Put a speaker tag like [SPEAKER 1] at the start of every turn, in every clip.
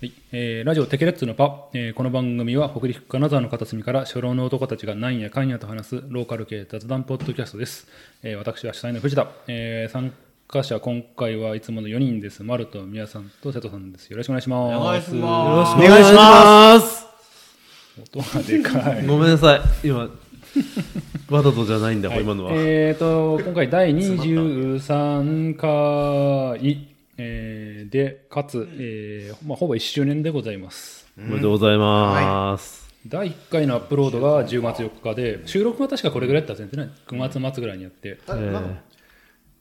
[SPEAKER 1] はいえーラジオテケレッツのパ、えーこの番組は北陸金沢の片隅から初老の男たちがなんやかんやと話すローカル系雑談ポッドキャストです、えー私は主催の藤田、えー参加者今回はいつもの4人です丸と宮さんと瀬戸さんですよろしくお願いします
[SPEAKER 2] お願いし
[SPEAKER 1] す
[SPEAKER 2] ま
[SPEAKER 3] お
[SPEAKER 2] す。
[SPEAKER 3] 願いします
[SPEAKER 1] 音がでかい
[SPEAKER 3] ごめんなさい今わざとじゃないんだ、よ今のは、
[SPEAKER 1] えー、と今回第23回、えーでかつ、えーまあ、ほぼ1周年でございます
[SPEAKER 3] おめでとうございます、
[SPEAKER 1] 第1回のアップロードが10月4日で収録は確かこれぐらいだったんですよね9月末ぐらいにやって
[SPEAKER 2] あなんか
[SPEAKER 3] え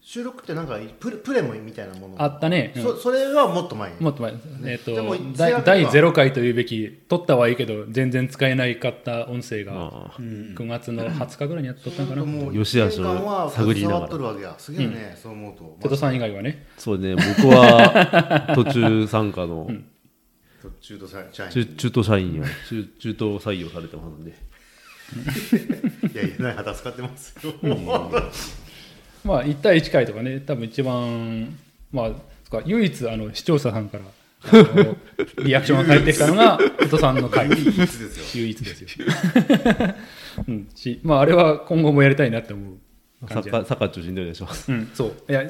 [SPEAKER 2] 収録ってなんかプレプレモみたいなもの
[SPEAKER 1] あったね、うん
[SPEAKER 2] そそれはもっと前に
[SPEAKER 1] もっと前えー、
[SPEAKER 2] でも
[SPEAKER 1] と
[SPEAKER 2] 一
[SPEAKER 1] 第
[SPEAKER 2] 夜
[SPEAKER 1] 第
[SPEAKER 2] 目は
[SPEAKER 1] 0回というべき撮ったはいいけど全然使えないかった音声が
[SPEAKER 3] ああ
[SPEAKER 1] 9月の20日ぐらいにやっとったんかな
[SPEAKER 2] もう
[SPEAKER 3] よしあし
[SPEAKER 2] 一
[SPEAKER 3] を
[SPEAKER 2] 年間は
[SPEAKER 3] 探りな
[SPEAKER 2] 携
[SPEAKER 3] がら
[SPEAKER 2] わっとるわけやすげえね、そう思うと、
[SPEAKER 1] 瀬
[SPEAKER 2] ま
[SPEAKER 1] 戸さん以外はね
[SPEAKER 3] そうね僕は途中参加の
[SPEAKER 2] あと中途さ社員
[SPEAKER 3] 中中途社員を中中途採用されてますんで
[SPEAKER 2] いやいやない助かってます よ、
[SPEAKER 1] まあ、1対1回とかね、多分一番、まあ、つか唯一あの視聴者さんからあ のリアクションが返ってきたのが、瀬戸さんの回、
[SPEAKER 2] いいやつですよ
[SPEAKER 1] 唯一ですよ。 うんしまあ、あれは今後もやりたいなって思う感
[SPEAKER 3] サッ
[SPEAKER 1] じ
[SPEAKER 3] カ
[SPEAKER 1] や
[SPEAKER 3] ーサッカー中心でお願いします
[SPEAKER 1] うん、そういや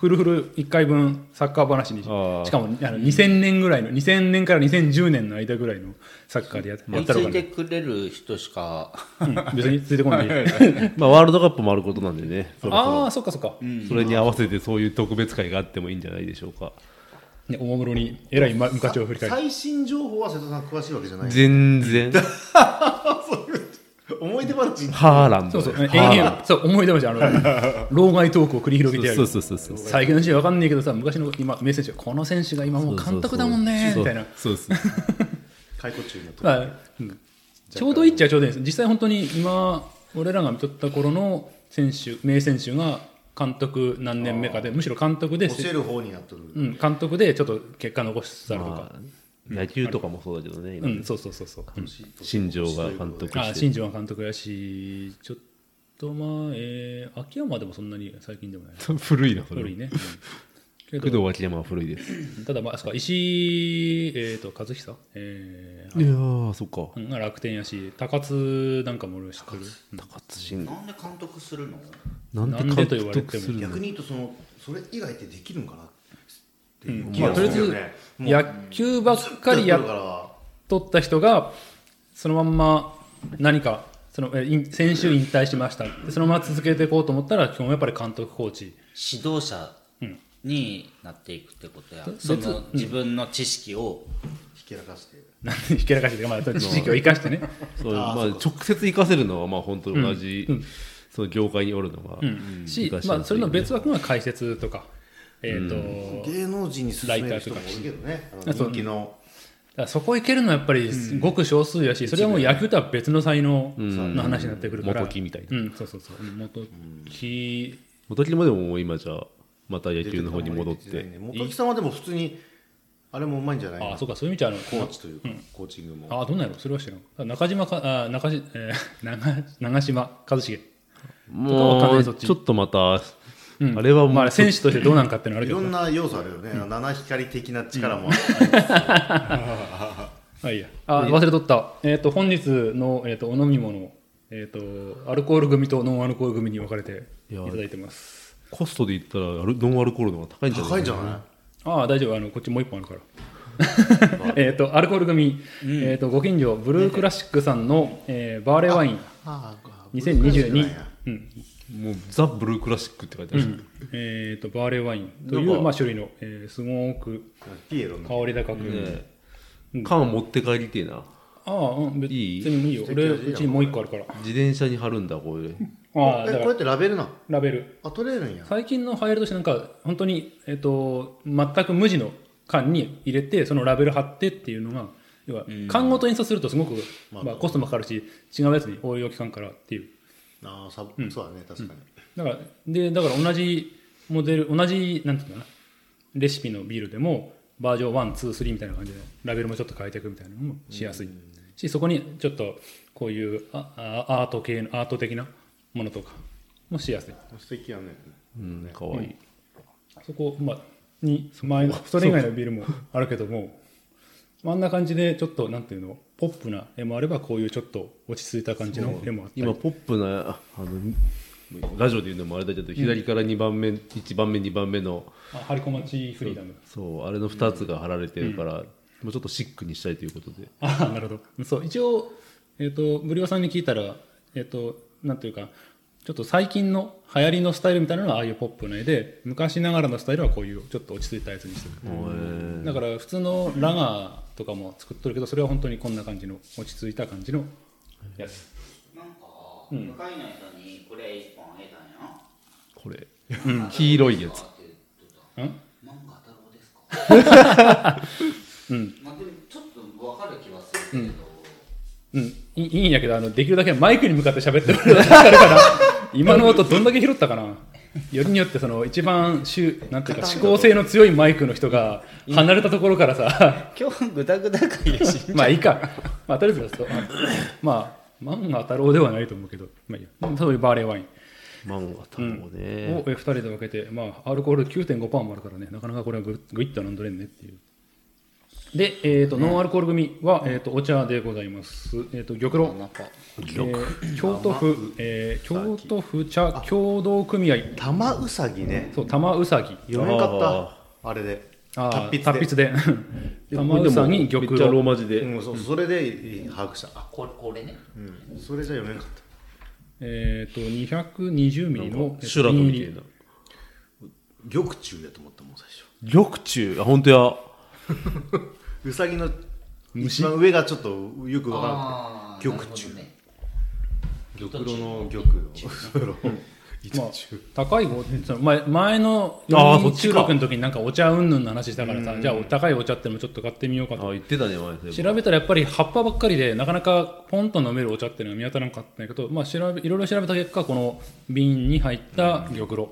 [SPEAKER 1] フルフル1回分サッカー話にしし
[SPEAKER 3] あ
[SPEAKER 1] か
[SPEAKER 3] ー
[SPEAKER 1] もあの2000年ぐらいの2000年から2010年の間ぐらいのサッカーでやや
[SPEAKER 4] 追
[SPEAKER 1] っ
[SPEAKER 4] い
[SPEAKER 1] た
[SPEAKER 4] つ
[SPEAKER 1] ら
[SPEAKER 4] い
[SPEAKER 1] 分か
[SPEAKER 4] て
[SPEAKER 1] る、
[SPEAKER 4] くれる人 しか、
[SPEAKER 1] うん別についてこない
[SPEAKER 3] まあワールドカップもあることなんでねそろそ
[SPEAKER 1] あ
[SPEAKER 3] ろ
[SPEAKER 1] あそっかそっか、
[SPEAKER 3] それに合わせてそういう特別会があってもいいんじゃないでしょうか
[SPEAKER 1] ね、おもむろにえらいま昔を振り返る
[SPEAKER 2] 最新情報は瀬戸さん詳しいわけじゃない
[SPEAKER 3] 全然
[SPEAKER 2] 思い出話に
[SPEAKER 3] ハーランド
[SPEAKER 1] そう
[SPEAKER 3] だ
[SPEAKER 1] そう、
[SPEAKER 3] よ
[SPEAKER 1] 永
[SPEAKER 3] ハーラン
[SPEAKER 1] 遠、そう、思い出ました、あの、老害トークを繰り広げてや
[SPEAKER 3] そう
[SPEAKER 1] る。
[SPEAKER 3] そうそうそうそう
[SPEAKER 1] 最近の試合わかんないけどさ、昔の今、名選手、この選手が今もう監督だもんね、みたいな。
[SPEAKER 3] そうそうそう
[SPEAKER 2] 解雇中のとこ
[SPEAKER 1] まあうんちょうどいいっちゃちょうどいいです。実際本当に今、俺らが見とった頃の選手、名選手が監督何年目かで、むしろ監督で、
[SPEAKER 2] 教える方になっとる、
[SPEAKER 1] うん、監督でちょっと結果残したりと
[SPEAKER 3] ま
[SPEAKER 1] か。
[SPEAKER 3] あ野球とかもそうだけどね、今
[SPEAKER 1] うん、そうそうそうそう。うん
[SPEAKER 3] 新庄が監督
[SPEAKER 1] あ
[SPEAKER 3] して
[SPEAKER 1] 新庄は監督やし、ちょっと前、秋山でもそんなに最近で もない。
[SPEAKER 3] 古いなそれ
[SPEAKER 1] 古いね。うんけ
[SPEAKER 3] 工藤
[SPEAKER 1] ど、
[SPEAKER 3] 脇山は古いですい
[SPEAKER 1] ただ、まあ、そうか石井、えー、と和久、えー
[SPEAKER 3] やーそっか
[SPEAKER 1] うん楽天やし、高津なんかもおるし、
[SPEAKER 3] 高津慎吾
[SPEAKER 4] なんで監督するの
[SPEAKER 3] なん
[SPEAKER 1] なんで
[SPEAKER 3] で
[SPEAKER 1] と
[SPEAKER 3] 監
[SPEAKER 1] 言われて
[SPEAKER 3] 督
[SPEAKER 1] も
[SPEAKER 3] するの
[SPEAKER 2] 逆に言うとそのそれ以外ってできるんかなって
[SPEAKER 1] う
[SPEAKER 2] い
[SPEAKER 1] ん
[SPEAKER 2] う気
[SPEAKER 1] まあ、
[SPEAKER 2] が
[SPEAKER 1] と
[SPEAKER 2] す
[SPEAKER 1] りあ
[SPEAKER 2] る
[SPEAKER 1] え
[SPEAKER 2] よ
[SPEAKER 1] ず
[SPEAKER 2] ね、
[SPEAKER 1] 野球ばっかりや
[SPEAKER 2] ずっと
[SPEAKER 1] っ
[SPEAKER 2] やっとるから
[SPEAKER 1] とった人が、そのまんま何か、そのえー引先週引退しました、でそのまま続けていこうと思ったら、基本やっぱり監督、コーチ、
[SPEAKER 4] 指導者になっていくってことや、
[SPEAKER 1] 別
[SPEAKER 4] その
[SPEAKER 1] うん
[SPEAKER 4] 自分の知識を、
[SPEAKER 2] ひけらかして
[SPEAKER 1] なんでひけらかして、まあ、知識を生かしてね。
[SPEAKER 3] そうまあ直接活かせるのはまあ本当同じその業界におるのが
[SPEAKER 1] し
[SPEAKER 3] 昔、
[SPEAKER 1] ま
[SPEAKER 3] の
[SPEAKER 1] あ、それの別枠が解説とか、えーとだか
[SPEAKER 2] 芸能人に勧める人もいるけどねあの人気の
[SPEAKER 1] らそこ行けるのはやっぱりごく少数やし、それはもう野球とは別の才能の話になってくるから、
[SPEAKER 3] 元木みたいな
[SPEAKER 1] うん、そうそうそう元木、
[SPEAKER 3] 元木もでももう今じゃあまた野球の方に戻っ
[SPEAKER 2] 出てない
[SPEAKER 3] て
[SPEAKER 2] ね元木さんはでも普通にあれもうまいんじゃない
[SPEAKER 1] ああそうかそういう意味じゃあの
[SPEAKER 2] コーチというかコーチングも
[SPEAKER 1] ああどんなんやろそれは知らんあ中島かあ中し、えー、 長長島一茂わかん
[SPEAKER 3] も
[SPEAKER 1] ないうそっち
[SPEAKER 3] ちょっとまたあれは
[SPEAKER 1] ま
[SPEAKER 3] もう
[SPEAKER 1] あ選手としてどうなんかっていうのはある
[SPEAKER 2] い
[SPEAKER 1] けど
[SPEAKER 2] ろ
[SPEAKER 1] なん
[SPEAKER 2] な要素あるよねあの七光的な力もある
[SPEAKER 1] あいいやあ忘れとった、えー、と本日の、えー、とお飲み物、えー、とアルコール組とノンアルコール組に分かれていただいてます
[SPEAKER 3] コストで言ったらアルノンアルコールの方が高いんじゃない
[SPEAKER 2] 高いんじゃない
[SPEAKER 1] ああ大丈夫あのこっちもう一本あるから えっとアルコール組、えっとご近所ブルークラシックさんの、えーバーレーワイン
[SPEAKER 2] ああ
[SPEAKER 1] 2022、うん
[SPEAKER 3] もうザ・ブルークラシックって書いてある、
[SPEAKER 1] えっとバーレーワインとい
[SPEAKER 3] なん
[SPEAKER 1] う、
[SPEAKER 3] か
[SPEAKER 1] まあ、種類の、えーすごく
[SPEAKER 2] ピエロ
[SPEAKER 1] 香
[SPEAKER 2] の
[SPEAKER 1] り高く、
[SPEAKER 3] ね缶持って帰りてえな
[SPEAKER 1] ああ、うん、別
[SPEAKER 3] いい
[SPEAKER 1] にもいいよ俺うちにもう一個あるから
[SPEAKER 3] 自転車に貼るんだこれ
[SPEAKER 1] ああ
[SPEAKER 2] え
[SPEAKER 1] だか
[SPEAKER 2] こうや
[SPEAKER 1] ら
[SPEAKER 2] ってラベルなの
[SPEAKER 1] ラベル
[SPEAKER 2] あ取れるんや
[SPEAKER 1] 最近の流行りとしてなんか本当にえっ、と全く無地の缶に入れてそのラベル貼ってっていうのが要は缶ごと印刷するとすごく、まあ、コストもかかるし違うやつに応用期間からっていう
[SPEAKER 2] ああさそうだね確かに
[SPEAKER 1] だからでだから同じモデル同じなんていうのかなレシピのビールでもバージョン123みたいな感じでラベルもちょっと変えていくみたいなのもしやすいしそこにちょっとこういうああアート系のアート的なものとかもしやすい
[SPEAKER 2] 素敵やね
[SPEAKER 3] うんかわいい、
[SPEAKER 1] そこ、まあ、に前のそれ以外のビールもあるけどもまああんな感じでちょっとなんていうのポップな絵もあればこういうちょっと落ち着いた感じの絵もあったり
[SPEAKER 3] 今ポップなああのラジオで言うのもあれだけど、左から2番目1番目2番目の
[SPEAKER 1] あハリコマチフリーダム
[SPEAKER 3] そうあれの2つが貼られてるから、もうちょっとシックにしたいということで、
[SPEAKER 1] ああなるほどそう一応、えっとブリオさんに聞いたら、えっとなんていうかちょっと最近の流行りのスタイルみたいなのはああいうポップな絵で昔ながらのスタイルはこういうちょっと落ち着いたやつにする、だから普通のラガーとかも作っとるけどそれは本当にこんな感じの落ち着いた感じのやつ
[SPEAKER 4] なんか、向かいの人にこれ一本あげたんや。
[SPEAKER 3] これ、黄色いやつ
[SPEAKER 4] って言ってた。
[SPEAKER 1] うん
[SPEAKER 4] 漫画太郎ですか。
[SPEAKER 1] うん、
[SPEAKER 4] まあ、でも、ちょっとわかる気はするけど。
[SPEAKER 1] うん、いいいいんやけどあのできるだけマイクに向かって喋ってるから今の音どんだけ拾ったかなよりによってその一番しゅなんていうか指向性の強いマイクの人が離れたところからさ
[SPEAKER 4] 今日グダグダ会や し
[SPEAKER 1] まあいいか、まあ、とりあえずそうまあ漫画太郎ではないと思うけどまあいいやそういうバーレーワイン
[SPEAKER 3] 漫画太郎
[SPEAKER 1] を
[SPEAKER 3] ね、
[SPEAKER 1] 2人で分けて、まあ、アルコール9.5%もあるからねなかなかこれはぐぐいっと飲んどれんねっていうで、えー、とノンアルコール組は、えー、とお茶でございます、えー、と玉露えー京都府、えー京都府茶協同組合
[SPEAKER 2] 玉うさぎね
[SPEAKER 1] そう玉うさぎ
[SPEAKER 2] 読めんかったあれで
[SPEAKER 1] あー
[SPEAKER 2] 達筆で
[SPEAKER 1] 達筆で玉うさぎ玉
[SPEAKER 3] めっちゃロー
[SPEAKER 1] 露
[SPEAKER 3] マ字で、
[SPEAKER 2] うん、そうそれで把握したあ、
[SPEAKER 4] これこれね
[SPEAKER 2] うん、それじゃ読めなかった
[SPEAKER 1] えっ、と220ミリの
[SPEAKER 3] シュラトみたいな
[SPEAKER 2] 玉虫やと思ったもん最初
[SPEAKER 3] 玉虫あ本当や
[SPEAKER 2] うさぎの一番上がちょっとよくわからなくて玉
[SPEAKER 4] 中
[SPEAKER 2] 虫
[SPEAKER 4] ね
[SPEAKER 2] 玉露の玉露
[SPEAKER 1] まあ
[SPEAKER 2] 玉虫、
[SPEAKER 1] 高いごその前前の
[SPEAKER 3] あー
[SPEAKER 1] 4
[SPEAKER 3] そっ
[SPEAKER 1] 人
[SPEAKER 3] ち
[SPEAKER 1] 収
[SPEAKER 3] か
[SPEAKER 1] 録の時になんかお茶うんぬんの話したからさじゃあお高いお茶ってのもちょっと買ってみようかと
[SPEAKER 3] あ言ってたね前そういえば
[SPEAKER 1] 調べたらやっぱり葉っぱばっかりでなかなかポンと飲めるお茶っていうのが見当たらなかったんだけど、まあ、調べいろいろ調べた結果この瓶に入った玉露、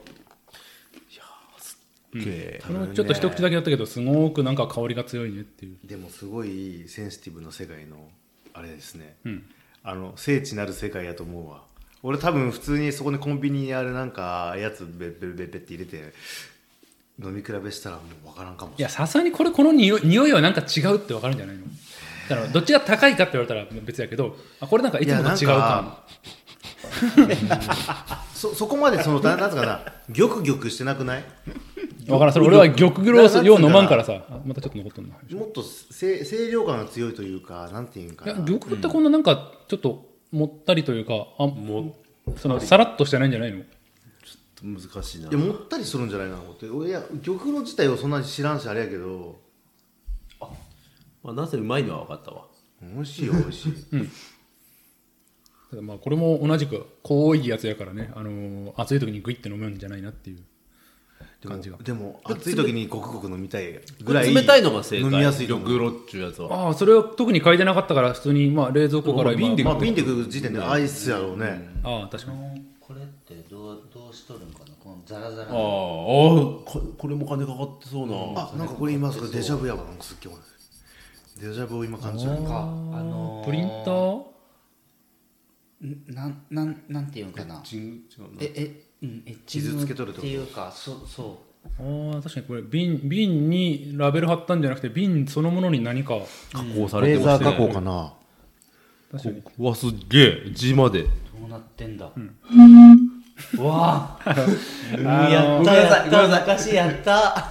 [SPEAKER 3] け
[SPEAKER 1] これもちょっと一口だけやったけどすごくなんか香りが強いねっていう
[SPEAKER 2] でもすごいセンシティブな世界のあれですね、
[SPEAKER 1] うん
[SPEAKER 2] あの聖地なる世界やと思うわ俺多分普通にそこにコンビニにあれなんかやつベッベッベッベッって入れて飲み比べしたらもう分からんかも
[SPEAKER 1] いやさすがにこれこの匂い匂いはなんか違うって分かるんじゃないのだからどっちが高いかって言われたら別やけどあこれなんかいつもと違う
[SPEAKER 2] いや
[SPEAKER 1] か
[SPEAKER 2] そそこまでそ のななんつうかなギョクギョクしてなくない
[SPEAKER 1] 分からんそれ俺は玉露をよう飲まんかららさあまたちょっと残っとんな
[SPEAKER 2] もっとせ清涼感が強いというかなんていうんか
[SPEAKER 1] いや
[SPEAKER 2] な
[SPEAKER 1] 玉ってこんななんかちょっともったりというかあ
[SPEAKER 3] も
[SPEAKER 1] そのさらっとしてないんじゃないの
[SPEAKER 3] 難しいない
[SPEAKER 2] やもったりするんじゃないかなと思って俺いや玉露自体をそんなに知らんしあれやけど
[SPEAKER 3] まあ、なぜうまいのは分かったわ
[SPEAKER 2] 美味しいよ美味しい
[SPEAKER 1] ただまあこれも同じく濃いやつやからね、あのー暑い時にグイって飲むんじゃないなっていう感じが
[SPEAKER 2] でも暑い時にごくごく飲みたいぐらい
[SPEAKER 3] 冷たいのが正
[SPEAKER 2] 飲
[SPEAKER 3] 解
[SPEAKER 2] みやすいと
[SPEAKER 3] 玉
[SPEAKER 2] 思う
[SPEAKER 3] 露っちゅうやつは
[SPEAKER 1] ああそれは特に書いてなかったから普通にまあ冷蔵庫から今
[SPEAKER 3] 瓶で
[SPEAKER 2] まあ瓶で食う時点でアイスやろうね、
[SPEAKER 1] ああ確かに
[SPEAKER 4] これってどうどうしとるんかなこのザラザ
[SPEAKER 3] あ
[SPEAKER 4] ラ
[SPEAKER 3] あここれも金かかってそうな、
[SPEAKER 2] あなんかこれ今それデジャブやわなんかすっげえ思い出すデジャブを今感じる
[SPEAKER 4] あ
[SPEAKER 2] か
[SPEAKER 4] のー
[SPEAKER 1] プリンター
[SPEAKER 4] なんなんなんていうんかな
[SPEAKER 3] 違う違うな
[SPEAKER 4] ええうんえ
[SPEAKER 2] 傷つけとるってこと
[SPEAKER 4] っていうかそうそ
[SPEAKER 1] ああ確かにこれ瓶瓶にラベル貼ったんじゃなくて瓶そのものに何 か
[SPEAKER 3] 加工されてますね
[SPEAKER 2] な
[SPEAKER 1] 確かに
[SPEAKER 3] うわすっげえ字まで
[SPEAKER 4] うどうなってんだ、う わあ
[SPEAKER 1] あの
[SPEAKER 4] やったやった昔やった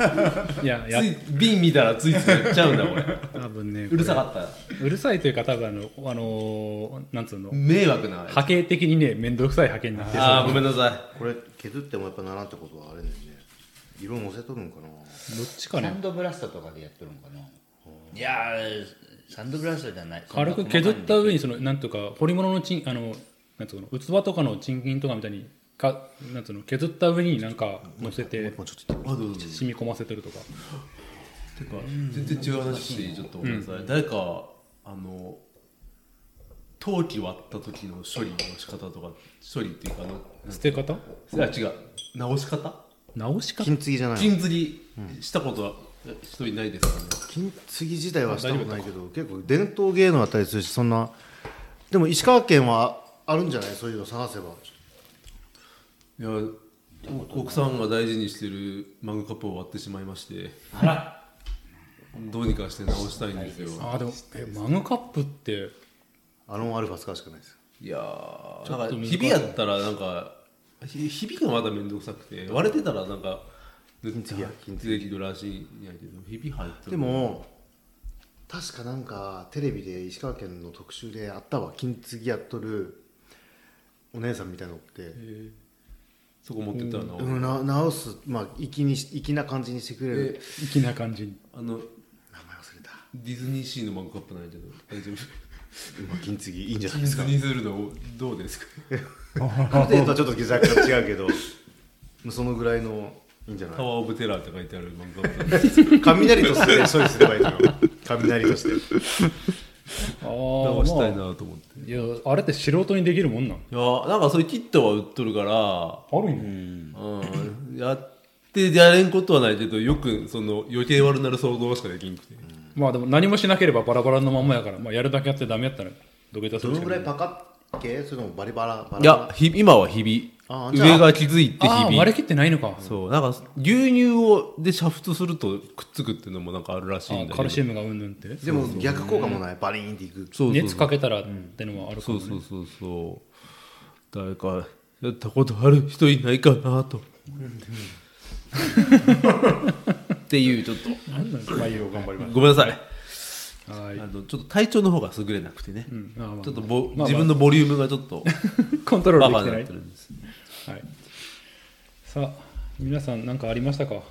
[SPEAKER 1] いやいや
[SPEAKER 3] つい瓶見たらついついやっちゃうんだこれ
[SPEAKER 1] 多分ね
[SPEAKER 4] うるさ
[SPEAKER 1] か
[SPEAKER 4] かった
[SPEAKER 1] うるさいというか多分あの、あのーなんつうの
[SPEAKER 3] 迷惑な
[SPEAKER 1] 波形的にね面倒くさい派遣になって
[SPEAKER 3] あーごめんなさい
[SPEAKER 2] これ削ってもやっぱならんってことはあれだよね色乗せとるんかな
[SPEAKER 1] どっちか
[SPEAKER 4] サ
[SPEAKER 1] ね
[SPEAKER 4] ンドブラストとかでやってるのかないやーサンドブラストじゃない
[SPEAKER 1] 軽く削った上にそのなんとか彫り物のちんあのなんつうの器とかの賃金とかみたいにかなんつうの削った上になんか乗せて
[SPEAKER 2] もうちょっと
[SPEAKER 3] あどうぞどうぞ
[SPEAKER 1] 染み込ませてるとか
[SPEAKER 3] てか全然違う話していいちょっとごめんなさい、誰かあの陶器割った時の処理の仕方とか処理っていうかあの
[SPEAKER 1] 捨て方
[SPEAKER 3] あ違う直し方
[SPEAKER 1] 直し方
[SPEAKER 2] 金継ぎじゃない
[SPEAKER 3] 金継ぎしたことは一人ないですかね、
[SPEAKER 2] 金継ぎ自体はしたことないけど結構伝統芸能あったりするしそんなでも石川県はあるんじゃないそういうの探せば
[SPEAKER 3] いやお奥さんが大事にしてるマグカップを割ってしまいましてあどうにかして直したいんですよ
[SPEAKER 1] ああでもえマグカップって
[SPEAKER 2] アロンアルファ使うしかないですよ
[SPEAKER 3] いやーなんかひびやったらなんかひひびがまだ面倒くさくて割れてたらなんかずっと出てきるらしいんやけどひび入ってる
[SPEAKER 2] でも確かなんかテレビで石川県の特集であったわ金継ぎやっとるお姉さんみたいなのって、
[SPEAKER 3] そこ持ってったら直る
[SPEAKER 2] うん、な直すまあ粋にし粋な感じにしてくれる
[SPEAKER 3] で
[SPEAKER 1] 粋な感じに
[SPEAKER 3] あの
[SPEAKER 2] 名前忘れた
[SPEAKER 3] ディズニーシーのマグカップなんやけど大丈夫
[SPEAKER 2] まあ金継ぎいいんじゃないで
[SPEAKER 3] ディ
[SPEAKER 2] す
[SPEAKER 3] ズ
[SPEAKER 2] か
[SPEAKER 3] ニーするのどうですか
[SPEAKER 2] カルテとはちょっと若干違うけどそのぐらいのいいんじゃな
[SPEAKER 3] タ
[SPEAKER 2] い
[SPEAKER 3] ワーオブテラーって書いてあるマグカップなんで
[SPEAKER 2] 雷として処理すればいいのよ雷として
[SPEAKER 1] ああ
[SPEAKER 3] 直したい
[SPEAKER 1] まあ
[SPEAKER 3] なと思って
[SPEAKER 1] いやあれって素人にできるもんなん
[SPEAKER 3] いやーなんかそういうキットは売っとるから
[SPEAKER 1] あるんや
[SPEAKER 3] うんやってやれんことはないけどよくその余計悪なる想像しかできんくて、
[SPEAKER 1] まあでも何もしなければバラバラのまんまやから、まあ、やるだけやってダメやったら土下座す
[SPEAKER 2] ど
[SPEAKER 1] るし
[SPEAKER 2] の
[SPEAKER 1] かな
[SPEAKER 2] ぐら
[SPEAKER 1] い
[SPEAKER 2] いパカッ系それともバリバラバラ
[SPEAKER 3] いやひ今はひび
[SPEAKER 2] あーじゃあ
[SPEAKER 3] 上が気づいて
[SPEAKER 1] あ
[SPEAKER 3] ひ
[SPEAKER 1] あ
[SPEAKER 3] び
[SPEAKER 1] 割り切ってないのか
[SPEAKER 3] そうなんか牛乳をで煮沸するとくっつくっていうのもなんかあるらし
[SPEAKER 1] あ
[SPEAKER 3] いん
[SPEAKER 1] ー
[SPEAKER 3] だけど
[SPEAKER 1] カルシウムがうんぬんって
[SPEAKER 2] でも逆効果もないバリーンっていく
[SPEAKER 3] そうそう
[SPEAKER 1] 熱
[SPEAKER 3] そう
[SPEAKER 1] かけたらってのはあるか
[SPEAKER 3] そ
[SPEAKER 1] も
[SPEAKER 3] う
[SPEAKER 1] ね
[SPEAKER 3] そうそうそう誰かやったことある人いないかなとっていうちょっと
[SPEAKER 1] なんなんですか
[SPEAKER 2] よう頑張りま
[SPEAKER 3] ごめんなさい
[SPEAKER 1] は
[SPEAKER 3] あ
[SPEAKER 1] い、
[SPEAKER 3] のちょっと体調の方が優れなくてね、
[SPEAKER 1] うんまあまあまあ
[SPEAKER 3] ちょっと
[SPEAKER 1] ま
[SPEAKER 3] ぼ、
[SPEAKER 1] あまあ
[SPEAKER 3] 自分のボリュームがちょっと
[SPEAKER 1] コントロー
[SPEAKER 3] バ
[SPEAKER 1] ルで
[SPEAKER 3] カになっ
[SPEAKER 1] きて
[SPEAKER 3] てるんです
[SPEAKER 1] ない、はい、さあ皆さん何かありましたか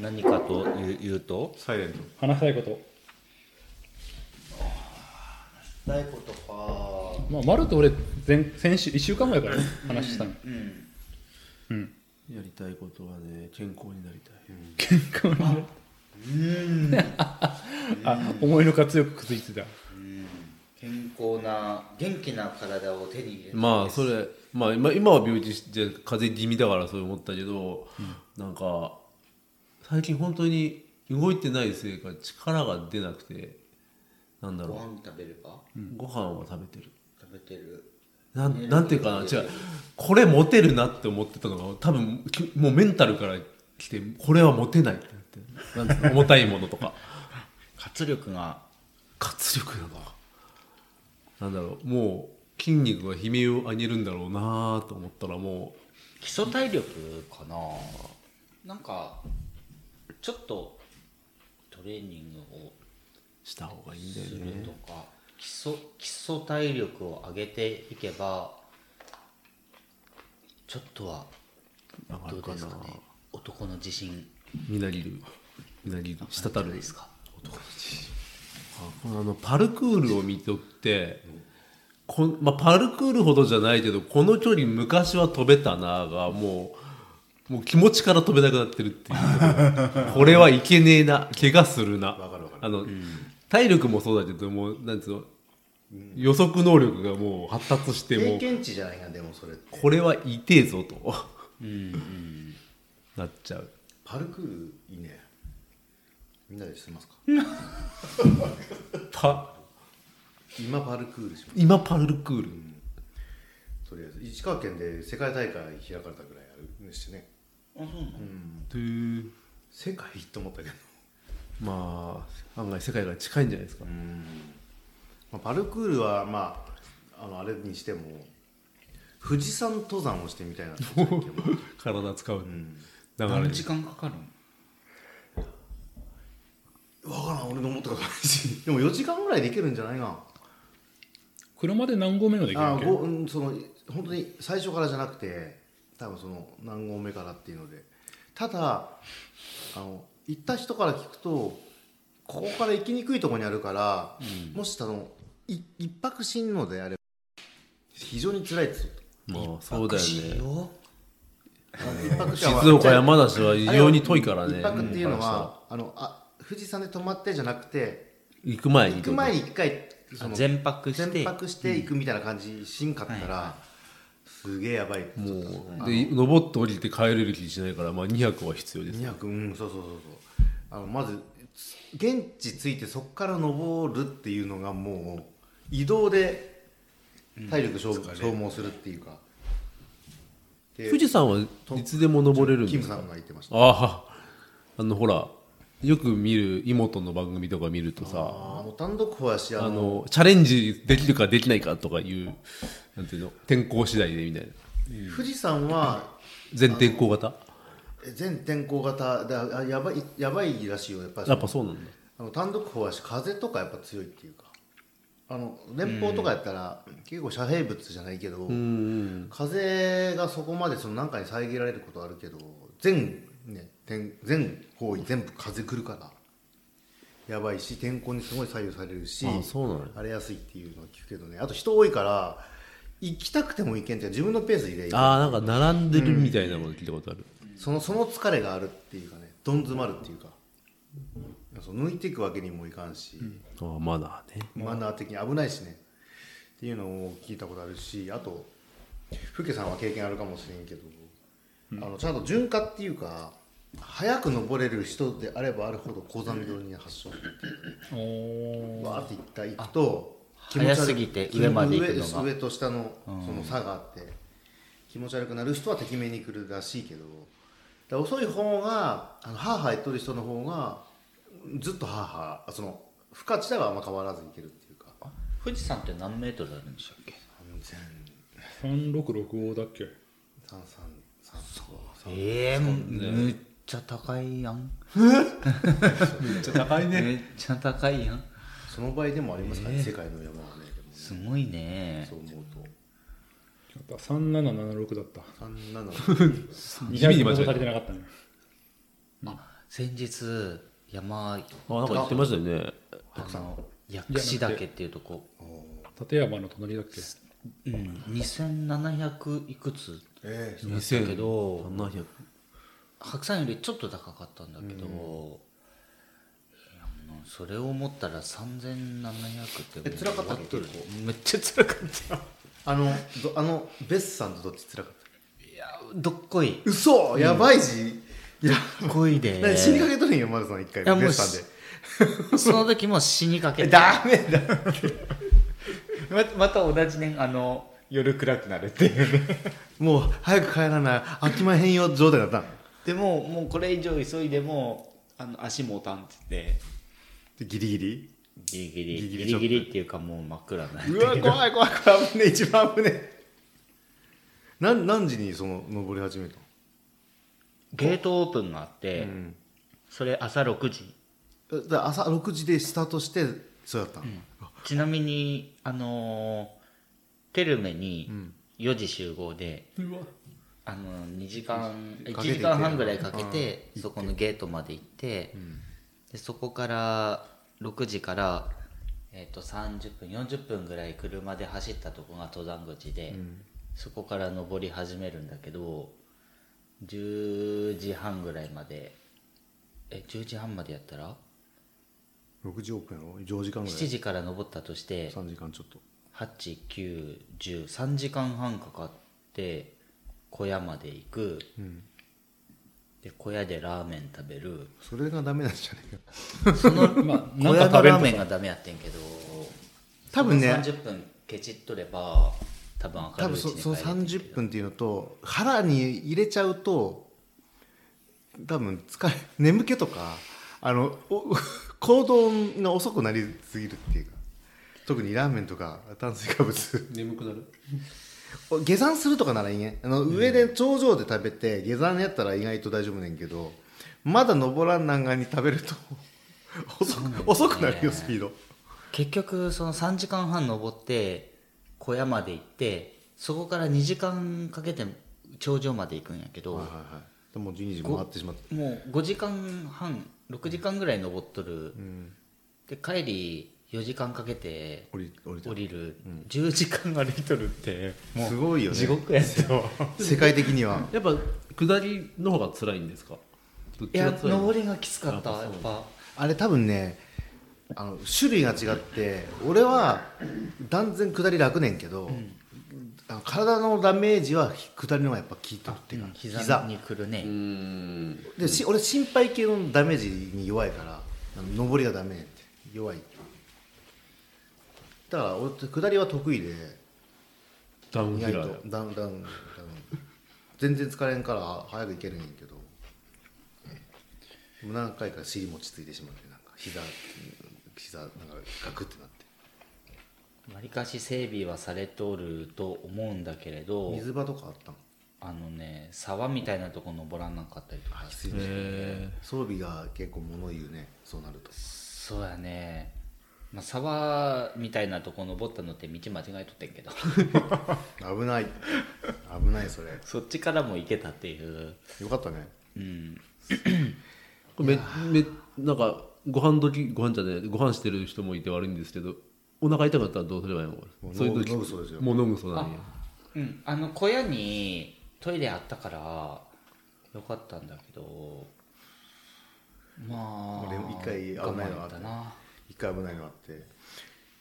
[SPEAKER 4] 何かという言うと
[SPEAKER 2] サイレント
[SPEAKER 1] 話したいこと
[SPEAKER 4] ないことか
[SPEAKER 1] まあ丸と俺前先週1週間前からね話したの
[SPEAKER 4] うん
[SPEAKER 1] うん
[SPEAKER 3] やりたいことはね健康になりたい、
[SPEAKER 1] 健康になる あ思いのが強くくっついてた
[SPEAKER 4] うん健康な元気な体を手に入れたい
[SPEAKER 3] まあ
[SPEAKER 4] です
[SPEAKER 3] それまあ今今は病気して風邪気味だからそう思ったけど、なんか最近本当に動いてないせいか力が出なくてなんだ
[SPEAKER 4] ご
[SPEAKER 3] ろ
[SPEAKER 4] 飯食べるか
[SPEAKER 3] う、ご飯は食べてる
[SPEAKER 4] 食べてる
[SPEAKER 3] なんなんていうかな違うこれモテるなって思ってたのが多分きもうメンタルから来てこれはモテないってなってなんつうの重たいものとか
[SPEAKER 4] 活力が
[SPEAKER 3] 活力だななんだろうもう筋肉が悲鳴を上げるんだろうなと思ったらも
[SPEAKER 4] 基礎体力かななんかちょっとトレーニングを
[SPEAKER 3] うした方がいいんだよ
[SPEAKER 4] す
[SPEAKER 3] ね
[SPEAKER 4] るとか、基礎基礎体力を上げていけばちょっとは
[SPEAKER 3] 上が
[SPEAKER 4] ど
[SPEAKER 3] る
[SPEAKER 4] う
[SPEAKER 3] か
[SPEAKER 4] で
[SPEAKER 3] な
[SPEAKER 4] すかね男の自信
[SPEAKER 3] みなぎるみなぎるしたたる
[SPEAKER 4] ですか
[SPEAKER 3] あこのあのパルクールを見とって、こんまあ、パルクールほどじゃないけどこの距離昔は飛べたながもうもう気持ちから飛べなくなってるっていうところこれはいけねえな怪我するな
[SPEAKER 2] かるわか
[SPEAKER 3] あの、体力もそうだけどもうなんつうの予測能力がもう発達しても
[SPEAKER 2] 経
[SPEAKER 3] う
[SPEAKER 2] 験値じゃないなでもそれ
[SPEAKER 3] これは痛えぞと
[SPEAKER 4] うんうん
[SPEAKER 3] なっちゃう
[SPEAKER 2] パルクールいいねみんなでしてますか
[SPEAKER 3] パ
[SPEAKER 2] 今パルクールしま
[SPEAKER 3] 今パルクール
[SPEAKER 2] すとりあえず石川県で世界大会開かれたぐらいあるんですよね
[SPEAKER 4] あそうなの
[SPEAKER 3] という
[SPEAKER 2] 世界と思ったけど
[SPEAKER 3] まあ案外世界が近いんじゃないですか、
[SPEAKER 2] まあパルクールはまああのあれにしても富士山登山をしてみたいなと思ってたけ ど
[SPEAKER 3] 体使う、うん、流れ
[SPEAKER 4] 何
[SPEAKER 3] で
[SPEAKER 4] 時間かかるの
[SPEAKER 2] わからん俺の思ったことないし でも4時間ぐらいで行けるんじゃないか
[SPEAKER 1] 車で何合目ができる
[SPEAKER 2] なあ
[SPEAKER 1] わ
[SPEAKER 2] あ
[SPEAKER 1] け
[SPEAKER 2] ごうんその本当に最初からじゃなくて多分その何合目からっていうのでただあの行った人から聞くとここから行きにくいところにあるから、もしあのい一泊しんのであれば非常に辛いですよ
[SPEAKER 3] まあそうだよ
[SPEAKER 4] タクシ
[SPEAKER 3] ね
[SPEAKER 4] ーを
[SPEAKER 3] 静岡山梨は異常に遠いからね
[SPEAKER 2] 一泊っていうの
[SPEAKER 3] うん話したら
[SPEAKER 2] は、あのあ富士山で泊まってじゃなくて
[SPEAKER 3] 行く前に
[SPEAKER 2] 行く前に一回その
[SPEAKER 4] 全泊して
[SPEAKER 2] 全泊して行くみたいな感じしんかったらすげえやばい
[SPEAKER 3] もうで登って降りて帰れる気しないから、まあ、200は必要です
[SPEAKER 2] 200うんそうそうそうそうあのまずつ現地着いてそこから登るっていうのがもう移動で体力消,、消耗するっていうかで
[SPEAKER 3] 富士山はいつでも登れるん
[SPEAKER 2] キ
[SPEAKER 3] で
[SPEAKER 2] ム
[SPEAKER 3] す
[SPEAKER 2] さ
[SPEAKER 3] か
[SPEAKER 2] んが言ってました
[SPEAKER 3] あああのほらよく見る妹の番組とか見るとさ
[SPEAKER 2] ああもう単独歩やしあ
[SPEAKER 3] あ
[SPEAKER 2] の
[SPEAKER 3] のチャレンジできるかできないかとかいうなんていうの天候次第でみたいな
[SPEAKER 2] 富士山は
[SPEAKER 3] 全天候型
[SPEAKER 2] え全天候型であやばいやばいらしいよやっぱり
[SPEAKER 3] やっぱそうなんだ
[SPEAKER 2] あの単独歩はし風とかやっぱ強いっていうかあの連峰とかやったら、結構遮蔽物じゃないけど、風がそこまでその何かに遮られることあるけど全,、ね、天全方位全部風来るからやばいし天候にすごい左右されるし
[SPEAKER 3] あそうなの
[SPEAKER 2] 荒れやすいっていうのは聞くけどねあと人多いから行きたくても行けんって自分のペースで行け
[SPEAKER 3] ああなんか並んでるみたいなもの聞いたことある、
[SPEAKER 2] そのその疲れがあるっていうかねどん詰まるっていうかその抜いていくわけにもいかんし、
[SPEAKER 3] ああまだね
[SPEAKER 2] マナー的に危ないしねっていうのを聞いたことあるしあと福家さんは経験あるかもしれんけど、あのちゃんと順化っていうか早く登れる人であればあるほど高山病に発症する
[SPEAKER 1] おー
[SPEAKER 2] わーっていった行くと
[SPEAKER 4] 早すぎて上まで行くのが
[SPEAKER 2] 上上と下のその差があって、気持ち悪くなる人はてきめに来るらしいけどだから遅い方があのハーハー言っとる人の方がずっとハーハーその負荷自体はあんま変わらずいけるっていうか
[SPEAKER 4] 富士山って何メートルあるんでしたっけ
[SPEAKER 1] 3665だっけ
[SPEAKER 2] 三三三そう
[SPEAKER 4] ええむっちゃ高いやん
[SPEAKER 3] めっちゃ高い
[SPEAKER 4] めっちゃ高いやん
[SPEAKER 2] その倍でもありますからね、世界の山はねでもね
[SPEAKER 4] すごいね
[SPEAKER 2] そう思う と
[SPEAKER 1] やっぱ3776だった
[SPEAKER 2] 三なの
[SPEAKER 3] 地味
[SPEAKER 1] 200
[SPEAKER 3] に
[SPEAKER 1] も
[SPEAKER 3] 間違え
[SPEAKER 1] 足
[SPEAKER 3] た
[SPEAKER 1] りてなかったね
[SPEAKER 4] あ先日山
[SPEAKER 3] あなんか言ってましたよね
[SPEAKER 4] あの薬師岳っていうとこ
[SPEAKER 1] 立山の隣だっけ
[SPEAKER 4] うん2700いくつ
[SPEAKER 2] ええ
[SPEAKER 4] だけど
[SPEAKER 3] 2700
[SPEAKER 4] 白山よりちょっと高かったんだけど、いやもうそれを思ったら3700っ
[SPEAKER 2] え
[SPEAKER 4] て
[SPEAKER 2] 辛かったっけ
[SPEAKER 4] 終わとるめっちゃ辛かった
[SPEAKER 2] あのどあのベスさんとどっち辛かった
[SPEAKER 4] いやどっこい
[SPEAKER 2] 嘘やばいし、や
[SPEAKER 4] どっこい で
[SPEAKER 2] 何死にかけとるんよ丸さん一回
[SPEAKER 4] いやもう
[SPEAKER 2] ベスさんで
[SPEAKER 4] その時も死にかけて
[SPEAKER 2] ダメだ
[SPEAKER 4] ま ま た同じねあの夜暗くなるっていうね
[SPEAKER 2] もう早く帰らない飽きまへんよ状態だったの
[SPEAKER 4] でももうこれ以上急いでもあの足もたんってって
[SPEAKER 2] でギリギリ
[SPEAKER 4] ギリ
[SPEAKER 2] ギ
[SPEAKER 4] ギリ
[SPEAKER 2] リギ
[SPEAKER 4] ギ
[SPEAKER 2] リ
[SPEAKER 4] リ
[SPEAKER 2] ちょ
[SPEAKER 4] ギ
[SPEAKER 2] っと
[SPEAKER 4] リっていうかもう真っ暗な
[SPEAKER 2] うわ怖い怖い怖い危ねえ一番危ねえ何何時にその登り始めたの
[SPEAKER 4] ゲートオープンがあって、それ朝6時
[SPEAKER 2] えだから朝6時でスタートしてそうやったの、
[SPEAKER 4] ちなみにあのーテルメに4時集合で、 あの2時間1
[SPEAKER 2] かけて
[SPEAKER 4] 時間半ぐらいかけてそこのゲートまで行って、でそこから6時から、えっと30分40分ぐらい車で走ったとこが登山口で、そこから登り始めるんだけど10時半ぐらいまでえ10時半までやったら
[SPEAKER 2] 6時オープンやろ4時間ぐらい
[SPEAKER 4] 7時から登ったとして
[SPEAKER 2] 3時間ちょっと
[SPEAKER 4] 89103時間半かかって小屋まで行く、で小屋でラーメン食べる
[SPEAKER 2] それがダメなんじゃないか
[SPEAKER 4] その
[SPEAKER 1] まあ
[SPEAKER 4] 小
[SPEAKER 1] な
[SPEAKER 4] 屋
[SPEAKER 1] んか食
[SPEAKER 4] の
[SPEAKER 1] べる
[SPEAKER 4] ラー
[SPEAKER 1] と
[SPEAKER 4] メンがダメやってんけど
[SPEAKER 2] 多分ね
[SPEAKER 4] 30分ケチっとれば多分明
[SPEAKER 2] 多
[SPEAKER 4] るい
[SPEAKER 2] 分
[SPEAKER 4] うち
[SPEAKER 2] そ
[SPEAKER 4] に帰
[SPEAKER 2] その
[SPEAKER 4] れてる
[SPEAKER 2] 30
[SPEAKER 4] けど
[SPEAKER 2] 分っていうのと腹に入れちゃうと多分疲れ眠気とかあのお 行動が遅くなりすぎるっていうか特にラーメンとか炭水化物
[SPEAKER 3] 眠くなる
[SPEAKER 2] 下山するとかならいいねあの上で頂上で食べて下山やったら意外と大丈夫ねんけどまだ登らんなんがに食べると 遅く,、遅くなるよスピード
[SPEAKER 4] 結局その3時間半登って小屋まで行ってそこから2時間かけて頂上まで行くんやけど、
[SPEAKER 2] はいはいはいでもう12時回ってしまった
[SPEAKER 4] もう5時間半6時間ぐらい登っとる、で帰り4時間かけて
[SPEAKER 2] 降り降りた
[SPEAKER 4] 降りる、10時間歩いとるってもう
[SPEAKER 2] すごいよね
[SPEAKER 4] 地獄やったよ
[SPEAKER 2] 世界的には
[SPEAKER 3] やっぱ下りの方が辛いんですかどっ
[SPEAKER 4] い
[SPEAKER 3] ち
[SPEAKER 4] や
[SPEAKER 3] が辛いの
[SPEAKER 4] 登りがきつかったやっぱ
[SPEAKER 2] あれ多分ねあの種類が違って俺は断然下り楽ねんけど、あの体のダメージは下りの方がやっぱ効いたっていうか、
[SPEAKER 4] 膝
[SPEAKER 2] 膝
[SPEAKER 4] にくるね、
[SPEAKER 3] うーん
[SPEAKER 2] でし俺心肺系のダメージに弱いからあの上りがダメって弱いだから俺って下りは得意で
[SPEAKER 3] ダウン
[SPEAKER 2] 意
[SPEAKER 3] ヒラ
[SPEAKER 2] 外
[SPEAKER 3] ー
[SPEAKER 2] とダウンダウンダウン全然疲れんから早く行けるんやけどもう何回か尻餅ついてしまってなんか膝膝なんかガクってなって
[SPEAKER 4] わりかし整備はされとると思うんだけれど
[SPEAKER 2] 水場とかあったの
[SPEAKER 4] あのね沢みたいなとこ登らなかったりとか
[SPEAKER 2] あきついね装備が結構物言うねそうなると
[SPEAKER 4] そうやね、まあ、沢みたいなとこ登ったのって道間違えとってんけど
[SPEAKER 2] 危ない危ないそれ
[SPEAKER 4] そっちからも行けたっていう
[SPEAKER 2] よかったね
[SPEAKER 4] うん
[SPEAKER 3] これめめなんかご飯時ご飯じゃないご飯してる人もいて悪いんですけどお腹痛かったらどうすればいいのこ
[SPEAKER 2] もう
[SPEAKER 3] れそういう
[SPEAKER 2] 飲
[SPEAKER 3] 時
[SPEAKER 2] むそうですよ
[SPEAKER 3] もう飲むそうなんや
[SPEAKER 4] うん、あの小屋にトイレあったからよかったんだけどまあ
[SPEAKER 2] 俺も一回危ない
[SPEAKER 4] 我慢
[SPEAKER 2] の
[SPEAKER 4] や
[SPEAKER 2] あ
[SPEAKER 4] っ
[SPEAKER 2] った
[SPEAKER 4] たな
[SPEAKER 2] 一回危ないのあって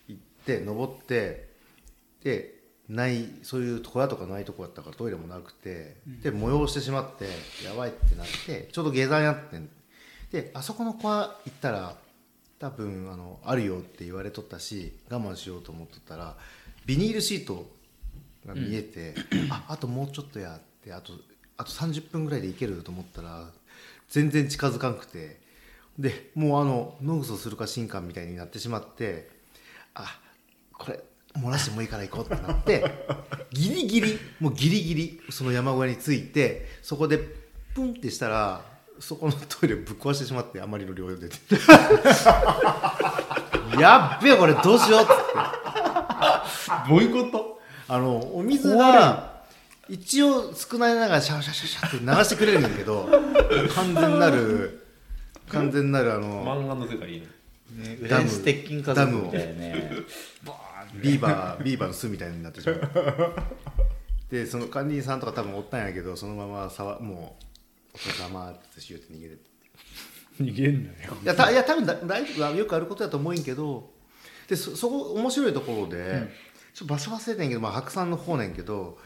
[SPEAKER 2] 行って登ってでないそういう小屋とかないとこだったからトイレもなくてで催してしまってやばいってなってちょうど下山やってんであそこの小屋行ったら多分あのあるよって言われとったし我慢しようと思っとったらビニールシートが見えて、ああともうちょっとやってあとあと30分ぐらいで行けると思ったら全然近づかんくてでもうあのノグソするか新刊みたいになってしまってあこれ漏らしてもいいから行こうってなって ギリギリもうギリギリその山小屋に着いてそこでプンってしたらそこのトイレぶっ壊してしまってあまりの量出て やっべえこれどうしようっつって。
[SPEAKER 3] どういうこと
[SPEAKER 2] あのお水が一応少ないながらシャワシャワシャワシャワって流してくれるんだけど完全なる完全なるあの
[SPEAKER 3] 漫画の世界いいね
[SPEAKER 4] ね
[SPEAKER 2] ダム
[SPEAKER 4] 浦安鉄筋家族みたいなね
[SPEAKER 2] ビーバービーバーの巣みたいになってしまうでその管理人さんとか多分おったんやけどそのままさわもうお疲れ様って言うて逃げてって
[SPEAKER 1] 逃げんなよ
[SPEAKER 2] いやたいや多分だ大丈夫はよくあることだと思うんけどでそそこ面白いところで、ちょっと場所忘れてんけど、まあ、白山の方ねんけど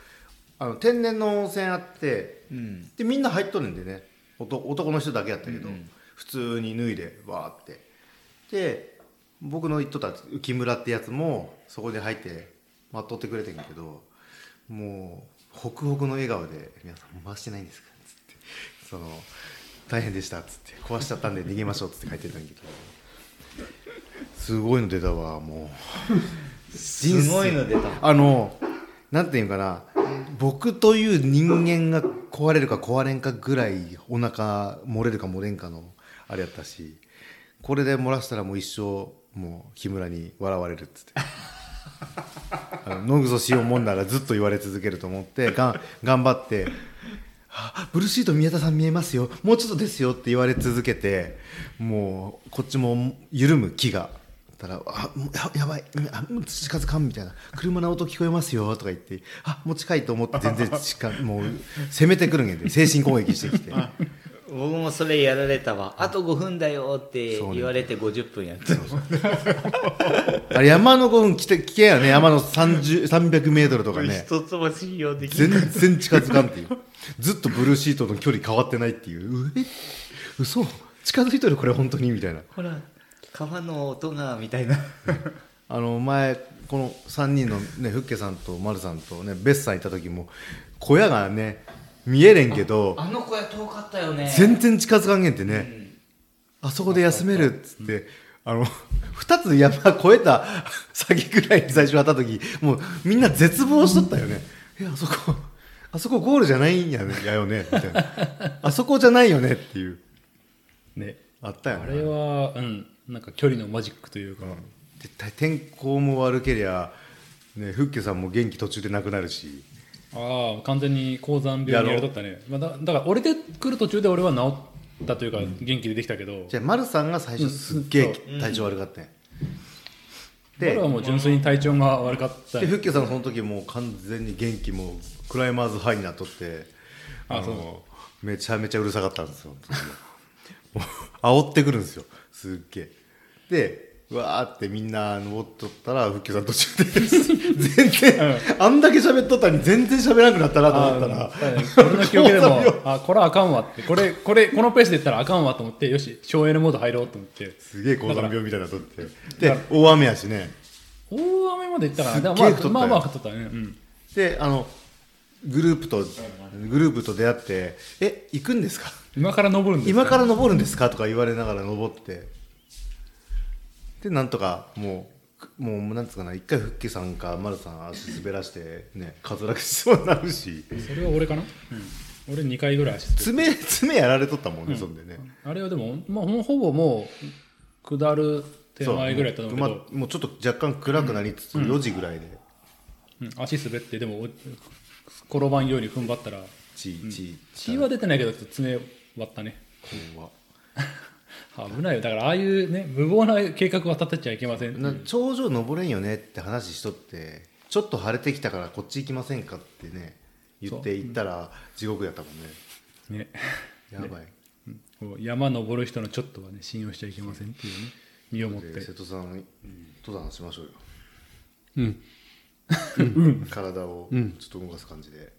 [SPEAKER 2] あの天然の温泉あって
[SPEAKER 4] うん
[SPEAKER 2] でみんな入っとるんでね男男の人だけやったけど、
[SPEAKER 4] うんうん
[SPEAKER 2] 普通に脱いでわーってで僕の言っとった木村ってやつもそこで入って待っとってくれてんけどもうホクホクの笑顔で「皆さん回してないんですか?」っつって「その大変でした」っつって「壊しちゃったんで逃げましょう」っつって書いてたんだけどすごいの出たわもう人生
[SPEAKER 4] すごいの出た
[SPEAKER 2] あのなんていうかな僕という人間が壊れるか壊れんかぐらいお腹漏れるか漏れんかのあれやったしこれで漏らしたらもう一生もう木村に笑われるっつってあの「ノグソしようもんならずっと言われ続けると思ってがん頑張ってあブルーシート宮田さん見えますよもうちょっとですよって言われ続けてもうこっちも緩む気がたら「あもうややばいあもう近づかん」みたいな「車の音聞こえますよ」とか言って「あもう近い」と思って全然近もう攻めてくるんやで精神攻撃してきて
[SPEAKER 4] 僕もそれやられたわあと5分だよって
[SPEAKER 2] そうね
[SPEAKER 4] 言われて50分やった
[SPEAKER 2] あれ山の5分来て聞けやね山の30 300m とかね
[SPEAKER 4] 一つも信用できない
[SPEAKER 2] 全然近づかんっていうずっとブルーシートの距離変わってないっていうえ嘘近づいとるこれ本当にみたいな
[SPEAKER 4] ほら川の音がみたいな
[SPEAKER 2] あの前この3人のねフッケさんと丸さんとねベッサン行った時も小屋がね見えれんけど
[SPEAKER 4] あの小屋遠かったよね
[SPEAKER 2] 全然近づかんげんってね、あそこで休めるっつって、あの2つ山越えた先ぐらいに最初会った時もうみんな絶望しとったよね、えあそこあそこゴールじゃないんややよねみたいなあそこじゃないよねっていう
[SPEAKER 1] ね
[SPEAKER 2] あったよね
[SPEAKER 1] あれはうんなんか距離のマジックというか、
[SPEAKER 2] 絶対天候も悪けりゃ、ね、フッケさんも元気途中でなくなるし
[SPEAKER 1] ああ完全に高山病にやりとったね、まあ、だだから俺で来る途中で俺は治ったというか元気でできたけど、
[SPEAKER 2] じゃあ丸さんが最初すっげ
[SPEAKER 1] うん
[SPEAKER 2] え
[SPEAKER 1] そ
[SPEAKER 2] 体調悪かったんや
[SPEAKER 1] 俺はもう純粋に体調が悪かった
[SPEAKER 2] で、フッケさんその時もう完全に元気もうクライマーズハイになっとって、
[SPEAKER 1] あ
[SPEAKER 2] あ
[SPEAKER 1] そう
[SPEAKER 2] の、めちゃめちゃうるさかったんですよ。もう煽ってくるんですよ、すっげえ。で、うわーってみんな登っとったら、フッケさん途中 で、全然、あんだけ喋っとったのに全然喋らなくなったなと思ったら、
[SPEAKER 1] 俺の記憶でもあこれあかんわってこれこれこのペースでいったらあかんわと思ってよし省エネモード入ろうと思って
[SPEAKER 2] すげえ高山病みたいなのとって。
[SPEAKER 1] だ
[SPEAKER 2] で
[SPEAKER 1] か、
[SPEAKER 2] 大雨やしね。
[SPEAKER 1] 大雨までいったから
[SPEAKER 2] すっげ
[SPEAKER 1] で
[SPEAKER 2] え
[SPEAKER 1] もまあ
[SPEAKER 2] 太ったよ
[SPEAKER 1] まあまあ太ったね、うん、
[SPEAKER 2] であのグループとグループと出会って「え行くんですか?」
[SPEAKER 1] 今から登るんです
[SPEAKER 2] 今から登るんですかとか言われながら登ってでなんとかもうくもうなんつうかな一回復帰さんか丸さん足滑らしてね滑落しそうになるし
[SPEAKER 1] それは俺かな、うん、俺2回ぐらい足つって
[SPEAKER 2] 爪爪やられとったもんね、そんでね
[SPEAKER 1] あれはでも、まあ、ほほぼもう下る手前ぐらいだったと思うけど
[SPEAKER 2] ま、もうちょっと若干暗くなりつつ、4時ぐらいで
[SPEAKER 1] うん足滑ってでもお転ばんように踏ん張ったら
[SPEAKER 2] チーチー
[SPEAKER 1] 血は出てないけど爪割ったね
[SPEAKER 2] 怖っ
[SPEAKER 1] 危ないよだからああいうね無謀な計画は立てちゃいけません
[SPEAKER 2] な頂上登れんよねって話しとってちょっと晴れてきたからこっち行きませんかってね言って行ったら地獄やったもんね
[SPEAKER 1] ね
[SPEAKER 2] やばい、
[SPEAKER 1] こう山登る人のちょっとはね信用しちゃいけませんっていうね身をもっ
[SPEAKER 2] で
[SPEAKER 1] て
[SPEAKER 2] 瀬戸さんに登山しましょうよ
[SPEAKER 3] うん
[SPEAKER 2] 体をちょっと動かす感じで、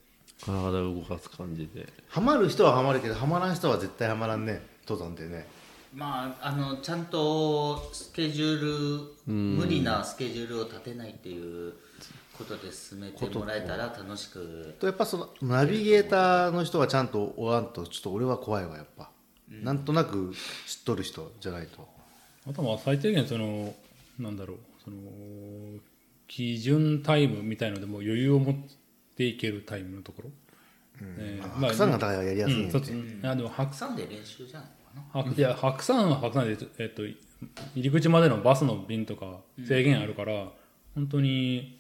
[SPEAKER 3] 体を動かす感じで
[SPEAKER 2] ハマる人はハマるけどハマらん人は絶対ハマらんね登山ってね
[SPEAKER 4] まああのちゃんとスケジュール無理なスケジュールを立てないっていうことで進めてもらえたら楽しく
[SPEAKER 2] とやっぱそのナビゲーターの人がちゃんとおらんとちょっと俺は怖いわやっぱ、なんとなく知っとる人じゃないと
[SPEAKER 1] あとは最低限そのなんだろうその基準タイムみたいのでもう余裕を持っていけるタイムのところ、えーまあ
[SPEAKER 2] 白山が高いはやりやすい
[SPEAKER 1] うんん
[SPEAKER 2] で、
[SPEAKER 1] そうですあでも白
[SPEAKER 4] たくさんで練習じゃないのかな
[SPEAKER 1] 白いや白山は白山で、えっと、入り口までのバスの便とか制限あるから、本当に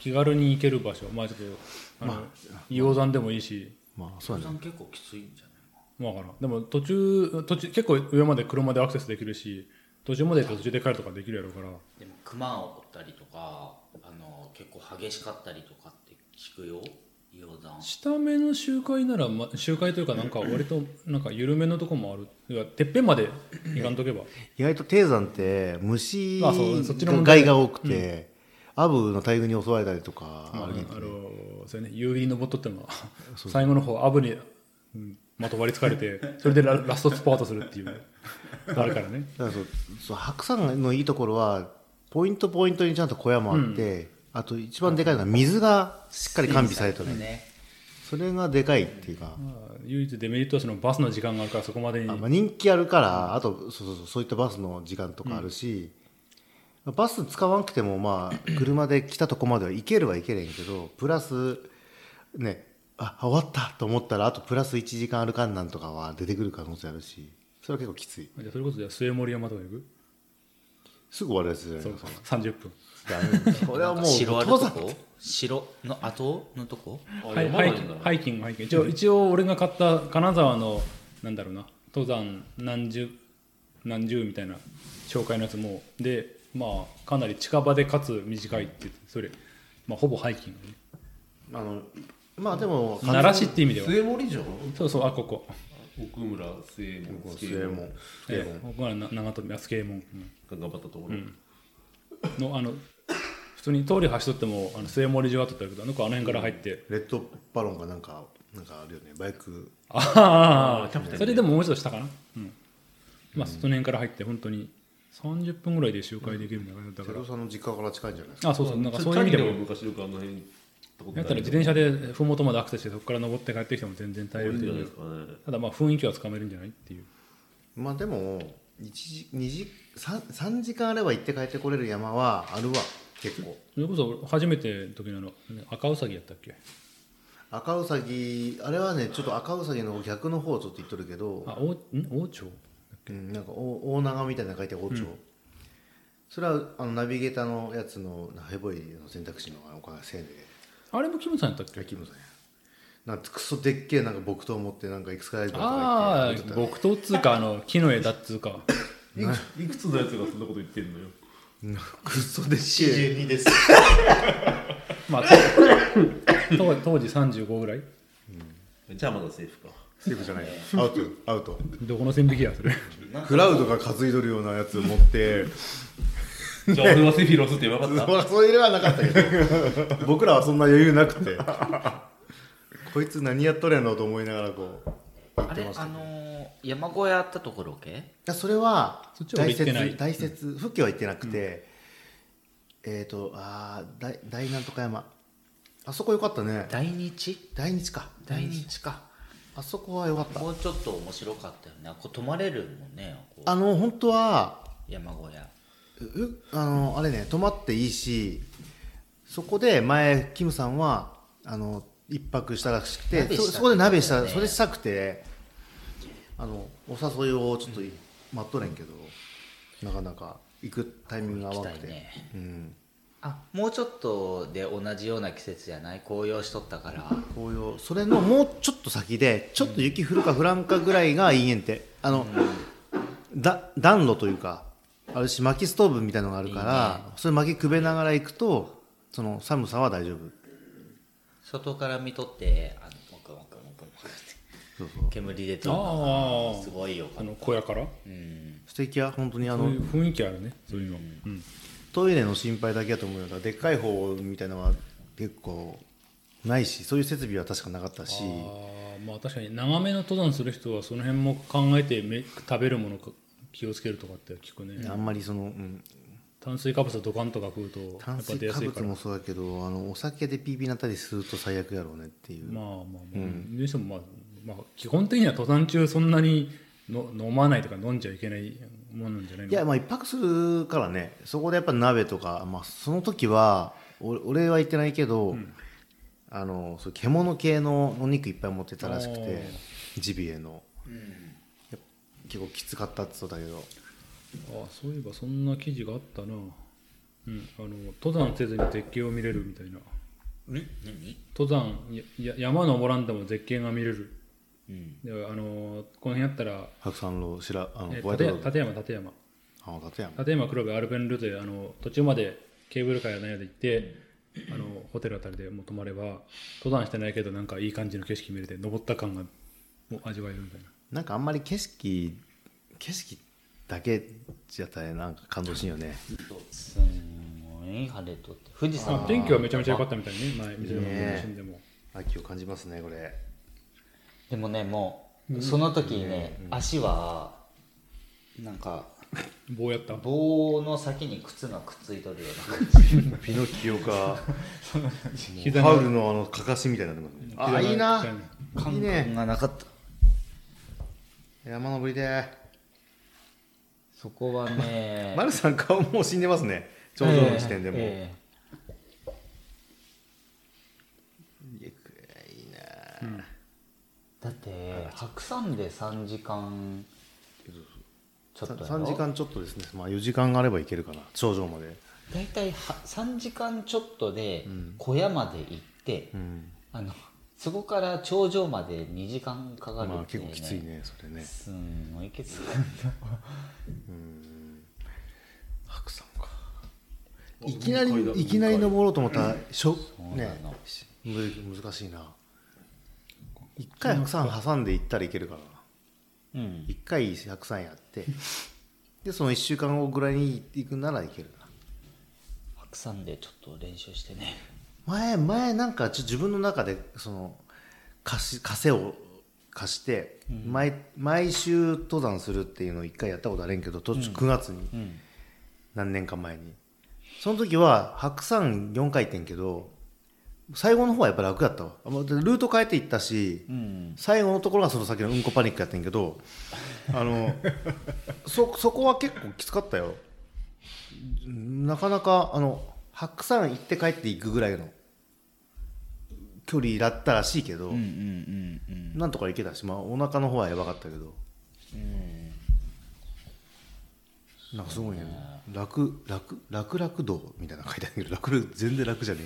[SPEAKER 1] 気軽に行ける場所まあちょっとあの、硫黄山でもいいし
[SPEAKER 2] まあそうやね
[SPEAKER 4] さん結構きついんじゃない
[SPEAKER 1] まあわからんでも途中途中結構上まで車でアクセスできるし途中まで行って途中で帰るとかできるやろうから
[SPEAKER 4] でも熊を追ったりとかあの結構激しかったりとかって聞くよ硫黄山
[SPEAKER 1] 下目の周回なら、ま、周回というかなんか割となんか緩めのとこもあるいやてっぺんまで行かんとけば
[SPEAKER 2] 意外と低山って虫
[SPEAKER 1] まあそうそっちの問題
[SPEAKER 2] 害が多くて、アブの大群に襲われたりとか、
[SPEAKER 1] あ
[SPEAKER 2] あ
[SPEAKER 1] の
[SPEAKER 2] るけど
[SPEAKER 1] それね夕霧に登っとっても最後の方アブにうんまとわりつかれ てそれでララストスパートするっていうあるからね
[SPEAKER 2] だからそうそう白山のいいところはポイントポイントにちゃんと小屋もあって、あと一番でかいのは水がしっかり完備されてる、
[SPEAKER 4] ね
[SPEAKER 2] それがでかいっていうか、
[SPEAKER 1] まあ唯一デメリットはそのバスの時間があるからそこまでに
[SPEAKER 2] あまあ、人気あるからあとそうそうそうそういったバスの時間とかあるし、バス使わなくてもまあ車で来たとこまでは行けるは行けれんけどプラスねあ終わったと思ったらあとプラス1時間歩かんなんとかは出てくる可能性あるしそれは結構きつい
[SPEAKER 1] じゃあそれこそじゃあ末森山とか行く
[SPEAKER 2] すぐ終わるやつじゃない
[SPEAKER 1] そう
[SPEAKER 2] の
[SPEAKER 1] 30分
[SPEAKER 2] ダメこれはもう
[SPEAKER 4] 城ある
[SPEAKER 2] 登
[SPEAKER 4] と
[SPEAKER 2] 山
[SPEAKER 4] こ城の後のとこ
[SPEAKER 1] はい、ハイキングハイキングハイキング一応一応俺が買った金沢のなんだろうな登山何十何十みたいな紹介のやつもでまあかなり近場でかつ短いって言ってそれ、まあ、ほぼハイキングね
[SPEAKER 2] あのまあでも
[SPEAKER 1] 奈良市って意味では
[SPEAKER 3] 末森城
[SPEAKER 1] そうそうあここ
[SPEAKER 3] 奥村末森
[SPEAKER 2] 末も
[SPEAKER 1] ええここはな長富安右衛門
[SPEAKER 3] が頑張ったところ、
[SPEAKER 1] のあの 普通に通り走っとってもあの末森城跡ってあるけどなんかあの辺から入って
[SPEAKER 2] レッドバロンがなんかなんかあるよねバイク
[SPEAKER 1] ああそれでももう一度下かなうんまあその辺から入って本当に30分ぐらいで周回できるんだからだか
[SPEAKER 2] 瀬
[SPEAKER 1] ら
[SPEAKER 2] 戸さんの実家から近いんじゃない
[SPEAKER 1] あそうそうなんか
[SPEAKER 3] ち
[SPEAKER 1] そ
[SPEAKER 3] ょ
[SPEAKER 1] ういう意味で
[SPEAKER 3] チャリ
[SPEAKER 1] も
[SPEAKER 3] 昔よくあの辺行ったこと
[SPEAKER 1] やったら自転車で麓までアクセスしてそこから登って帰ってきても全然
[SPEAKER 3] な
[SPEAKER 1] 耐
[SPEAKER 3] い
[SPEAKER 1] え
[SPEAKER 3] 多い
[SPEAKER 1] る
[SPEAKER 3] ん
[SPEAKER 1] と
[SPEAKER 3] じゃないいうですかね
[SPEAKER 1] ただまあ雰囲気はつかめるんじゃないっていう
[SPEAKER 2] まあでも1時2時 3, 3時間あれば行って帰ってこれる山はあるわ結構
[SPEAKER 1] それこそ初めての時のあの赤ウサギやったっけ
[SPEAKER 2] 赤うさぎあれはねちょっと赤うさぎの逆の方をちょっと行っとるけど、
[SPEAKER 1] あおん王朝
[SPEAKER 2] うん、なんかお大長みたいなの書いて王朝、それはあのナビゲーターのやつのヘボイの選択肢のおかげせいで
[SPEAKER 1] あれもキムさんやったっけ
[SPEAKER 2] 焼き芋さんやなんかクソでっけえなんか木刀持ってなんかエクスカレーターと
[SPEAKER 1] ああ
[SPEAKER 2] か行って
[SPEAKER 1] 木刀っつうかあの木の枝っつうか
[SPEAKER 3] いくついくつのやつがそんなこと言ってんのよ
[SPEAKER 2] クソでっけえ
[SPEAKER 4] 12です
[SPEAKER 1] まあ当当時35ぐらい
[SPEAKER 3] じゃあまだセーフか
[SPEAKER 2] セーフじゃないアウトアウト
[SPEAKER 1] どこの線引きやそれ
[SPEAKER 2] クラウドが担いどるようなやつ持って
[SPEAKER 3] じゃあ俺はセフィロスってよかった
[SPEAKER 2] まあそういうのはなかったけど 僕らはそんな余裕なくてこいつ何やっとるやろうと思いながらこう言っ
[SPEAKER 4] あ
[SPEAKER 2] て
[SPEAKER 4] れ
[SPEAKER 2] ました
[SPEAKER 4] あ
[SPEAKER 2] い
[SPEAKER 4] のー山小屋あったところ系
[SPEAKER 2] やそれは
[SPEAKER 1] そっちは俺
[SPEAKER 2] 大
[SPEAKER 1] 行ってない
[SPEAKER 2] 雪大雪復帰は行ってなくて、えっ、とあー大大なんとか山あそこよかったね
[SPEAKER 4] 大日
[SPEAKER 2] 大日か
[SPEAKER 4] 大日か
[SPEAKER 2] あそこは良かった
[SPEAKER 4] もうちょっと面白かったよねあここ泊まれるもんねここ
[SPEAKER 2] あの本当は
[SPEAKER 4] 山小屋
[SPEAKER 2] うあのあれね泊まっていいしそこで前キムさんはあの一泊したらしくて
[SPEAKER 4] 鍋した
[SPEAKER 2] そ
[SPEAKER 4] って
[SPEAKER 2] そこで鍋した、
[SPEAKER 4] ね
[SPEAKER 2] それしたくてあのお誘いをちょっと待っとれんけど、なかなか行くタイミングが合
[SPEAKER 4] 行き
[SPEAKER 2] わな
[SPEAKER 4] た
[SPEAKER 2] く
[SPEAKER 4] い
[SPEAKER 2] て、
[SPEAKER 4] ね
[SPEAKER 2] うん、
[SPEAKER 4] あもうちょっとで同じような季節じゃない紅葉しとったから
[SPEAKER 2] 紅葉それのもうちょっと先でちょっと雪降るか降らんかぐらいがいいえんてあの、だ暖炉というかあるし薪ストーブみたいのがあるからそれ薪くべながら行くとその寒さは大丈夫
[SPEAKER 4] 外から見とってあのもくもくもくもくって
[SPEAKER 2] そうそう
[SPEAKER 4] 煙出てる
[SPEAKER 1] あ
[SPEAKER 4] すごいよか
[SPEAKER 1] あ
[SPEAKER 4] っ
[SPEAKER 1] の小屋から
[SPEAKER 4] たうん
[SPEAKER 2] 素敵や本当にあ
[SPEAKER 1] そう
[SPEAKER 2] の
[SPEAKER 1] いう雰囲気あるねそういうの、うん
[SPEAKER 2] トイレの心配だけだと思うよだからでっかい方みたいのは結構ないしそういう設備は確かなかったし
[SPEAKER 1] あーまあ確かに長めの登山する人はその辺も考えてめ食べるものか気をつけるとかって聞くね、
[SPEAKER 2] あんまりその、うん、
[SPEAKER 1] 炭水化物ドカンとか食うとやっぱ
[SPEAKER 2] 炭水
[SPEAKER 1] 出や
[SPEAKER 2] 化
[SPEAKER 1] すいか
[SPEAKER 2] 物
[SPEAKER 1] ら
[SPEAKER 2] もそうだけどあのお酒でピーピーなったりすると最悪やろうねっていう、
[SPEAKER 1] まあまあまあ、でしてもまあ、まあ、基本的には登山中そんなにの飲まないとか飲んじゃいけないもんなんじゃないの
[SPEAKER 2] いやまあ一泊するからねそこでやっぱ鍋とか、まあ、その時は俺俺は行ってないけど、あのそう獣系のお肉いっぱい持ってたらしく
[SPEAKER 1] あ
[SPEAKER 2] て
[SPEAKER 1] ー
[SPEAKER 2] ジビエの、やっぱ結構きつかったって言ってたけど
[SPEAKER 1] あそういえばそんな記事があったなうんあの登山せずに絶景を見れるみたいな
[SPEAKER 4] 何
[SPEAKER 1] 登山やや山登らんでも絶景が見れる
[SPEAKER 4] うん
[SPEAKER 1] であのこの辺やったら、
[SPEAKER 2] 白山楼しらあの
[SPEAKER 1] え
[SPEAKER 2] ホワイ
[SPEAKER 1] 立
[SPEAKER 2] トロ
[SPEAKER 1] 山
[SPEAKER 2] ード
[SPEAKER 1] 立山立山
[SPEAKER 2] あの立山
[SPEAKER 1] 立山黒部アルペンルートであの途中までケーブルカーや何やで行ってあのホテルあたりでもう泊まれば登山してないけどなんかいい感じの景色見れて登った感がもう味わえるみたいな
[SPEAKER 2] なんかあんまり景色景色だけじゃったらなんか感動しんよね
[SPEAKER 4] すんごい晴れとって富士
[SPEAKER 1] あ
[SPEAKER 4] 山
[SPEAKER 1] 天気はめちゃめちゃ良かったみたいね前水の
[SPEAKER 2] ね
[SPEAKER 1] 死んでも、
[SPEAKER 2] 秋を感じますねこれ
[SPEAKER 4] でもねもうその時にね、足はなんか
[SPEAKER 1] 棒やった
[SPEAKER 4] 棒の先に靴がくっついとるような感
[SPEAKER 2] ピノキオか
[SPEAKER 1] 膝が
[SPEAKER 2] ハウルのあのかかしみたいになってますねあいいな
[SPEAKER 1] 膝が
[SPEAKER 4] じ
[SPEAKER 2] いい
[SPEAKER 4] 感覚
[SPEAKER 2] ね
[SPEAKER 4] がなかった
[SPEAKER 2] 山登りで
[SPEAKER 4] そこは ね
[SPEAKER 2] 丸さん顔もう死んでますね頂上の時点でもう、
[SPEAKER 4] え
[SPEAKER 2] いやくいいな
[SPEAKER 4] えだって白山で3時間ちょっとやろ
[SPEAKER 2] 3時間ちょっとですねまあ4時間あればいけるかな頂上まで
[SPEAKER 4] 大体は3時間ちょっとで小屋まで行って、
[SPEAKER 2] うん
[SPEAKER 4] あのそこから頂上まで2時間かかる
[SPEAKER 2] まあ
[SPEAKER 4] ってい
[SPEAKER 2] 結
[SPEAKER 4] う
[SPEAKER 2] 構きついねそれね
[SPEAKER 4] すんごい きつかった
[SPEAKER 2] 白山かいきなりいきなり登ろうと思ったらしょ、ね
[SPEAKER 4] の
[SPEAKER 2] しむ難しいな一回白山挟んで行ったらいけるかな
[SPEAKER 4] うん
[SPEAKER 2] 一回白山やってでその1週間後ぐらいに行くならいけるな
[SPEAKER 4] 白山でちょっと練習してね
[SPEAKER 2] 前前なんかちょ自分の中でその貸し貸せを貸して、毎毎週登山するっていうのを一回やったことあれんけど途中9月に、
[SPEAKER 4] うん
[SPEAKER 2] 何年か前にその時は白山4回転けど最後の方はやっぱ楽だったわあまあでルート変えていったし、
[SPEAKER 4] うん
[SPEAKER 2] 最後のところがその先のうんこパニックやってんけどあ のそそこは結構きつかったよなかなかあの白山行って帰っていくぐらいの距離だったらしいけど、
[SPEAKER 4] うんうんうん
[SPEAKER 2] なんとか行けたし、まあ、お腹の方はやばかったけど
[SPEAKER 4] うん
[SPEAKER 2] なんかすごいね楽楽楽楽道みたいなの書いてあるけど楽全然楽じゃね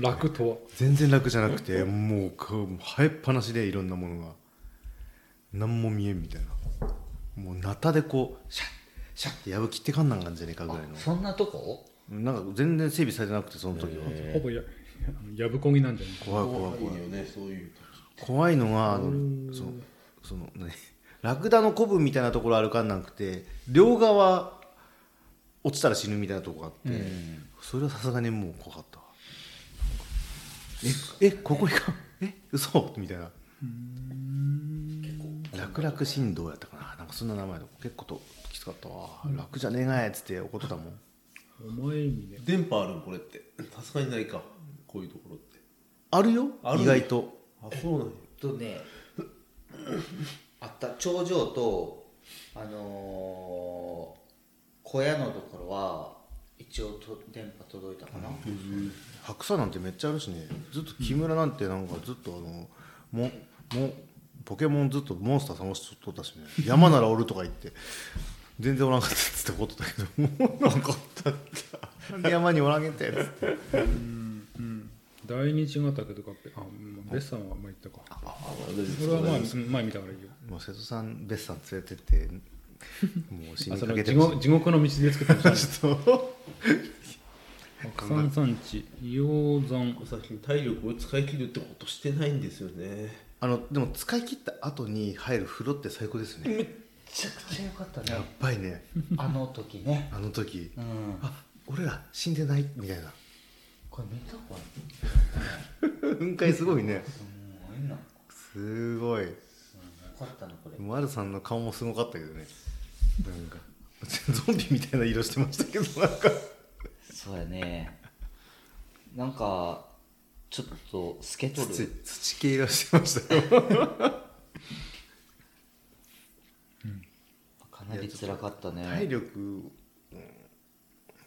[SPEAKER 2] え
[SPEAKER 1] 楽とは
[SPEAKER 2] 全然楽じゃなくてもうこう生えっぱなしでいろんなものが何も見えんみたいなもうナタでこうシャッシャッってやぶ切ってかんなんかんじゃねえかぐらい
[SPEAKER 4] あそんなとこ
[SPEAKER 2] のなんか全然整備されてなくてその時は
[SPEAKER 1] ほぼやあのやぶこぎなんじゃない
[SPEAKER 2] 怖い怖い怖い
[SPEAKER 5] よねそういう時
[SPEAKER 2] 怖いのがあのそのその何 ラクダのコブみたいなところ歩かんなくて両側落ちたら死ぬみたいなとこがあって、それはさすがにもう怖かったわええここ行かんえ嘘みたいな楽々振動やったかななんかそんな名前の結構ときつかったわ、楽じゃねえがえっつって怒ってたもん
[SPEAKER 1] お前にね
[SPEAKER 3] 電波あるんこれってさすがにないかこういうところって
[SPEAKER 2] あるよ
[SPEAKER 3] ある
[SPEAKER 2] 意外と
[SPEAKER 3] あそうなんや
[SPEAKER 4] とねあった頂上とあのー小屋のところは一応と電波届いたかな、
[SPEAKER 2] 白山なんてめっちゃあるしねずっと木村なんてなんかずっとあのももポケモンずっとモンスター探しとったしね山ならおるとか言って全然おらんかったっつってことだけどもうなんかったったなんで山におらんげんてっつって
[SPEAKER 1] 大日ヶ岳とかあまあベッサンは前行ったかそれは前前見たからいいよ
[SPEAKER 2] もう瀬戸さん別さん連れてってもう死
[SPEAKER 1] あ
[SPEAKER 2] に
[SPEAKER 1] そ
[SPEAKER 2] か
[SPEAKER 1] の
[SPEAKER 2] けて
[SPEAKER 1] 地
[SPEAKER 2] まし
[SPEAKER 1] 獄地獄の道で作ったんじゃない白山山地鷹山
[SPEAKER 3] 最近体力を使い切るってことしてないんですよね
[SPEAKER 2] あのでも使い切った後に入る風呂って最高ですね
[SPEAKER 4] めちゃくちゃ良かったね
[SPEAKER 2] やっぱりね
[SPEAKER 4] あの時ね
[SPEAKER 2] あの時
[SPEAKER 4] うん
[SPEAKER 2] あ俺ら死んでないみたいな
[SPEAKER 4] これ見たこれ
[SPEAKER 2] 雲海すごいね
[SPEAKER 4] すごいな
[SPEAKER 2] すごい
[SPEAKER 4] 良かったのこれ
[SPEAKER 2] 丸さんの顔もすごかったけどねなんかゾンビみたいな色してましたけどなんか
[SPEAKER 4] そうやねなんかちょっと透けと
[SPEAKER 2] 土
[SPEAKER 4] る
[SPEAKER 2] 土系色してましたよ
[SPEAKER 4] かなり辛かったね
[SPEAKER 2] 体力、うん、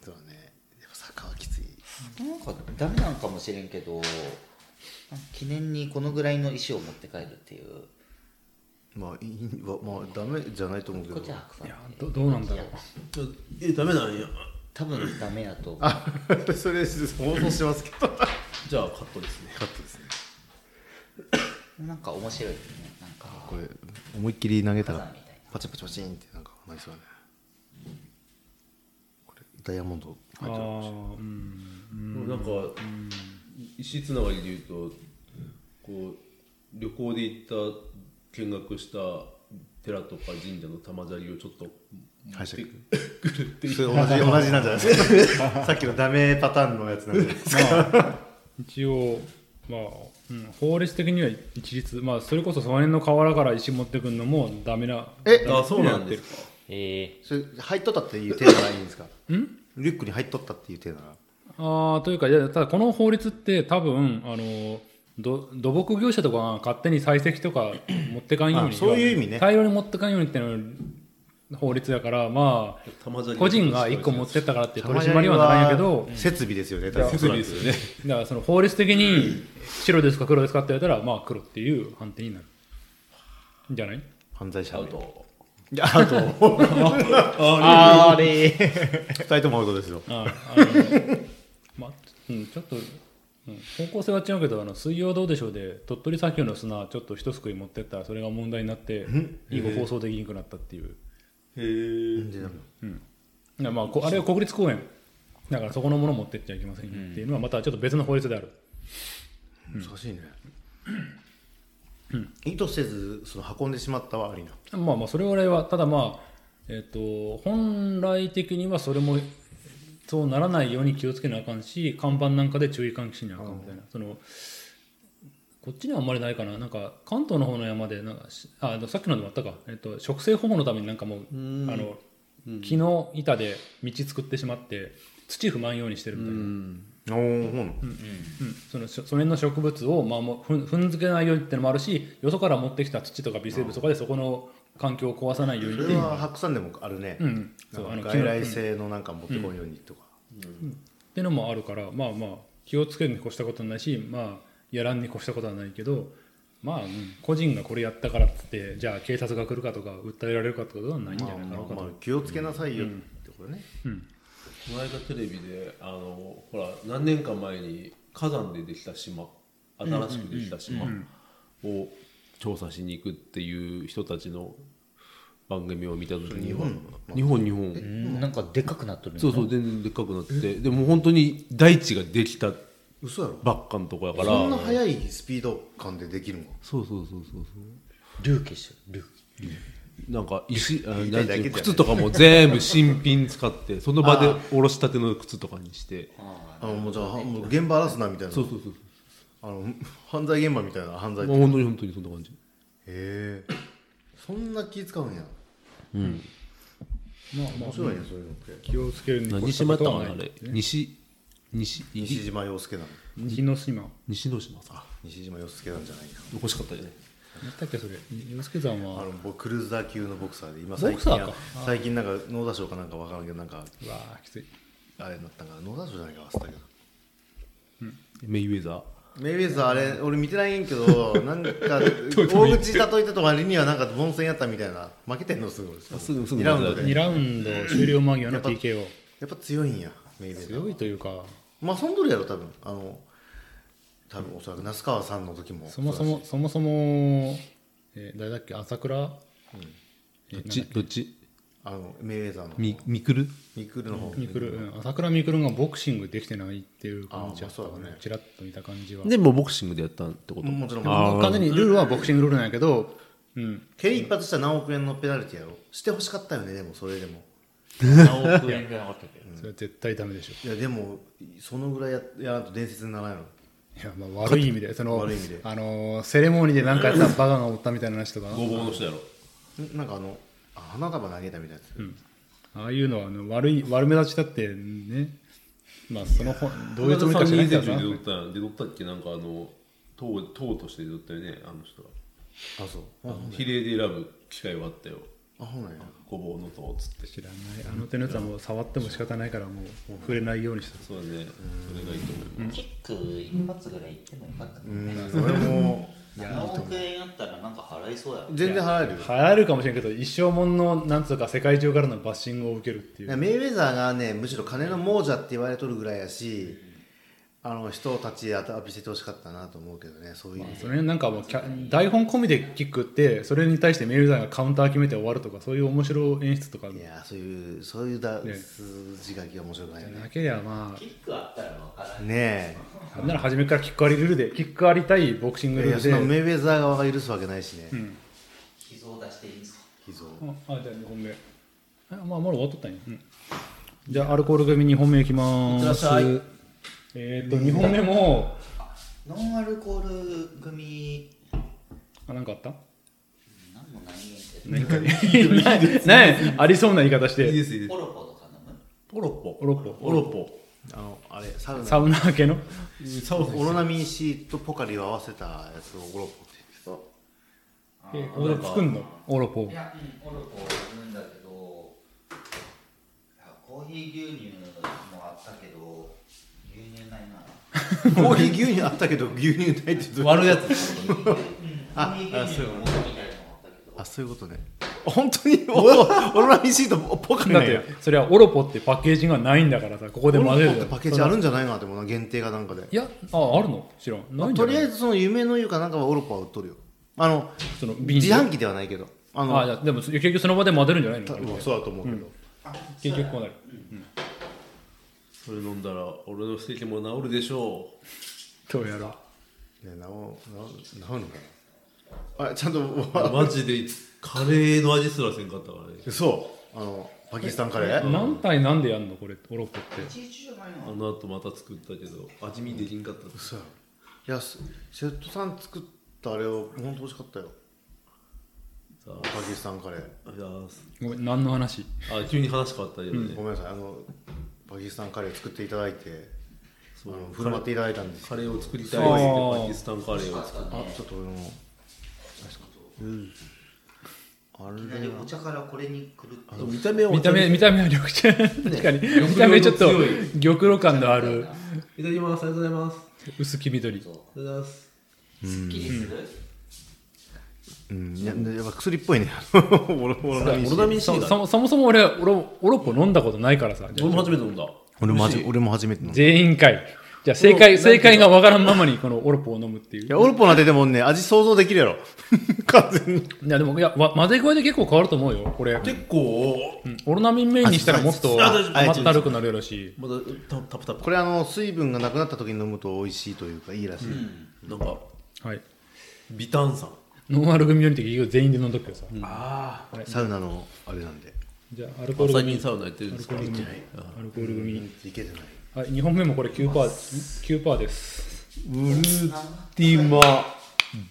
[SPEAKER 2] そうだねやっぱ坂はきつい
[SPEAKER 4] なんかダメなんかもしれんけど記念にこのぐらいの石を持って帰るっていう
[SPEAKER 2] まあいいわまあダメじゃないと思うけ
[SPEAKER 4] こ
[SPEAKER 2] ど
[SPEAKER 4] っちは白
[SPEAKER 1] いや
[SPEAKER 4] 山
[SPEAKER 1] どどうなんだろう
[SPEAKER 3] えダメなんや
[SPEAKER 4] 多分ダメやと思う
[SPEAKER 2] あ それ放送しますけど
[SPEAKER 3] じゃあカットですね
[SPEAKER 2] カットですね
[SPEAKER 4] なんか面白いよねなんか
[SPEAKER 2] これ思いっきり投げた
[SPEAKER 4] 火
[SPEAKER 2] ら
[SPEAKER 4] 山みたいな
[SPEAKER 2] パチンパチンパチンってなんかなりそうだねこれダイヤモンド
[SPEAKER 1] あーうん
[SPEAKER 3] なんか石つながりで言うとこう旅行で行った見学した寺とか神社の玉砂利をちょっと
[SPEAKER 2] 拝借
[SPEAKER 3] くるって
[SPEAKER 2] それ同じ同じなんじゃないです かさっきのダメパターンのやつなんじゃないですか
[SPEAKER 1] 一応まあ、うん、法律的には一律まあそれこそその辺の河原から石持ってくるのもダメな
[SPEAKER 2] え
[SPEAKER 3] あそうなんですか
[SPEAKER 4] え
[SPEAKER 2] それ入っとったっていう手ならいいんですか
[SPEAKER 1] ん
[SPEAKER 2] リュックに入っとったっていう手なら
[SPEAKER 1] ああというかいやただこの法律って多分あのど土木業者とかが勝手に採石とか 持ってかんように
[SPEAKER 2] あそういう意味ね
[SPEAKER 1] 大量に持ってかんようにってのが法律だからまあ
[SPEAKER 3] 玉砂利
[SPEAKER 1] 個人が1個持ってったからって取り締まりはならんやけど
[SPEAKER 2] 設備ですよね
[SPEAKER 3] 設備ですよね
[SPEAKER 1] だからその法律的に白ですか黒ですかって言われたらまあ黒っていう判定になるんじゃない
[SPEAKER 2] 犯罪者
[SPEAKER 3] ア
[SPEAKER 2] の
[SPEAKER 3] ウト
[SPEAKER 2] いやアウト
[SPEAKER 4] あれ
[SPEAKER 2] 二人ともアウトですよ
[SPEAKER 1] ああの まあ、うん、ちょっと、うん方向性は違うけどあの水曜どうでしょうで鳥取砂丘の砂ちょっと一すくい持ってったらそれが問題になって以後放送できなくなったっていう、
[SPEAKER 3] へえ
[SPEAKER 2] で
[SPEAKER 1] いやまあこあれは国立公園だからそこのもの持ってっちゃいけませんよっていうのはまたちょっと別の法律である、
[SPEAKER 2] 難しいね意図せずその運んでしまったはありな
[SPEAKER 1] まあまあそれぐらいはただまあえっ、と本来的にはそれもそうならないように気をつけなあかんし看板なんかで注意喚起しなあかんみたいなそのこっちにはあんまりないかななんか関東の方の山でなんかしああのさっきのでもあったか、えっと植生保護のためになんかもうあの木の板で道作ってしまって土踏まんようにしてるみたいな、
[SPEAKER 2] おーほん
[SPEAKER 1] うん、そのしょその辺の植物を、まあ、もうふん踏んづけないようにってのもあるしよそから持ってきた土とか微生物とかでそこの環境を壊さないように
[SPEAKER 2] そ
[SPEAKER 1] って
[SPEAKER 2] れ
[SPEAKER 1] いう
[SPEAKER 2] は白山でもあるね
[SPEAKER 1] うん
[SPEAKER 2] な
[SPEAKER 1] そうあ
[SPEAKER 2] ん
[SPEAKER 1] の
[SPEAKER 2] か
[SPEAKER 1] 木
[SPEAKER 2] 外
[SPEAKER 1] の
[SPEAKER 2] 来性のなんか持ってこんようにとか
[SPEAKER 1] ってのもあるからまあまあ気をつけるに越したことはないしまあやらんに越したことはないけどまあ、うん個人がこれやったからっつってじゃあ警察が来るかとか訴えられるかってことはないんじゃ
[SPEAKER 2] まあ
[SPEAKER 1] ないかな
[SPEAKER 2] ま
[SPEAKER 1] と、
[SPEAKER 2] あまあ気をつけなさいよってことね
[SPEAKER 1] うん、
[SPEAKER 3] この間テレビであのほら何年か前に火山でできた島新しくできた島を調査しに行くっていう人たちの番組を見た時には日本日本
[SPEAKER 4] なんかでっかくなっとる
[SPEAKER 3] そうそう全然でっかくなっててでも本当に大地ができた
[SPEAKER 2] 嘘やろ
[SPEAKER 3] ばっかのとこやから
[SPEAKER 2] そんな速いスピード感でできるの
[SPEAKER 3] そうそうそうそうそう
[SPEAKER 4] 隆起してる
[SPEAKER 3] なんか 石あ
[SPEAKER 2] い
[SPEAKER 3] な
[SPEAKER 2] だ
[SPEAKER 3] ん
[SPEAKER 2] けじゃ
[SPEAKER 3] ていう
[SPEAKER 2] ない
[SPEAKER 3] 靴とかも全部新品使ってその場でおろしたての靴とかにして
[SPEAKER 2] あもうじゃあもう現場荒らすなみたいな
[SPEAKER 3] そうそうそう
[SPEAKER 2] あの犯罪現場みたいな犯罪
[SPEAKER 3] そうもう本当に本当にそんな感じ
[SPEAKER 2] へえそんな気使うんや
[SPEAKER 1] まあまあ
[SPEAKER 2] 面白いねそういうのって
[SPEAKER 1] 気をつけるに越
[SPEAKER 3] 何
[SPEAKER 1] した
[SPEAKER 3] 島や
[SPEAKER 1] こ
[SPEAKER 3] った
[SPEAKER 1] と
[SPEAKER 3] か
[SPEAKER 1] は
[SPEAKER 3] な
[SPEAKER 1] ない
[SPEAKER 3] あれ西西
[SPEAKER 2] 西
[SPEAKER 3] 西
[SPEAKER 2] 島洋介なの
[SPEAKER 1] 西の島
[SPEAKER 3] 西之島さん
[SPEAKER 2] 西島洋介なんじゃないか
[SPEAKER 3] 欲しかったよね
[SPEAKER 1] やったっけそれ洋介さん
[SPEAKER 2] あ
[SPEAKER 1] は
[SPEAKER 2] の僕クルーザー級のボクサーで
[SPEAKER 1] ボ
[SPEAKER 2] 今最
[SPEAKER 1] クサ
[SPEAKER 2] 近
[SPEAKER 1] ーか
[SPEAKER 2] や最近なんか脳挫傷かなんかわからんけどなんか
[SPEAKER 1] うわーきつい
[SPEAKER 2] あれになったんかな脳挫傷じゃないか忘れたけど
[SPEAKER 3] メイウェザー
[SPEAKER 2] メイウェザーあれ俺見てないんやけどなんか大口叩いたと割にはなんか凡戦やったみたいな負けてんのすぐ
[SPEAKER 3] すぐすぐ
[SPEAKER 2] 2ラウンドで
[SPEAKER 1] 2ラウンド終了間際の
[SPEAKER 2] やっぱ
[SPEAKER 1] TKO
[SPEAKER 2] やっぱ強いんやメイウェザー
[SPEAKER 1] 強いというか
[SPEAKER 2] まあそんどるやろ多分あの多分おそらく那須川さんの時も
[SPEAKER 1] そもそもそもそも、えー誰だっけ朝倉
[SPEAKER 3] どっちどっち
[SPEAKER 2] あのメイウェザーの方
[SPEAKER 3] ミミクル
[SPEAKER 2] ミクルの方
[SPEAKER 1] みくるうん朝倉未来がボクシングできてないっていう感じだった
[SPEAKER 2] あーま
[SPEAKER 1] か
[SPEAKER 2] あそうだ
[SPEAKER 1] ね
[SPEAKER 2] ね
[SPEAKER 1] ちらっと見た感じは
[SPEAKER 3] でもうボクシングでやったってこと
[SPEAKER 2] もちろん
[SPEAKER 3] あー
[SPEAKER 1] 完全にルールはボクシングルールなんやけど、うん、
[SPEAKER 2] 蹴り一発したら何億円のペナルティやろしてほしかったよねでもそれでも
[SPEAKER 4] 何億円ぐらいなかったっけ
[SPEAKER 1] それは絶対ダメでしょ
[SPEAKER 2] いやでもそのぐらいややらんと伝説にならんよ
[SPEAKER 1] いやまあ悪い意味でその
[SPEAKER 2] 悪い意味で
[SPEAKER 1] あのーセレモニーで何かやったらバカがおったみたいな話とか
[SPEAKER 3] ぼうの人やろ
[SPEAKER 2] んなんかあのあ花束投げたみたいなやつ、
[SPEAKER 1] ああいうのはあの悪い悪目立ちだってねまあその本どういうつもりか知らないけどな
[SPEAKER 3] 出とった出とったっけなんかあの党党として出とったよねあの人が
[SPEAKER 2] あそうあ
[SPEAKER 3] 比例で選ぶ機会はあったよ
[SPEAKER 2] あほんなんや
[SPEAKER 3] ごぼうの党っつって
[SPEAKER 1] 知らないあの手のやつはもう触っても仕方ないからもう触れないようにした
[SPEAKER 3] そうだねそれがいいと思います
[SPEAKER 4] キック一発ぐらいいってもよかった
[SPEAKER 2] う。んそれも
[SPEAKER 4] 7億円あったらなんか払いそうやろ。
[SPEAKER 2] 全然払えるよ
[SPEAKER 1] 払えるかもしれんけど一生もんのなんつうか世界中からのバッシングを受けるってい
[SPEAKER 2] いうやメイウェザーがねむしろ金の亡者って言われとるぐらいやし、あの人たちでアピしててほしかったなと思うけどねそういう、
[SPEAKER 1] それなんかもうキャ台本込みでキックってそれに対してメールザーがカウンター決めて終わるとかそういう面白い演出とか
[SPEAKER 2] いやそういうそういうだ、
[SPEAKER 1] ね
[SPEAKER 2] 筋書きが面白くないよね
[SPEAKER 1] なければま
[SPEAKER 4] キックあったらわからない。
[SPEAKER 2] ね
[SPEAKER 1] あなんなら初めからキックありルールでキックありたいボクシン
[SPEAKER 2] え
[SPEAKER 1] グ
[SPEAKER 2] い
[SPEAKER 1] ル
[SPEAKER 2] や
[SPEAKER 1] ー
[SPEAKER 2] その
[SPEAKER 1] ルで
[SPEAKER 2] メイウェザー側が許すわけないしね、
[SPEAKER 1] うん
[SPEAKER 4] 膝を出していいんですか
[SPEAKER 2] 秘蔵
[SPEAKER 1] ああじゃあ2本目あまあもう終わっとったんや、うんじゃあアルコール組2本目いきま
[SPEAKER 4] いっ
[SPEAKER 1] ー
[SPEAKER 4] て
[SPEAKER 1] す
[SPEAKER 4] らっしゃい
[SPEAKER 1] えーっと2本目も
[SPEAKER 4] ノンアルコール組、
[SPEAKER 1] あなんかあ った
[SPEAKER 4] なんもないねんけど、
[SPEAKER 1] 何かねありそう な言い方して
[SPEAKER 3] いいですいいです
[SPEAKER 4] ポロポとか飲む
[SPEAKER 3] オロポ
[SPEAKER 1] オロポ
[SPEAKER 3] オロポ
[SPEAKER 2] あのあれサウナ
[SPEAKER 1] サウナ明けの
[SPEAKER 3] サ
[SPEAKER 2] オロナミン C とポカリを合わせたやつをオロポって言うんです
[SPEAKER 1] えオロ作んのオロポ
[SPEAKER 4] いや、うん、オロポを飲むんだけど、いやコーヒー牛乳もあったけど、牛乳ないな。
[SPEAKER 2] けどコーヒー牛乳あったけど牛乳ないってどういう
[SPEAKER 3] 割るやつ
[SPEAKER 4] コーヒー牛乳のものみたいなのもあったけど、
[SPEAKER 2] あそういうことね本当にオロナミン C とポカリ
[SPEAKER 1] だ
[SPEAKER 2] な
[SPEAKER 1] っ
[SPEAKER 2] んや
[SPEAKER 1] てそれはオロポってパッケージがないんだからさここで
[SPEAKER 2] オロ
[SPEAKER 1] 混ぜる
[SPEAKER 2] ポってパッケージあるんじゃないかなって思うな限定かなんかで
[SPEAKER 1] いやああるの知らんないんじゃ
[SPEAKER 2] と
[SPEAKER 1] ない
[SPEAKER 2] りあえずその夢の湯かなんかはオロポは売っとるよあの
[SPEAKER 1] その瓶
[SPEAKER 2] 自
[SPEAKER 1] で
[SPEAKER 2] 販機ではないけどあの
[SPEAKER 1] あじゃあでも結局その場で混ぜるんじゃない
[SPEAKER 2] 多
[SPEAKER 1] の
[SPEAKER 2] 分そうだと思うけど、
[SPEAKER 1] 結局こうなる
[SPEAKER 3] それ飲んだら俺の席も治るでしょ う
[SPEAKER 1] どうやら
[SPEAKER 2] ねなおなお治るのかなあちゃんと わ
[SPEAKER 3] マジでカレーの味すらせんかったからね
[SPEAKER 2] そうあのパキスタンカレー
[SPEAKER 1] 何対何でやんのこれオロポって
[SPEAKER 4] 一日じゃない
[SPEAKER 3] あ
[SPEAKER 4] の
[SPEAKER 3] の後また作ったけど味見できんかった
[SPEAKER 2] そういやす瀬戸さん作ったあれを本当美味しかったよ
[SPEAKER 3] さ
[SPEAKER 2] パキスタンカレー
[SPEAKER 3] あいやー
[SPEAKER 1] ごめん何の話
[SPEAKER 3] あ急に話変わったよね、
[SPEAKER 2] ごめんなさいあのパキスタンカレー作っていただいてあ
[SPEAKER 3] そう
[SPEAKER 2] の振る舞っていただいたんです
[SPEAKER 3] カ
[SPEAKER 2] けど
[SPEAKER 3] レーを作りたいって言って
[SPEAKER 1] そう
[SPEAKER 3] パキスタンカレーを作っ
[SPEAKER 2] あちょっと俺も確かにうん
[SPEAKER 4] いき
[SPEAKER 2] あ
[SPEAKER 4] な
[SPEAKER 2] れ
[SPEAKER 4] り
[SPEAKER 2] は
[SPEAKER 4] お茶からこれに来るって
[SPEAKER 3] た見た目は
[SPEAKER 1] 見た目見た目は緑茶確かに見た目ちょっと
[SPEAKER 3] 強い
[SPEAKER 1] 玉露感のある
[SPEAKER 3] いただきますありがとうございます
[SPEAKER 1] 薄黄緑
[SPEAKER 4] そう
[SPEAKER 3] ありがとうございます
[SPEAKER 4] すっきりする、
[SPEAKER 2] うんいややっぱ薬っぽい ねオロオロナミン C
[SPEAKER 3] オロナミン C
[SPEAKER 1] そ
[SPEAKER 3] だ
[SPEAKER 1] そもそもそも俺オロオロポ飲んだことないからさじゃ
[SPEAKER 3] 俺
[SPEAKER 1] あ
[SPEAKER 3] も初めて飲んだ
[SPEAKER 2] 俺も初俺も初めて飲んだい
[SPEAKER 1] 全員会じゃあ正解正解がわからんままにこのオロポを飲むっていう
[SPEAKER 2] やオルポなんてでもね味想像できるやろ 完全に
[SPEAKER 1] いやでもいやわ混ぜ具合で結構変わると思うよこれ、
[SPEAKER 3] 結構
[SPEAKER 1] うんオロナミンメインにしたらもっと
[SPEAKER 2] あそう
[SPEAKER 1] 甘ったるくなるやろし
[SPEAKER 3] まだタタプタプ
[SPEAKER 2] これあの水分がなくなった時に飲むと美味しいというかいいらしい、
[SPEAKER 3] なんか
[SPEAKER 1] はい
[SPEAKER 3] 微炭酸
[SPEAKER 1] ノンアル組よりって結局全員で飲んどくけどさ、
[SPEAKER 3] ああ
[SPEAKER 2] サウナのあれなんで
[SPEAKER 1] じゃあアルコール
[SPEAKER 3] 最
[SPEAKER 1] 組
[SPEAKER 3] 近サウナやってるんですか
[SPEAKER 1] アルコール組、
[SPEAKER 2] いけてない
[SPEAKER 1] はい2本目もこれ 9%, パー9パーです
[SPEAKER 3] ウルティマ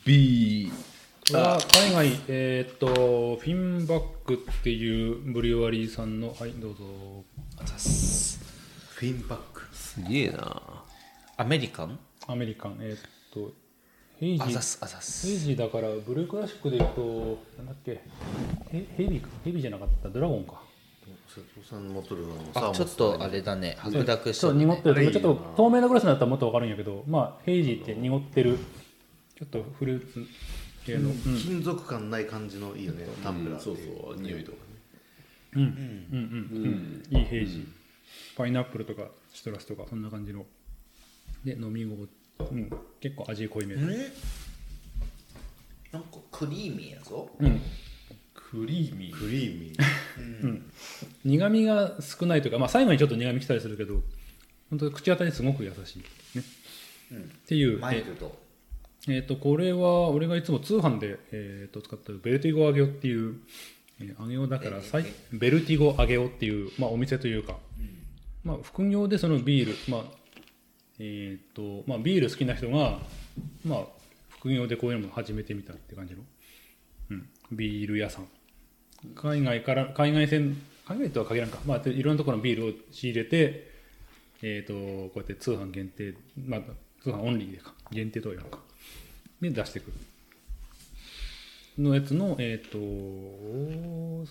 [SPEAKER 3] ビー
[SPEAKER 1] これは海外えーっとフィンバックっていうブリュワリーさんのはいどうぞ
[SPEAKER 2] フィンバック
[SPEAKER 3] すげえな
[SPEAKER 4] アメリカン
[SPEAKER 1] アメリカンえーっとヘイジ
[SPEAKER 5] あざっすあざっす
[SPEAKER 1] ヘイジーだからブルークラシックで言うとなんだっけヘヘビかヘビじゃなかったドラゴンか
[SPEAKER 2] 瀬戸さんの持っとるの
[SPEAKER 4] あちょっとあれだね白濁し
[SPEAKER 1] ちょっと
[SPEAKER 4] てる
[SPEAKER 1] 濁
[SPEAKER 4] ね
[SPEAKER 1] ってるちょっと透明なグラスになったらもっとわかるんやけどまあヘイジーって濁ってるちょっとフルーツ系のうん
[SPEAKER 2] 金属感ない感じのいいよねタンブラーって
[SPEAKER 3] そう
[SPEAKER 2] いう
[SPEAKER 3] そう匂いとかね
[SPEAKER 1] うんうんうんうんいいヘイジーパイナップルとかシトラスとかそんな感じので飲み心地うん結構味濃いめ
[SPEAKER 4] うんなんかクリーミーやぞ
[SPEAKER 1] うん
[SPEAKER 3] クリーミ
[SPEAKER 2] ク
[SPEAKER 3] ー
[SPEAKER 2] リーミー
[SPEAKER 1] 苦味が少ないというか、まあ、最後にちょっと苦味きたりするけど本当に口当たりすごく優しい、ねっていう
[SPEAKER 4] マイルド
[SPEAKER 1] えー、とこれは俺がいつも通販で、えー、と使ってるベルティゴアゲオっていう、えー、アゲオだからさいベルティゴアゲオっていう、まあ、お店というか、まあ、副業でそのビール、まあえーとまあ、ビール好きな人が、まあ、副業でこういうのも始めてみたって感じの、うん、ビール屋さん海外から海外線海外とは限らんか、まあ、でいろんなところのビールを仕入れて、えー、とこうやって通販限定、まあ、通販オンリーでか限定とは言わんかで出してくるのやつのえっ、と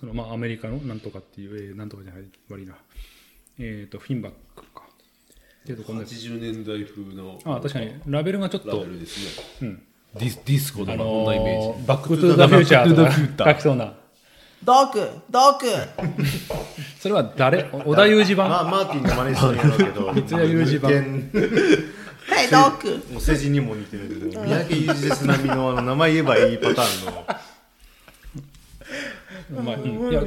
[SPEAKER 1] そのまあアメリカのなんとかっていう、えーなんとかじゃない悪いなえっ、とフィンバックかっていうとこのやつ
[SPEAKER 3] 80年代風の
[SPEAKER 1] あ確かにラベルがちょっ
[SPEAKER 3] ラ
[SPEAKER 1] と
[SPEAKER 3] ベルです
[SPEAKER 1] う
[SPEAKER 3] ね
[SPEAKER 1] ん
[SPEAKER 3] ディスディスコの
[SPEAKER 1] あ
[SPEAKER 3] よ
[SPEAKER 1] の
[SPEAKER 3] うなイメージ
[SPEAKER 1] ーバック・トゥ・ザ・フューチャーと
[SPEAKER 3] バックトゥザフューチャ
[SPEAKER 1] か
[SPEAKER 3] ー
[SPEAKER 1] 書きそうな
[SPEAKER 4] ドークドー ク
[SPEAKER 1] それは 誰お織田裕二
[SPEAKER 2] ま
[SPEAKER 1] 版
[SPEAKER 2] あマーティンが真似しそうにやろうけ ど三
[SPEAKER 1] 谷裕二版
[SPEAKER 4] ヘイドーク
[SPEAKER 2] もう世人にも似てるけど三宅裕二です並みのあの名前言えばいいパターンの
[SPEAKER 1] まあ、うんいや、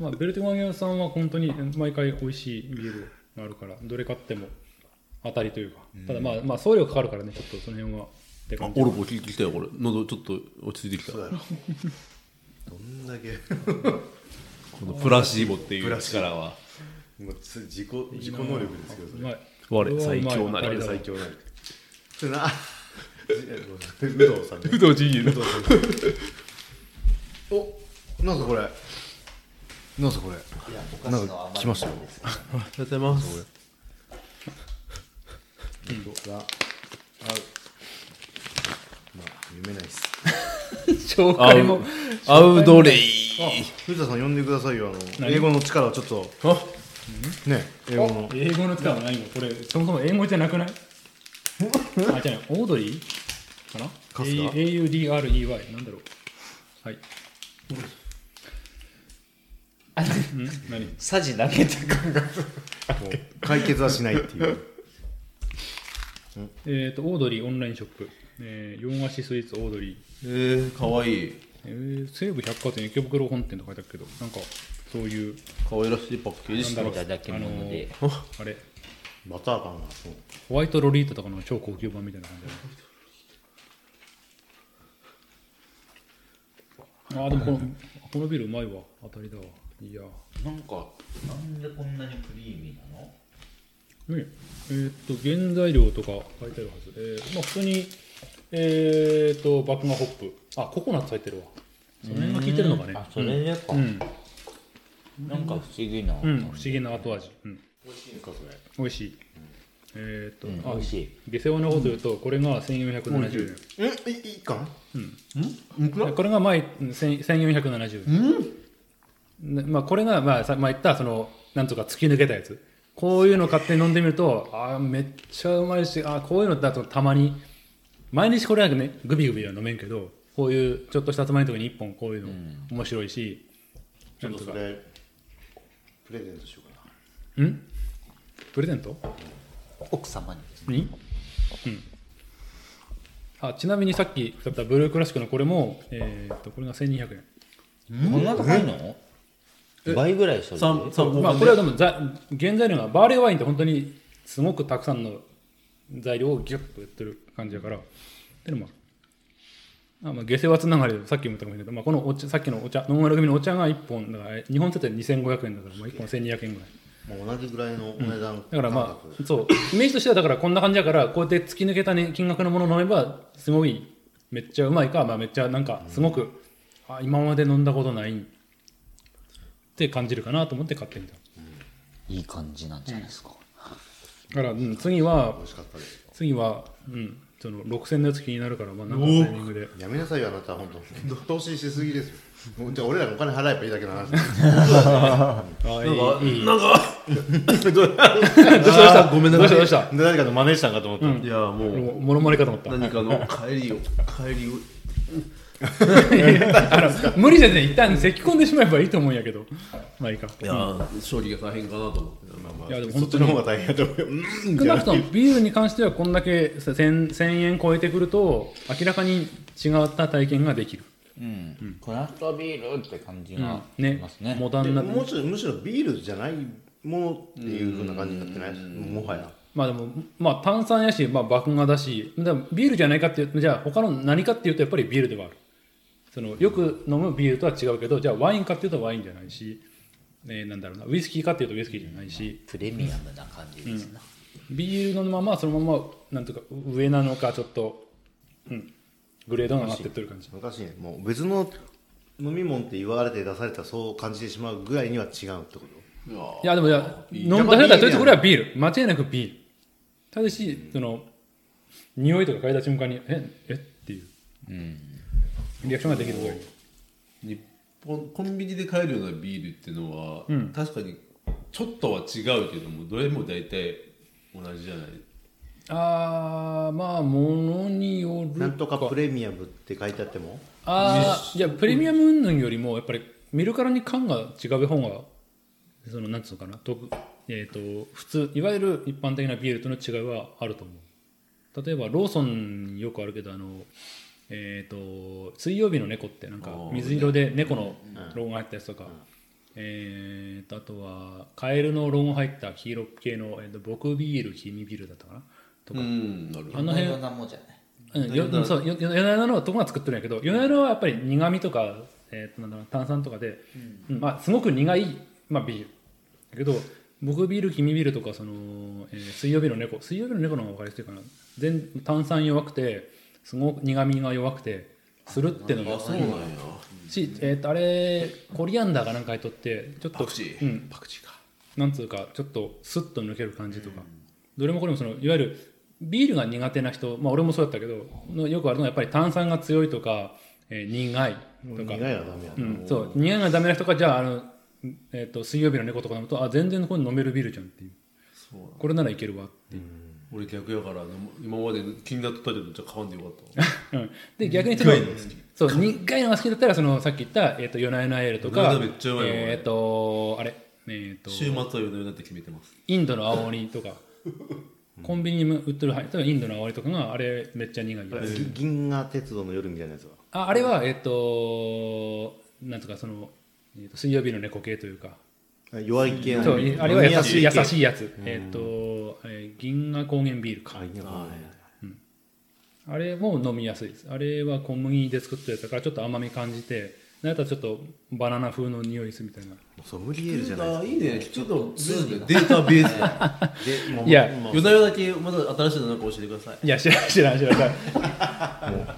[SPEAKER 1] まあ、ベルティゴン屋さんは本当に毎回美味しいビールがあるから、どれ買っても当たりというか、ただまあ、まあ、送料かかるからね、ちょっとその辺は。って
[SPEAKER 3] あ
[SPEAKER 1] 感じ
[SPEAKER 3] オルコ聞きたよこれ喉ちょっと落ち着いてきたこ
[SPEAKER 2] どんだけ
[SPEAKER 3] のプラシーボってい
[SPEAKER 2] プ
[SPEAKER 3] う
[SPEAKER 2] ラシーボ
[SPEAKER 3] 力は
[SPEAKER 2] もうつ自己自己能力ですけどそれ
[SPEAKER 1] うまい
[SPEAKER 3] 我最強なり
[SPEAKER 1] これはうまい当たりだ
[SPEAKER 2] 最強なるそれな 有働さんね
[SPEAKER 3] 不動陣営の
[SPEAKER 2] おなんかこれなんすかこれ
[SPEAKER 4] いやお菓
[SPEAKER 2] なん
[SPEAKER 4] 子の
[SPEAKER 2] か
[SPEAKER 4] 余
[SPEAKER 2] 来
[SPEAKER 4] り
[SPEAKER 2] ましたよ
[SPEAKER 3] ありがとうございます
[SPEAKER 2] が合うまあ読めないっす
[SPEAKER 1] 紹
[SPEAKER 3] ア
[SPEAKER 1] 介
[SPEAKER 3] ウ
[SPEAKER 1] も。
[SPEAKER 3] アウドレイ
[SPEAKER 2] あ藤田さん呼んでくださいよあの
[SPEAKER 1] 何
[SPEAKER 2] 英語の力をちょっと
[SPEAKER 3] あ
[SPEAKER 2] ね英語の
[SPEAKER 1] 英語の使いはないの、これ、そもそも英語じゃなく ない。あ、じゃない、オードリー。かな。
[SPEAKER 2] かすか
[SPEAKER 1] A. U. D. R. E. Y. なんだろう。はい。うん、何。
[SPEAKER 4] サジ投げてくる
[SPEAKER 2] もう解決はしないっていう
[SPEAKER 1] えっと、オードリーオンラインショップ。えー洋菓子スイーツオードリー。
[SPEAKER 3] えー、かわいい
[SPEAKER 1] えー西武百貨店池袋本店と書いてあるけどなんかそういう
[SPEAKER 3] かわいらしいパッケージして
[SPEAKER 1] なん
[SPEAKER 4] いただき物で
[SPEAKER 1] あのーあれ
[SPEAKER 2] バター感がそう
[SPEAKER 1] ホワイトロリータとかの超高級版みたいな感じだねあーでもこのこのビールうまいわ当たりだわいや
[SPEAKER 4] なんかなんでこんなにクリーミーなの
[SPEAKER 1] ねえーっと原材料とか書いてあるはず、えーまあ、普通にえーっと麦芽ホップあココナッツ入ってるわその辺が効いてるのかね
[SPEAKER 4] あそれでか、
[SPEAKER 1] うん
[SPEAKER 4] なんか不思議な、
[SPEAKER 1] うん、不思議な後味、うん、美味しいですかそれ美味しいえーっと、
[SPEAKER 4] うん美味しい
[SPEAKER 1] 下世話の方で言うとこれが1470円、
[SPEAKER 2] えいいいかん
[SPEAKER 1] これが前うん1000 1470円、ねまあ、これが、まあ、さまあ言ったそのなんとか突き抜けたやつこういうの買って飲んでみるとあーめっちゃうまいしあーこういうのだとたまに毎日これなんかねグビグビは飲めんけどこういうちょっとした集まりの時に1本こういうの面白いし、
[SPEAKER 2] ちょっ
[SPEAKER 1] な
[SPEAKER 2] と
[SPEAKER 1] んと
[SPEAKER 2] そ
[SPEAKER 1] か
[SPEAKER 2] れプレゼントしようか
[SPEAKER 1] うんプレゼント
[SPEAKER 4] 奥様に
[SPEAKER 1] に、うん、あちなみにさっき使ったブルークラシックのこれも、えー、とこれが1200円
[SPEAKER 4] こんな高いの倍ぐらいそれで
[SPEAKER 3] 三三
[SPEAKER 1] まあ、
[SPEAKER 3] 本
[SPEAKER 1] これはでもざ原材料がバーレーワインって本当にすごくたくさんの材料をギュッとやってる感じだからってのもあるあまあ、下世話つながりでさっきも言ったかもしれないけど、まあ、このお茶さっきのお茶ノンアル組のお茶が1本だから日本セットで2500円だから、まあ、1本1200円ぐらい
[SPEAKER 2] なもう同じぐらいのお値段
[SPEAKER 1] だから
[SPEAKER 2] 感
[SPEAKER 1] ま
[SPEAKER 2] 覚
[SPEAKER 1] あそうイメージとしてはだからこんな感じだからこうやって突き抜けた、ね、金額のものを飲めばすごいめっちゃうまいか、まあ、めっちゃなんかすごく、あ今まで飲んだことないって感じるかなと思って買ってみた
[SPEAKER 4] いい感じなんじゃないですか、
[SPEAKER 1] だから、うん、次は
[SPEAKER 2] 美味しかったです
[SPEAKER 1] 次は、うん、その6000のやつ気になるからまあなんかのタイミ ングで
[SPEAKER 2] やめなさいよあなたは本当投資しすぎですよもうじゃあ俺らのお金払えばいいだけの話
[SPEAKER 1] ああいいいい
[SPEAKER 3] なんかどうしたどうしたごめんな
[SPEAKER 1] どうした
[SPEAKER 3] さ
[SPEAKER 1] ど
[SPEAKER 3] いう
[SPEAKER 1] した
[SPEAKER 2] 誰かのマネージャーかと思った、
[SPEAKER 3] いやもう
[SPEAKER 1] もモノマネかと思った
[SPEAKER 3] 何かの帰りを帰りを
[SPEAKER 1] あの無理せずに一旦咳き込んでしまえばいいと思うんやけどまあいいか
[SPEAKER 3] いや勝利が大変かなと思ってまあまあ
[SPEAKER 1] いやでも
[SPEAKER 2] そ
[SPEAKER 1] 本
[SPEAKER 2] っ
[SPEAKER 1] 当
[SPEAKER 2] ち
[SPEAKER 1] に
[SPEAKER 2] の方が大変だと思うようん
[SPEAKER 1] 少
[SPEAKER 2] じ
[SPEAKER 1] な
[SPEAKER 2] ゃな
[SPEAKER 1] く
[SPEAKER 2] くて
[SPEAKER 1] ともビールに関してはこんだけ 1000, 1000円超えてくると明らかに違った体験ができる、
[SPEAKER 4] うん、クラフトビールって感じ
[SPEAKER 1] うん
[SPEAKER 4] がし
[SPEAKER 1] ね
[SPEAKER 4] ますね。
[SPEAKER 1] モダンな
[SPEAKER 2] でもうちょいむしろビールじゃないものっていうふうな感じになってないもはや
[SPEAKER 1] まあでもまあ炭酸やし、まあ、麦芽だしでもビールじゃないかっていうじゃあ他の何かっていうとやっぱりビールではあるそのよく飲むビールとは違うけどじゃあワインかっていうとワインじゃないし、えーなんだろうなウイスキーかっていうとウイスキーじゃないし、
[SPEAKER 4] プレミアムな感じですね。
[SPEAKER 1] ビールのままそのままなんとか上なのかちょっと、うん、グレードが上がってってる感じ
[SPEAKER 2] 昔ねもう別の飲み物って言われて出されたらそう感じてしまうぐらいには違うってこと
[SPEAKER 1] いやでもじゃあ
[SPEAKER 3] いい
[SPEAKER 1] 飲んだらとりあえずこれはビール間違いなくビールただしその匂いとか嗅いだ瞬間にええっていうリアクションができるぐらい
[SPEAKER 3] 日本コンビニで買えるようなビールっていうのは、
[SPEAKER 1] ん
[SPEAKER 3] 確かにちょっとは違うけどもどれも大体同じじゃない
[SPEAKER 1] あーまあものによる
[SPEAKER 2] なんとかプレミアムって書いてあっても
[SPEAKER 1] ああいやプレミアム云々よりもやっぱり見るからに感が違う方がそのなんつうのかなとえー、と普通いわゆる一般的なビールとの違いはあると思う例えばローソンによくあるけどあのえっ、と水曜日の猫ってなんか
[SPEAKER 3] おー
[SPEAKER 1] 水色で猫のロゴが入ったやつとか、えー、とあとはカエルのロゴが入った黄色系の、えー、と僕ビール君ビールだったかなとか、
[SPEAKER 3] うんなるほど
[SPEAKER 1] あの
[SPEAKER 4] い
[SPEAKER 1] 辺
[SPEAKER 4] ろんなもんじゃない。
[SPEAKER 1] うん、よそうよよよなよなのとこが作ってるんやけどよなよなはやっぱり苦味とか、えー、となんだろう炭酸とかで、うんまあ、すごく苦い、まあ、ビールだけど僕ビール君ビールとかその、えー水曜日の猫水曜日の猫の方が分かりやすいかな全炭酸弱くてすごく苦味が弱くてするっての
[SPEAKER 3] あ
[SPEAKER 1] が
[SPEAKER 3] そうなんや
[SPEAKER 1] し、えー、とあれコリアンダーがなんか入っとってちょっと
[SPEAKER 3] パクチー、
[SPEAKER 1] うん、
[SPEAKER 3] パクチーか
[SPEAKER 1] なんつうかちょっとスッと抜ける感じとか、どれもこれもそのいわゆるビールが苦手な人、まあ、俺もそうだったけどのよくあるのはやっぱり炭酸が強いとか、えー苦い
[SPEAKER 2] 苦
[SPEAKER 1] と
[SPEAKER 2] い
[SPEAKER 1] か
[SPEAKER 2] はダメや
[SPEAKER 1] う
[SPEAKER 2] な、
[SPEAKER 1] ん、そう苦いがダメな人かじゃああの、えー、と水曜日の猫とか飲むとあ全然これ飲めるビールじゃんっていう
[SPEAKER 3] そうなの
[SPEAKER 1] これならいけるわっていう、
[SPEAKER 3] 俺逆やから今まで気になっとったけどじゃあ買わんでよかった
[SPEAKER 1] うん、で逆にちょっとそう苦いのが好きだったらそのさっき言った、えー、とヨナヨナエールと
[SPEAKER 3] ヨナ
[SPEAKER 1] か
[SPEAKER 3] ヨナめっちゃうまいわ
[SPEAKER 1] えっ、とあれえっ、と
[SPEAKER 3] 週末は夜の夜だって決めてます
[SPEAKER 1] インドの青鬼とかコンビニに売ってるはい例えばインドの青鬼とかがあれめっちゃ苦いやつ
[SPEAKER 2] ぎ銀河鉄道の夜みたいなやつは
[SPEAKER 1] ああれはえっ、となんとかその、えーと水曜日の猫系というか
[SPEAKER 2] あ弱い系な
[SPEAKER 1] そう
[SPEAKER 2] の
[SPEAKER 1] あれは優しい優
[SPEAKER 2] 系
[SPEAKER 1] しいやつ、えっ、と、えー銀河高原ビールか
[SPEAKER 2] あいいね
[SPEAKER 1] あれも飲みやすいですあれは小麦で作ったやつだからちょっと甘み感じてなんやったらちょっとバナナ風の匂いするみたいな
[SPEAKER 2] ソムリエールじゃない
[SPEAKER 3] いいねちょっとデータベースだ
[SPEAKER 2] でもう
[SPEAKER 1] いや
[SPEAKER 3] 夜な夜だけまだ新しいのなんか教えてください
[SPEAKER 1] いや知らん知らん知らん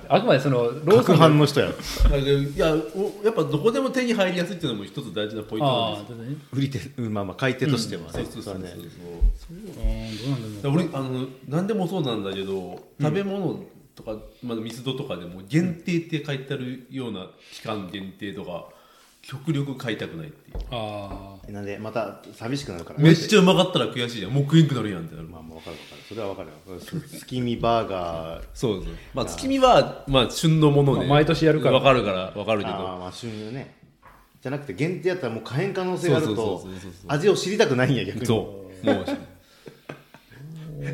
[SPEAKER 1] あくまでそのローソ
[SPEAKER 2] 各
[SPEAKER 1] ン
[SPEAKER 2] 班の人や
[SPEAKER 3] だけどいやおやっぱどこでも手に入りやすいっていうのも一つ大事なポイントなん
[SPEAKER 1] あ
[SPEAKER 3] で
[SPEAKER 1] あ
[SPEAKER 3] す
[SPEAKER 1] そうだね
[SPEAKER 2] 売り手うんまあまあ買い手としてはね
[SPEAKER 3] そうそうそうそう
[SPEAKER 2] れはね
[SPEAKER 1] うんどうなんだろう
[SPEAKER 3] だから俺あの何でもそうなんだけど食べ物とか、まあ、ミスドとかでも限定って書いてあるような期間限定とか極力買いたくないっていう
[SPEAKER 1] あ
[SPEAKER 2] なんでまた寂しくなるから
[SPEAKER 3] めっちゃうまかったら悔しいじゃんもう食えんくなるやんってなる、
[SPEAKER 2] まあまあわかるわかるそれはわかるよそう月見バーガー
[SPEAKER 3] そうそうまあ月見はまあ旬のもので、
[SPEAKER 1] まあ毎年やるから
[SPEAKER 3] わかるからわかるけ
[SPEAKER 2] あ
[SPEAKER 3] ど
[SPEAKER 2] ーまあ旬よねじゃなくて限定やったらもう買えん可能性があると
[SPEAKER 3] そうそうそうそうそう
[SPEAKER 2] 味を知りたくないんや逆に
[SPEAKER 3] そうもう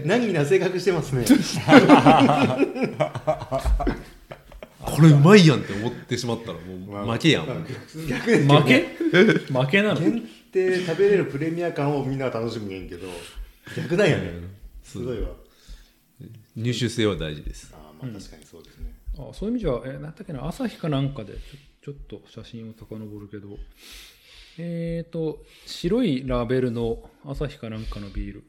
[SPEAKER 2] 何にな性格してますね
[SPEAKER 3] これうまいやんって思ってしまったらもう負けやん、
[SPEAKER 2] 逆に
[SPEAKER 1] あ負 け負けなの
[SPEAKER 2] 限定食べれるプレミア感をみんなが楽しむんやんけど逆なんやねすごいわ
[SPEAKER 3] 入手性は大事です
[SPEAKER 2] あーまあ確かにそうですね、
[SPEAKER 1] あそういう意味じゃ、えー、なんだっけな、朝日かなんかでちょ、ちょっと写真を遡るけど、えっ、ー、と、白いラベルの朝日かなんかのビール、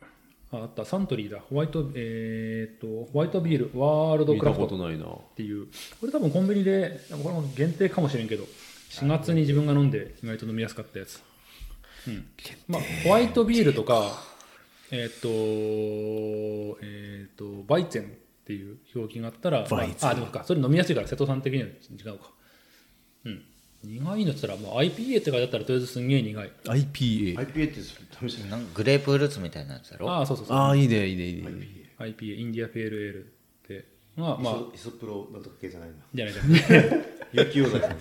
[SPEAKER 1] ああった、サントリーだ、ホワイト、えっ、と、ホワイトビール、ワールド
[SPEAKER 3] 見
[SPEAKER 1] ク
[SPEAKER 3] た
[SPEAKER 1] ラフ
[SPEAKER 3] こ
[SPEAKER 1] ト
[SPEAKER 3] と
[SPEAKER 1] っ
[SPEAKER 3] ないな
[SPEAKER 1] ていう、これ多分コンビニで、多分これも限定かもしれんけど、4月に自分が飲んで、意外と飲みやすかったやつ。うん。まあ、ホワイトビールとか、えっ、と、えっ、と、バイツェンっていう表記があったら、ま
[SPEAKER 3] バイツ
[SPEAKER 1] あ、あでもかそれ飲みやすいから瀬戸さん的には違うかうん苦いのって言ったら、まあ、IPA って書いてあったらとりあえずすんげえ苦い
[SPEAKER 3] IPA。
[SPEAKER 2] IPA って試して
[SPEAKER 4] なんかグレープフルーツみたいなやつだろ
[SPEAKER 1] ああそうそうそう
[SPEAKER 3] ああ、いいね、いいね、いいね。
[SPEAKER 1] IPA インディアフェールエールってまあま
[SPEAKER 2] ま
[SPEAKER 1] あ
[SPEAKER 2] あイソプロなんとか系じゃないな
[SPEAKER 1] じゃないじゃない
[SPEAKER 2] 有機溶剤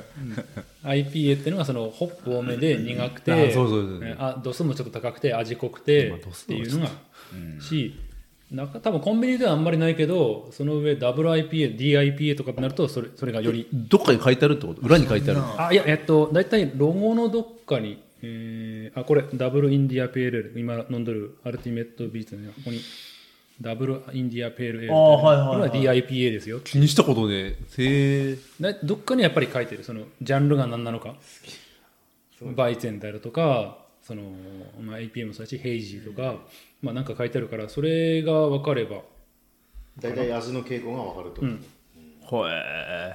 [SPEAKER 1] IPA っていうのがそのホップ多めで苦くて、
[SPEAKER 3] あそうそうそうそう
[SPEAKER 1] ねあ度数もちょっと高くて味濃くて
[SPEAKER 3] まあ度
[SPEAKER 1] っ
[SPEAKER 3] 数
[SPEAKER 1] て
[SPEAKER 3] はちょ
[SPEAKER 1] い
[SPEAKER 3] っと
[SPEAKER 1] うのがしなんか多分コンビニではあんまりないけどその上 WIPADIPA とかってなるとそれそれがより
[SPEAKER 3] どっかに書いてあるってこと裏に書いてある。
[SPEAKER 1] あいやえっと大体ロゴのどっかに、えーあこれダブルインディアペールエール今飲んどるアルティメットビーツのねここにダブルインディアペールエールって
[SPEAKER 3] あーはいはいはい
[SPEAKER 1] これは DIPA ですよ
[SPEAKER 3] 気にしたことね。へえ。
[SPEAKER 1] などっかにやっぱり書いてるそのジャンルが何なのか売店であるとかその、まあ、APM もそうだしヘイジーとか、まあ、なんか書いてあるからそれが分かれば
[SPEAKER 2] 大体味の傾向が分かると思う、
[SPEAKER 3] ほえ。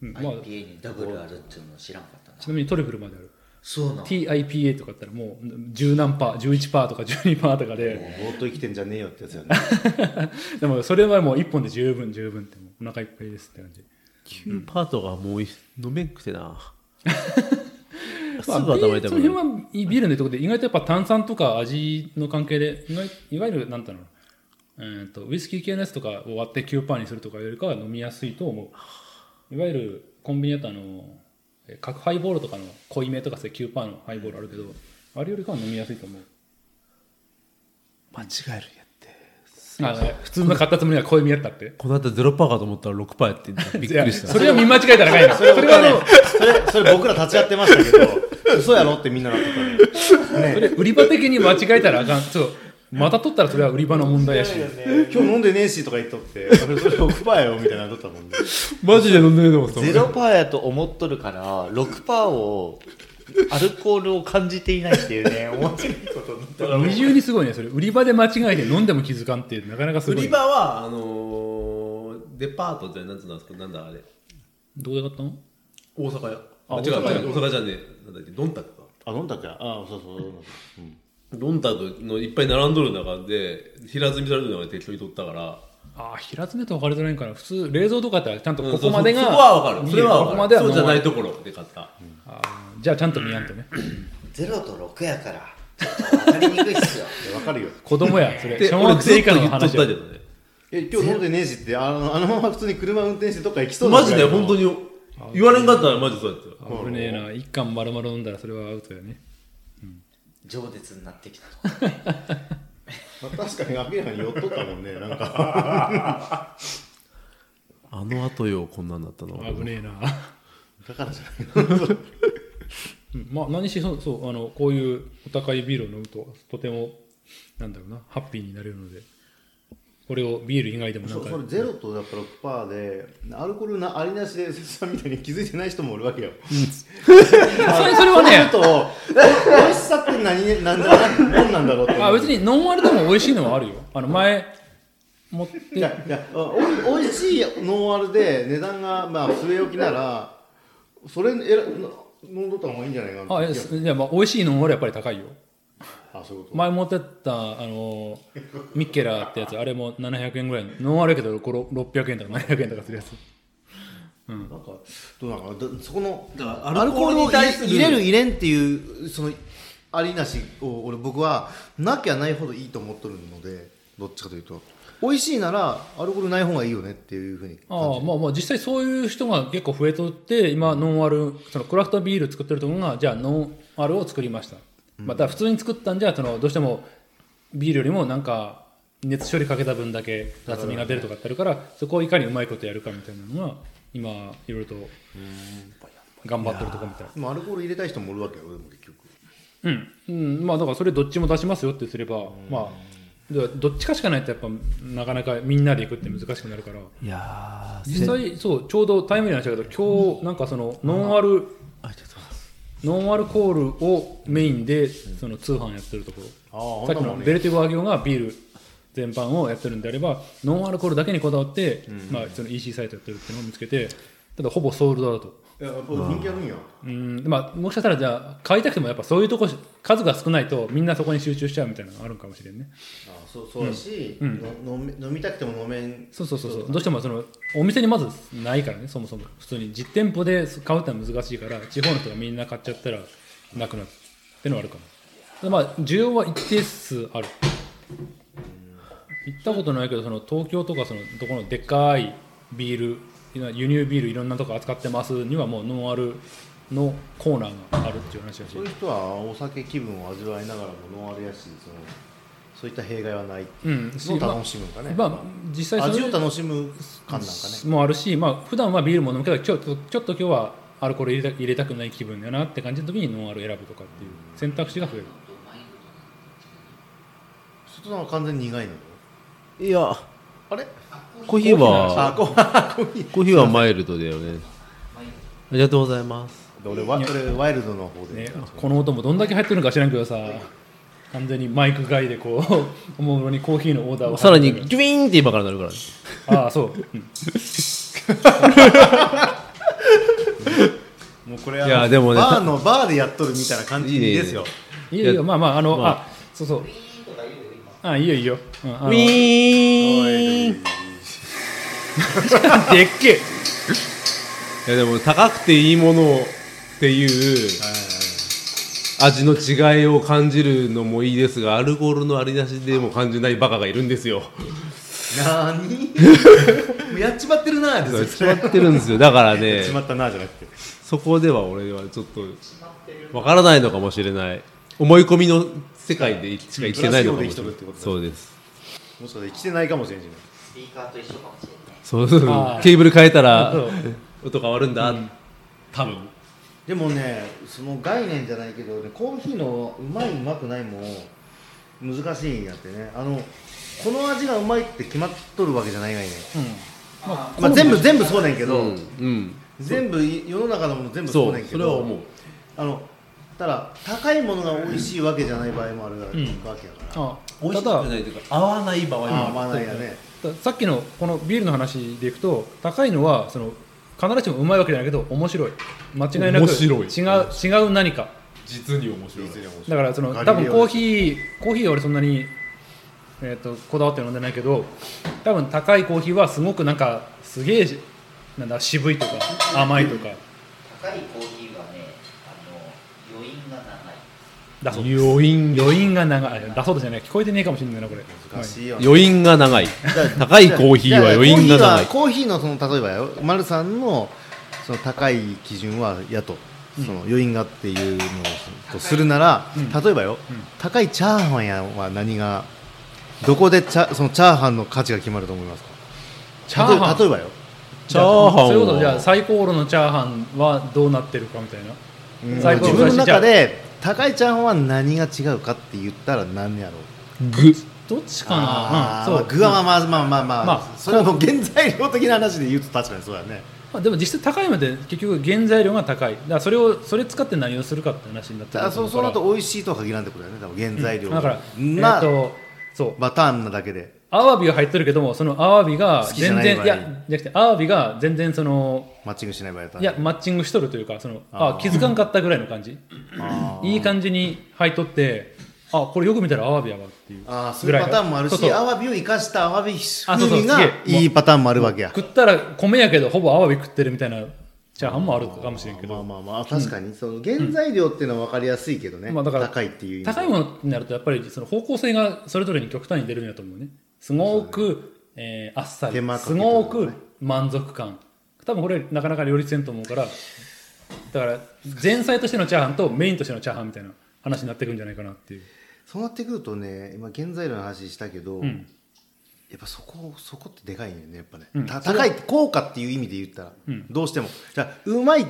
[SPEAKER 1] うんまあ
[SPEAKER 4] IPA にダブルあるっていうの知らんかったな
[SPEAKER 1] ちなみにトリプルまである
[SPEAKER 4] そうな
[SPEAKER 1] TIPA とかだったらもう十何パー11パーとか12パーとかで
[SPEAKER 2] もうぼーっと生きてんじゃねえよってやつやね
[SPEAKER 1] でもそれはもう1本で十分十分ってもうお腹いっぱいですって感じ
[SPEAKER 3] 9パートがもうい飲めんくて な。すぐ
[SPEAKER 1] まあ、
[SPEAKER 3] 頭痛
[SPEAKER 1] ビールその
[SPEAKER 3] くな
[SPEAKER 1] 辺
[SPEAKER 3] る。
[SPEAKER 1] はビールのところで意外とやっぱ炭酸とか味の関係で意外いわゆるなんていうのえーとウイスキー系のやつとかを割って9パーにするとかよりかは飲みやすいと思ういわゆるコンビニだとあのえ角ハイボールとかの濃いめとかそういう9パーのハイボールあるけどあれよりかは飲みやすいと思う
[SPEAKER 3] 間違えるんやって。
[SPEAKER 1] あ普通の買ったつもりは濃いめやったって
[SPEAKER 3] この後ゼロパーかと思ったら6パーやってんだ びっくりし
[SPEAKER 1] い
[SPEAKER 3] た
[SPEAKER 1] や。それは見間違えたらかいな
[SPEAKER 2] それそれはねそれそれ僕ら立ち会ってましたけ ど嘘やろってみんななってたね
[SPEAKER 1] それ売り場的に間違えたらあかんそうまた取ったらそれは売り場の問題やし
[SPEAKER 2] 今日飲んでねえしとか言っとってそれそれ6パーよみたいなのだったもんね
[SPEAKER 3] マジで飲んでると思ってた
[SPEAKER 4] ゼロパーやと思っとるから6パーをアルコールを感じていないっていうね面白いことになった
[SPEAKER 1] 二重にすごいねそれ売り場で間違えて飲んでも気づかんってなかなかす
[SPEAKER 3] 売
[SPEAKER 1] ごい
[SPEAKER 3] り場はあのーデパートってなんつうんですかなんだあれ
[SPEAKER 1] どこで買ったの
[SPEAKER 3] 大阪や
[SPEAKER 1] あ
[SPEAKER 3] あ違う違
[SPEAKER 1] 大阪屋
[SPEAKER 3] う大阪じゃねえなんだっけドンタクか
[SPEAKER 2] あ飲んだっけあそうそう飲んだうん
[SPEAKER 3] ドンタクのいっぱい並んどる中で平積みされてるのが適当に取ったから
[SPEAKER 1] ああ平詰めと分かれづらいんから普通冷蔵とかだったらちゃんとこ
[SPEAKER 3] そ
[SPEAKER 1] こまでが、
[SPEAKER 3] そそこは分かるそれは
[SPEAKER 1] ここ
[SPEAKER 3] 分
[SPEAKER 1] ま
[SPEAKER 3] か
[SPEAKER 1] で
[SPEAKER 3] る
[SPEAKER 1] は
[SPEAKER 3] そうじゃない
[SPEAKER 1] と
[SPEAKER 3] ところで買った、
[SPEAKER 1] じゃあちゃんと見やんとね
[SPEAKER 4] ゼロと6やからちょっと分かりにくいっ すよ
[SPEAKER 2] いやわかるよ
[SPEAKER 1] 子供やそれ
[SPEAKER 3] で
[SPEAKER 1] 小
[SPEAKER 3] 俺
[SPEAKER 1] 学
[SPEAKER 3] ず
[SPEAKER 1] 生以
[SPEAKER 3] っと
[SPEAKER 1] 下の
[SPEAKER 3] 言っとった
[SPEAKER 1] 話
[SPEAKER 3] け
[SPEAKER 1] や
[SPEAKER 3] どね
[SPEAKER 2] え今日飲んでねえしってあのあのまま普通に車運転してどっか行きそうな
[SPEAKER 3] マジで本当に言われんかったらマジそうやったよ
[SPEAKER 1] 危ねえな一貫丸々飲んだらそれはアウトやね
[SPEAKER 4] 情熱になってきた
[SPEAKER 2] まあ確かに明らかに酔っとったもんねなんか
[SPEAKER 3] あの後よこんなんだったの
[SPEAKER 1] 危ねえな
[SPEAKER 2] だからじゃない
[SPEAKER 1] うんまあ何しそうそうあのこういうお高いビールを飲むととてもなんだろうなハッピーになれるのでこれをビール以外でもなん
[SPEAKER 2] そう
[SPEAKER 1] か
[SPEAKER 2] それゼロとやっぱ6パーでアルコールなありなしで瀬戸さんみたいに気づいてない人もおるわけよ。
[SPEAKER 1] それそれはね
[SPEAKER 2] そうするとお美味しさって何なんだ何なんだろうって思う。
[SPEAKER 1] あ別にノンアルでも美味しいのはあるよあの前持って
[SPEAKER 2] いやいやおおいしいノンアルで値段がまあ据え置きならそれえら飲んどった方がいいんじゃないかな
[SPEAKER 1] あ
[SPEAKER 2] い
[SPEAKER 1] え
[SPEAKER 2] や
[SPEAKER 1] すいやまあ美味しいのはやっぱり高いよ
[SPEAKER 2] あそういうこと、
[SPEAKER 1] 前持ってったあのミッケラーってやつあれも700円ぐらいのノンアルやけどこれ600円とか700円とかするやつ
[SPEAKER 2] なんかどうなんかだそこの
[SPEAKER 3] だから
[SPEAKER 2] アルコール
[SPEAKER 3] アルコール
[SPEAKER 2] を
[SPEAKER 3] に対する
[SPEAKER 2] 入れる入れんっていうそのありなしを俺僕はなきゃないほどいいと思っとるのでどっちかというと美味しいならアルコールない方がいいよねっていうふうに
[SPEAKER 1] ああまあまあ実際そういう人が結構増えとって今ノンアルそのクラフトビール作ってるところがじゃあノンアルを作りました、また普通に作ったんじゃそのどうしてもビールよりもなんか熱処理かけた分だけ雑味が出るとかってあるからそこをいかにうまいことやるかみたいなのが今いろいろと頑張ってるとこみたい
[SPEAKER 2] でもアルコール入れたい人もおるわけよでも結局
[SPEAKER 1] うん、うん、まあだからそれどっちも出しますよってすれば、まあでどっちかしかないとやっぱなかなかみんなで行くって難しくなるから
[SPEAKER 3] いやー
[SPEAKER 1] 実際そうちょうどタイムリーな話だけど今日なんかそのノンアル
[SPEAKER 3] ありがとうございます
[SPEAKER 1] ノンアルコールをメインでその通販やってるとこ
[SPEAKER 2] あ
[SPEAKER 1] ろ
[SPEAKER 2] あほん
[SPEAKER 1] さっ
[SPEAKER 2] と
[SPEAKER 1] き
[SPEAKER 2] も
[SPEAKER 1] の
[SPEAKER 2] ん
[SPEAKER 1] ベ
[SPEAKER 2] ね
[SPEAKER 1] ルティゴアギオがビール全般をやってるんであればノンアルコールだけにこだわって、まあ、その EC サイトやってるっていうのを見つけてただほぼソールドだと
[SPEAKER 2] いややっぱ人気あるんや
[SPEAKER 1] うんまあもしかしたらじゃあ買いたくてもやっぱそういうとこし数が少ないとみんなそこに集中しちゃうみたいなのがあるんかもしれんね
[SPEAKER 2] あそうそうだし、
[SPEAKER 1] うん
[SPEAKER 2] の飲み飲みたくても飲めん
[SPEAKER 1] そうそうそうそうどうしてもそのお店にまずないからねそもそも普通に実店舗で買うってのは難しいから地方の人がみんな買っちゃったらなくなるってのはあるかもまあ需要は一定数ある行ったことないけどその東京とかそのどこのでっかいビール輸入ビールいろんなとこ扱ってますにはもうノンアルのコーナーがあるっていう話だし
[SPEAKER 2] そういう人はお酒気分を味わいながらもノンアルやしそのそういった弊害はない
[SPEAKER 1] うん
[SPEAKER 2] のを楽しむんかね、
[SPEAKER 1] まあ実際そ
[SPEAKER 2] 味
[SPEAKER 1] れ
[SPEAKER 2] を楽しむ感なんかね
[SPEAKER 1] もあるし、まあ普段はビールも飲むけど今日ちょっとちょっと今日はアルコール入れた入れたくない気分だなって感じの時にノンアル選ぶとかっていう選択肢が増える
[SPEAKER 2] 外は完全に苦いのよ
[SPEAKER 3] いや
[SPEAKER 2] あれ
[SPEAKER 3] コーヒーは
[SPEAKER 2] あこうコーヒー
[SPEAKER 3] コーヒーはマイルドだよねありがとうございます
[SPEAKER 2] 俺はこれワイルドの方で、
[SPEAKER 1] ね、この音もどんだけ入ってるのか知らんけどさ完全にマイク外でこう おもむろにコーヒーのオーダーを
[SPEAKER 3] さらにギュイーンって今からなるからね
[SPEAKER 1] ああそう、うん
[SPEAKER 2] もうこれあの
[SPEAKER 3] いやでもね
[SPEAKER 2] バーのバーでやっとるみたいな感じですよ
[SPEAKER 3] いいね
[SPEAKER 1] いいよいいよまあまああの、
[SPEAKER 3] まあ
[SPEAKER 1] あそうそうあいいよいいよ、うんあ
[SPEAKER 3] ウ
[SPEAKER 1] の
[SPEAKER 3] ィーンい
[SPEAKER 1] でっけえ
[SPEAKER 3] やでも高くていいものっていう味の違いを感じるのもいいですがアルコールのありなしでも感じないバカがいるんですよ
[SPEAKER 2] なーに もうやっちまってるなー
[SPEAKER 3] そう
[SPEAKER 2] で
[SPEAKER 3] やっ
[SPEAKER 2] す
[SPEAKER 3] ち
[SPEAKER 2] よ
[SPEAKER 3] まってるんですよだからね
[SPEAKER 2] やっちまったなーじゃなくて
[SPEAKER 3] そこでは俺はちょっとわからないのかもしれない思い込みの世界でしか生きてないのか
[SPEAKER 2] プラスようで生
[SPEAKER 3] もしれない
[SPEAKER 2] きとるってことだ
[SPEAKER 3] そうです
[SPEAKER 2] もしかしたら生きてないかもしれんしね
[SPEAKER 4] スピーカーと一緒かもしれない
[SPEAKER 3] そうそう
[SPEAKER 1] あー
[SPEAKER 3] ケーブル変えたら
[SPEAKER 1] そう
[SPEAKER 3] 音変わるんだ、多分
[SPEAKER 2] でもねその概念じゃないけどねコーヒーのうまいうまくないも難しいんやってねあのこの味がうまいって決まっとるわけじゃないがいね、
[SPEAKER 1] うん
[SPEAKER 2] まあ、全部全部そうねんけど、
[SPEAKER 3] うん、
[SPEAKER 2] 全部い世の中のもの全部そ
[SPEAKER 3] そう
[SPEAKER 2] ね
[SPEAKER 3] うん
[SPEAKER 2] けど
[SPEAKER 3] それは思う
[SPEAKER 2] あのただ高いものが美味しいわけじゃない場合もあるわけやから、
[SPEAKER 1] あ
[SPEAKER 3] 美味
[SPEAKER 1] た
[SPEAKER 3] しく
[SPEAKER 1] だ
[SPEAKER 3] ないというか合わない場合
[SPEAKER 2] ああ
[SPEAKER 3] も
[SPEAKER 2] まあないやね
[SPEAKER 1] ださっきのこのビールの話でいくと高いのはその必ずしもうまいわけじゃないけど面白い間違いなく
[SPEAKER 3] 面白い
[SPEAKER 1] 違う違う何か
[SPEAKER 3] 実に面白い
[SPEAKER 1] だからその多分コーヒーコーヒーは俺そんなに、えー、とこだわって飲んでないけど多分高いコーヒーはすごくなんかすげえなんだ渋いとか甘いとか
[SPEAKER 4] 高いコーヒーはねあの余韻が長い
[SPEAKER 1] だそう余韻余韻が長いだそうですよね聞こえてねえかもしれないなこれ
[SPEAKER 2] 難しいよ、
[SPEAKER 3] 余韻が長い高いコーヒーは余韻が長い
[SPEAKER 2] コーヒーはコーヒーのその例えばよ丸さんのその高い基準はやとその余韻がっていうのをとするなら、例えばよ、高いチャーハンやは何がどこでチャそのチャーハンの価値が決まると思いますか
[SPEAKER 1] チャーハン
[SPEAKER 2] 例えば例えばよ
[SPEAKER 3] チャーハンは
[SPEAKER 1] そういうことじゃあサイコロのチャーハンはどうなってるかみたいな
[SPEAKER 2] うん
[SPEAKER 1] 最高
[SPEAKER 2] 自分の中で高いチャーハンは何が違うかって言ったら何やろう
[SPEAKER 3] 具
[SPEAKER 1] どっちかな
[SPEAKER 2] あ
[SPEAKER 1] うん
[SPEAKER 2] ーまあ具はまあまあまあまあ、ま
[SPEAKER 1] まあ
[SPEAKER 2] あ、それはもう原材料的な話で言うと確かにそうだね
[SPEAKER 1] まあ、でも実質高いまで結局原材料が高いだからそれをそれ使って何をするかって話になって
[SPEAKER 2] た
[SPEAKER 1] く
[SPEAKER 2] だ
[SPEAKER 1] ると
[SPEAKER 2] そ
[SPEAKER 1] 思
[SPEAKER 2] うそうな
[SPEAKER 1] う
[SPEAKER 2] る
[SPEAKER 1] から
[SPEAKER 2] と美味しいとは限らんってことだよね多分原材料
[SPEAKER 1] だから、
[SPEAKER 2] な、
[SPEAKER 1] えっとそう
[SPEAKER 2] バターンなだけで
[SPEAKER 1] アワビは入ってるけどもそのアワビが
[SPEAKER 2] 好きじゃ
[SPEAKER 1] 全
[SPEAKER 2] ない
[SPEAKER 1] 然い
[SPEAKER 2] 場合
[SPEAKER 1] やじゃなくてアワビが全然その
[SPEAKER 2] マッチングしない場合だったら
[SPEAKER 1] いやマッチングしとるというかそのあ
[SPEAKER 2] あー
[SPEAKER 1] 気づかんかったぐらいの感じ
[SPEAKER 2] あー
[SPEAKER 1] いい感じに入っとってあこれよく見たらアワビやわっていう
[SPEAKER 2] あーそ
[SPEAKER 1] ぐ
[SPEAKER 2] うい
[SPEAKER 1] ら
[SPEAKER 2] う
[SPEAKER 1] い
[SPEAKER 2] パターンもあるし
[SPEAKER 1] そうそう
[SPEAKER 2] アワビを生かしたアワビ風
[SPEAKER 1] あそうそう
[SPEAKER 2] 味が
[SPEAKER 1] すげえ
[SPEAKER 2] いいパターンもあるわけや
[SPEAKER 1] 食ったら米やけどほぼアワビ食ってるみたいなチャーハンもあるかもしれんけど
[SPEAKER 2] まあまあまあ確かにその原材料っていうのは分かりやすいけどね、
[SPEAKER 1] まあだから
[SPEAKER 2] 高いっていう意味で
[SPEAKER 1] 高いものになるとやっぱりその方向性がそれぞれに極端に出るんだと思うねすごく、えーあっさり
[SPEAKER 2] 手間か
[SPEAKER 1] す
[SPEAKER 2] けてる
[SPEAKER 1] ご
[SPEAKER 2] よね
[SPEAKER 1] く満足感多分これなかなか両立せんと思うからだから前菜としてのチャーハンとメインとしてのチャーハンみたいな話になってくんじゃないかなっていう
[SPEAKER 2] そうなってくるとね今原材料の話したけど、
[SPEAKER 1] ん
[SPEAKER 2] やっぱそこそこってでかいよねやっぱね、
[SPEAKER 1] うん
[SPEAKER 2] た高い効果っていう意味で言ったら、
[SPEAKER 1] うん
[SPEAKER 2] どうしてもじゃあうまい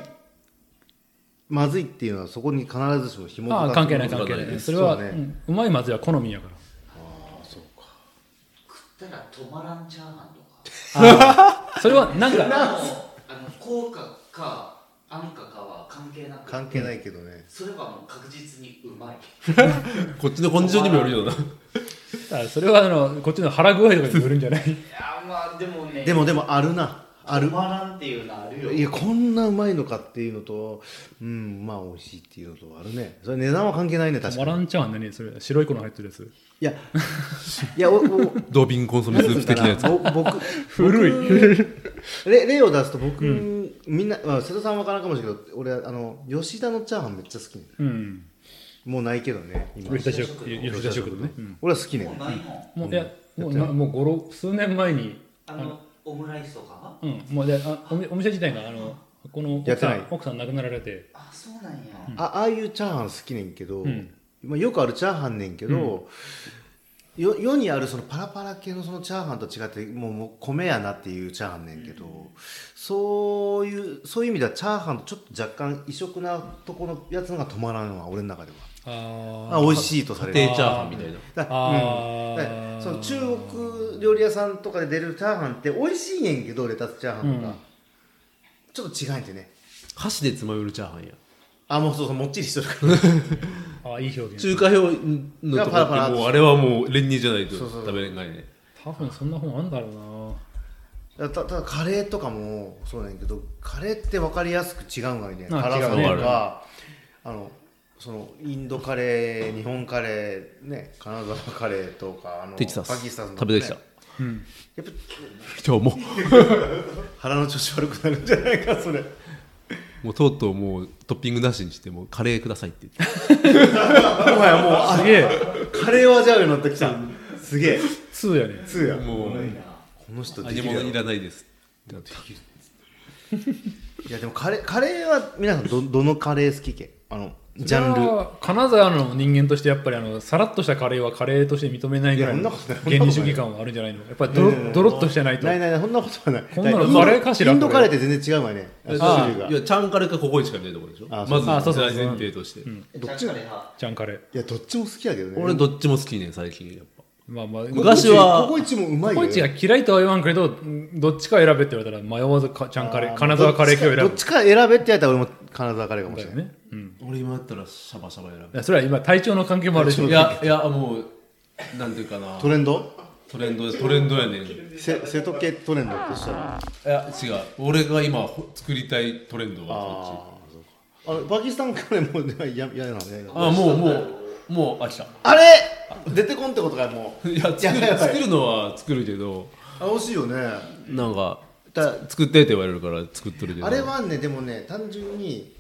[SPEAKER 2] まずいっていうのはそこに必ずしも紐
[SPEAKER 1] ああ
[SPEAKER 2] づ
[SPEAKER 1] 関
[SPEAKER 2] か
[SPEAKER 1] 係な
[SPEAKER 2] ない
[SPEAKER 1] 関係な
[SPEAKER 3] そうだ
[SPEAKER 1] い
[SPEAKER 3] ね
[SPEAKER 1] それはう,、
[SPEAKER 2] そうだね
[SPEAKER 1] ん、うまいまずいは好みやから
[SPEAKER 4] 食ったら止まらんチャーハンとか
[SPEAKER 1] それはなん
[SPEAKER 4] でも
[SPEAKER 1] か
[SPEAKER 4] あの効果か安価かは関係なく
[SPEAKER 2] 関係ないけどね、
[SPEAKER 4] それはもう確実にうまい
[SPEAKER 3] こっちのコンディションにもよるような
[SPEAKER 1] あそれはあのこっちの腹具合とかによるんじゃない
[SPEAKER 4] いやまあでもね
[SPEAKER 2] でもでもあるなある
[SPEAKER 4] 止まらんっていうのあるよ
[SPEAKER 2] いやこんなうまいのかっていうのとうんまあ美味しいっていうのとあるねそれ値段は関係ないね確
[SPEAKER 1] マ
[SPEAKER 2] か
[SPEAKER 1] ラ
[SPEAKER 2] に
[SPEAKER 1] ンチャーハン何それ白い粉入ってるやつ
[SPEAKER 2] いや いやおお
[SPEAKER 3] ドビンコンソメスープ的なやつ
[SPEAKER 2] んていうのかなぼ僕
[SPEAKER 1] 古 い
[SPEAKER 2] 僕例例を出すと僕、みんな、まあ、瀬戸さんは分からんかもしれないけど俺あの吉田のチャーハンめっちゃ好きね
[SPEAKER 1] うん
[SPEAKER 2] もうないけどね今
[SPEAKER 1] 吉田食吉田食堂ね、うん
[SPEAKER 2] 俺は好きね
[SPEAKER 4] もうないの
[SPEAKER 1] もういやもうなもう五六数年前に
[SPEAKER 4] あのオムライスとか
[SPEAKER 1] うんもうであお店お店自体があのこの
[SPEAKER 2] や
[SPEAKER 1] 奥
[SPEAKER 2] って
[SPEAKER 1] さ
[SPEAKER 2] ない
[SPEAKER 1] ん奥さん亡くなられて
[SPEAKER 4] あそうなんや、
[SPEAKER 2] あああいうチャーハン好きねんけど、
[SPEAKER 1] ん
[SPEAKER 2] まあ、よくあるチャーハンねんけど、よ世にあるそのパラパラ系のそのチャーハンと違ってもうもう米やなっていうチャーハンねんけど、そういうそういう意味ではチャーハンとちょっと若干異色なとこのやつのが止まらんわ俺の中で
[SPEAKER 1] あ
[SPEAKER 2] は、あ、美味しいとされ
[SPEAKER 3] 家
[SPEAKER 2] る
[SPEAKER 3] 庭チャーハンみたいな
[SPEAKER 2] だ
[SPEAKER 1] あ
[SPEAKER 2] だ
[SPEAKER 1] ー
[SPEAKER 2] からその中国料理屋さんとかで出るチャーハンって美味しいねんけどレタスチャーハンとか、
[SPEAKER 1] うん
[SPEAKER 2] ちょっと違うんでね
[SPEAKER 3] 箸でつまよるチャーハンや
[SPEAKER 2] あもうそうそうもっちりしとるから
[SPEAKER 1] あーいい表現
[SPEAKER 3] 中華表のとこ
[SPEAKER 2] パラパ
[SPEAKER 3] っ
[SPEAKER 2] ラ
[SPEAKER 3] てもうあれはもう練乳じゃないと
[SPEAKER 2] そうそう
[SPEAKER 3] 食べれないね
[SPEAKER 1] 多分そんな本あんだろうな
[SPEAKER 2] たただカレーとかもそうなんやけどカレーって分かりやすく違うんがいいね
[SPEAKER 1] あ
[SPEAKER 2] 辛さと
[SPEAKER 1] 違う
[SPEAKER 3] ね
[SPEAKER 2] かあのそのインドカレー日本カレーね金沢カレーとかあの
[SPEAKER 3] テキサス
[SPEAKER 2] パキスタンの、ね、
[SPEAKER 3] 食べてきた
[SPEAKER 1] うん
[SPEAKER 2] やっぱ
[SPEAKER 3] 今日も
[SPEAKER 2] 腹の調子悪くなるんじゃないかそれ
[SPEAKER 3] もうとうとうもうトッピングなしにしてもうカレーくださいって言っ
[SPEAKER 2] お
[SPEAKER 3] て
[SPEAKER 2] 前もうあ
[SPEAKER 1] すげえ
[SPEAKER 2] カレーはじゃうようになってきたすげえ
[SPEAKER 1] 2やね
[SPEAKER 2] 通やこ
[SPEAKER 3] もう
[SPEAKER 2] の人で
[SPEAKER 3] 味
[SPEAKER 2] きるや
[SPEAKER 3] 物
[SPEAKER 2] ろ
[SPEAKER 3] いらないですってなって
[SPEAKER 2] いやでもカレーカレーは皆さんどどのカレー好き系あのジャン
[SPEAKER 1] それ
[SPEAKER 2] ル
[SPEAKER 1] は金沢の人間としてやっぱりあのさらっとしたカレーはカレーとして認めないぐらい
[SPEAKER 2] いや
[SPEAKER 1] の
[SPEAKER 2] そんなことない
[SPEAKER 1] 原理主義感はあるんじゃないのやっぱりドロッドロッとしてないと
[SPEAKER 2] ないないないそんなことはない
[SPEAKER 1] こんなのカレーかしら
[SPEAKER 2] インド
[SPEAKER 1] これ
[SPEAKER 2] カレーって全然違うわね
[SPEAKER 3] あ
[SPEAKER 2] 種類が
[SPEAKER 3] いやチャンカレーかココイチかみたいなところでしょ
[SPEAKER 2] あ
[SPEAKER 3] ま
[SPEAKER 2] そう
[SPEAKER 3] ず
[SPEAKER 1] あそうそう
[SPEAKER 3] 大前提として
[SPEAKER 2] どっちが
[SPEAKER 4] チャンカレー派
[SPEAKER 1] ちゃんカレー
[SPEAKER 2] いやどっちも好きやけどね
[SPEAKER 3] 俺どっちも好きね最近やっぱ
[SPEAKER 1] まあまあ
[SPEAKER 3] 昔は
[SPEAKER 2] ココイチもうまい
[SPEAKER 1] ココイチが嫌いとは言わんけどうんどっちか選べって言われたら迷わずかちゃんカレー金沢カレー系を選ぶ
[SPEAKER 2] どっちか選べってやったら俺も金沢カレーかも
[SPEAKER 1] だ
[SPEAKER 2] し
[SPEAKER 1] よ
[SPEAKER 2] れない
[SPEAKER 1] ね、うん、
[SPEAKER 3] 俺今だったらシャバシャバ選
[SPEAKER 1] いやそれは今体調の関係もあるし
[SPEAKER 3] ぶいやいやもうなんていうかな
[SPEAKER 2] トレンド
[SPEAKER 3] トレンドですトレンドやねんい
[SPEAKER 2] せ瀬戸系トレンドとしたら
[SPEAKER 3] や違う俺が今ほ作りたいトレンドはそ
[SPEAKER 2] あ
[SPEAKER 3] っち
[SPEAKER 2] のパキスタンカレーもね嫌嫌なのね
[SPEAKER 3] あもうもうもう飽きた
[SPEAKER 2] あれ出てこんってことかよもう
[SPEAKER 3] いや作る作るのは作るけど
[SPEAKER 2] あ美味しいよね
[SPEAKER 3] なんか
[SPEAKER 2] だ
[SPEAKER 3] 作ってって言われるから作っとるけど
[SPEAKER 2] あれはねでもね単純に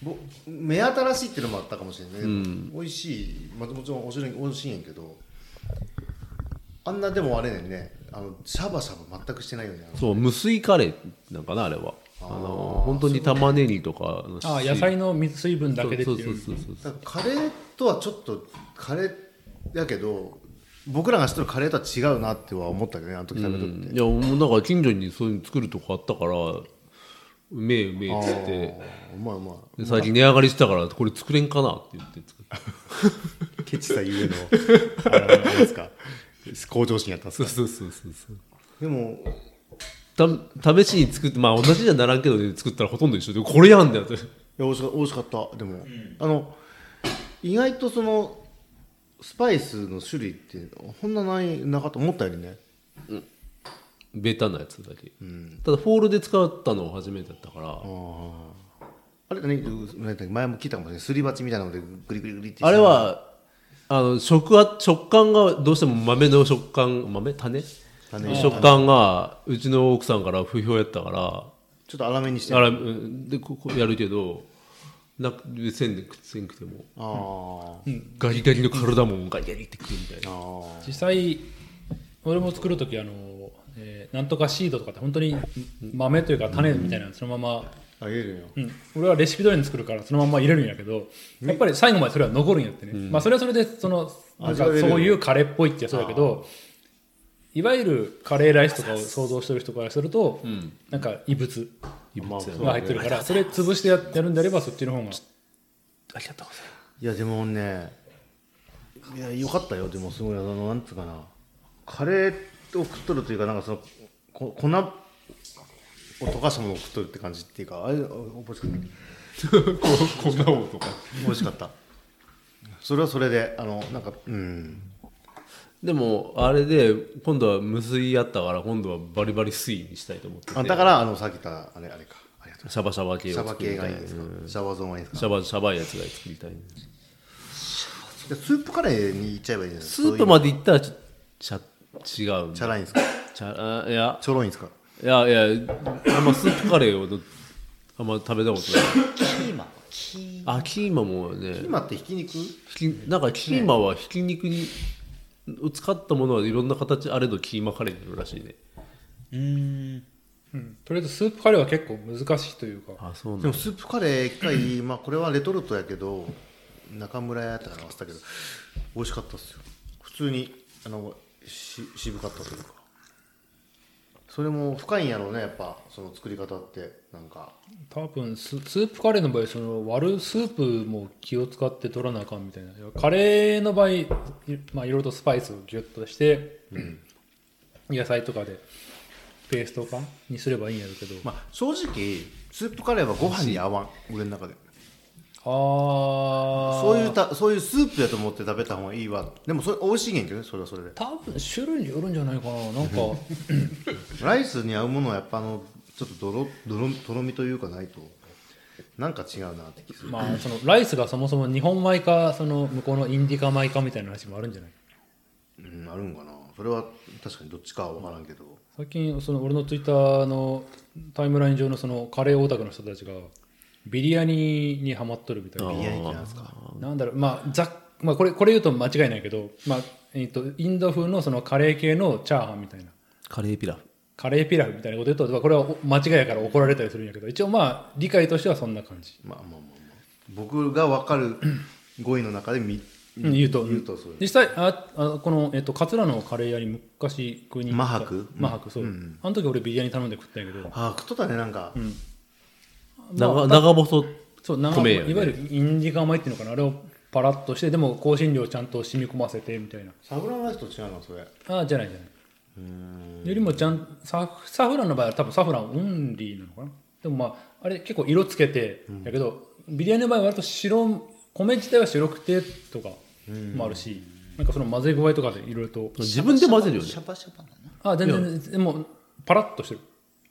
[SPEAKER 2] ぼ目新しいっていうのもあったかもしれない、ね
[SPEAKER 3] ん
[SPEAKER 2] 美味しい、まあ、もちろんおしろい美味しいんやけどあんなでもあれねんねあのシャバシャバ全くしてないよねあの
[SPEAKER 3] そう無水カレーなんかなあれはあの本当に玉ねぎとかの
[SPEAKER 1] あ野菜の水水分だけでって
[SPEAKER 3] そう
[SPEAKER 1] い
[SPEAKER 3] そううそうそう
[SPEAKER 2] だからカレーとはちょっとカレーやけど僕らが知ってるカレーとは違うなっては思ったけどねあの時食べとって、
[SPEAKER 3] いやもうなんか近所にそういうの作るとこあったからうめえうめえっつって
[SPEAKER 2] うまいうま
[SPEAKER 3] で最近値上がりしたからこれ作れんかなって言って作った
[SPEAKER 2] いケチさゆえのあれあれです か向上心やったんです
[SPEAKER 3] そう
[SPEAKER 2] か
[SPEAKER 3] そうそうそうそう
[SPEAKER 2] でも
[SPEAKER 3] た試しに作ってまあ同じじゃならんけどね作ったらほとんど一緒でこれやんだよって
[SPEAKER 2] いや美味しか美味しかったでも、あの意外とそのスパイスの種類ってほんなないなかった思ったよりね
[SPEAKER 3] ベタなやつだけ、ただフォールで使ったの初めてだったからあ
[SPEAKER 2] あれ何何だっけ前も聞いたかもしれないすり鉢みたいなのでグリグリグリって
[SPEAKER 3] れはあの食は食感がどうしても豆の食感豆種
[SPEAKER 2] 種
[SPEAKER 3] 食感がうちの奥さんから不評やったから
[SPEAKER 2] ちょっと粗めにして
[SPEAKER 3] あ
[SPEAKER 2] あ
[SPEAKER 3] らうんでここやるけどなくせんでくせんくても
[SPEAKER 2] あー
[SPEAKER 3] ガリガリの体もガリガリってくるみたいな
[SPEAKER 2] あー
[SPEAKER 1] 実際俺も作る時あの、えーなんとかシードとかって本当に豆というか種みたいなのそのまま、
[SPEAKER 2] あげるよ
[SPEAKER 1] うん、俺はレシピ通りに作るからそのまま入れるんやけどやっぱり最後までそれは残るんやってね、まあそれはそれでそのなん
[SPEAKER 2] 味
[SPEAKER 1] か
[SPEAKER 2] が出る
[SPEAKER 1] そういうカレーっぽいってそうだけどいわゆるカレーライスとかを想像してる人からすると、なんか異物
[SPEAKER 3] 異物やな
[SPEAKER 1] が入ってるからそれ潰してやるんであればそっちの方が
[SPEAKER 3] ありがとうございます
[SPEAKER 2] いやでもねいやよかったよでもすごいあのなんつうかなカレーを食っとるというかなんかそのこ粉を溶かしたものを食っとるって感じっていうかあれお美味し かった
[SPEAKER 3] こんな音とか
[SPEAKER 2] 美味しかったそれはそれであのなんかうん
[SPEAKER 3] でもあれで今度は無水やったから今度はバリバリ水にしたいと思ってて
[SPEAKER 2] あだからあのさっき言ったあれあれかありがと
[SPEAKER 3] シャバシャバ
[SPEAKER 2] う
[SPEAKER 3] 系
[SPEAKER 2] シャ
[SPEAKER 3] を
[SPEAKER 2] バ
[SPEAKER 3] 作り
[SPEAKER 2] 系
[SPEAKER 3] た
[SPEAKER 2] が
[SPEAKER 3] い
[SPEAKER 2] いいんですかシャバゾーンはいいんです
[SPEAKER 3] シ
[SPEAKER 2] か
[SPEAKER 3] ャバシャバいやつが作りたい
[SPEAKER 2] じゃあスープカレーに行っちゃえばいいじゃないです
[SPEAKER 3] ス
[SPEAKER 2] か
[SPEAKER 3] ープまで行ったらちょちゃ違うん
[SPEAKER 2] チャ
[SPEAKER 3] だ
[SPEAKER 2] ラいんですか
[SPEAKER 3] ちゃあいや
[SPEAKER 2] ちょろいんですか
[SPEAKER 3] いやいやあんまスープカレーをど あんま食べたことない
[SPEAKER 4] キーマンキー
[SPEAKER 3] あキーマもね
[SPEAKER 2] キーマってひき肉
[SPEAKER 3] ひきなんかキーマはひき肉にを使ったものはいろんな形あれどキーマカレーになるらしいね
[SPEAKER 4] うーん
[SPEAKER 1] うん、とりあえずスープカレーは結構難しいというか
[SPEAKER 3] あそうなん
[SPEAKER 2] で
[SPEAKER 3] だ
[SPEAKER 2] もスープカレー一 回、まあ、これはレトルトやけど中村屋やったから忘れたけど美味しかったっすよ普通にあのし渋かったというかそれも深いんやろうねやっぱその作り方ってなんか
[SPEAKER 1] 多分ススープカレーの場合その割るスープも気を使って取らなあかんみたいなカレーの場合い,、まあ、いろいろとスパイスをギュッとして、野菜とかでペースト化にすればいいんやるけど、
[SPEAKER 2] まあ正直スープカレーはご飯に合わん俺の中で
[SPEAKER 1] ああ
[SPEAKER 2] そういうたそういうスープやと思って食べた方がいいわでもそれ美味しいげんけどねそれはそれで
[SPEAKER 1] 多分種類によるんじゃないかななんか
[SPEAKER 2] ライスに合うものはやっぱあのちょっとどろどろとろみというかないとなんか違うなって気する
[SPEAKER 1] まあそのライスがそもそも日本米かその向こうのインディカ米かみたいな話もあるんじゃない
[SPEAKER 2] うん、あるんかなそれは確かにどっちかは分からんけど、
[SPEAKER 1] 最近その俺のツイッターのタイムライン上のそのカレーオタクの人たちがビリヤニにハマっとるみたいな
[SPEAKER 2] ビリヤニってなんですか
[SPEAKER 1] なんだろう、まあざっまあ、これこれ言うと間違いないけど、まあえっとインド風のそのカレー系のチャーハンみたいな
[SPEAKER 3] カレーピラフ
[SPEAKER 1] カレーピラフみたいなこと言うとまあこれはお間違いやから怒られたりするんやけど一応まあ理解としてはそんな感じ、
[SPEAKER 2] まあまあまあまあ僕が分か る5位の中でみ
[SPEAKER 1] うん言うと
[SPEAKER 2] 言うとそういう
[SPEAKER 1] 実際ああこの、えっと桂のカレー屋に昔食いに行った
[SPEAKER 2] マハク
[SPEAKER 1] マハクそう、あの時俺ビリヤニ頼んで食ったんやけど、
[SPEAKER 2] ああ食っとったねなんか、
[SPEAKER 3] 長長細
[SPEAKER 1] そう長
[SPEAKER 3] 米
[SPEAKER 1] 米、
[SPEAKER 3] よね
[SPEAKER 1] いわゆるインディカ米っていうのかなあれをパラッとしてでも香辛料ちゃんと染み込ませてみたいな
[SPEAKER 2] サフランライスと違うのそれ
[SPEAKER 1] ああじゃないじゃないよりもちゃんササフランの場合は多分サフランオンリーなのかなでもまああれ結構色つけてだけど、ビリヤニの場合は割と白米自体は白くてとかもあるし、なんかその混ぜ具合とかでいろいろと
[SPEAKER 3] 自分で混ぜるよね
[SPEAKER 4] シャバシャバなの
[SPEAKER 1] ああ全然でもパラッとしてる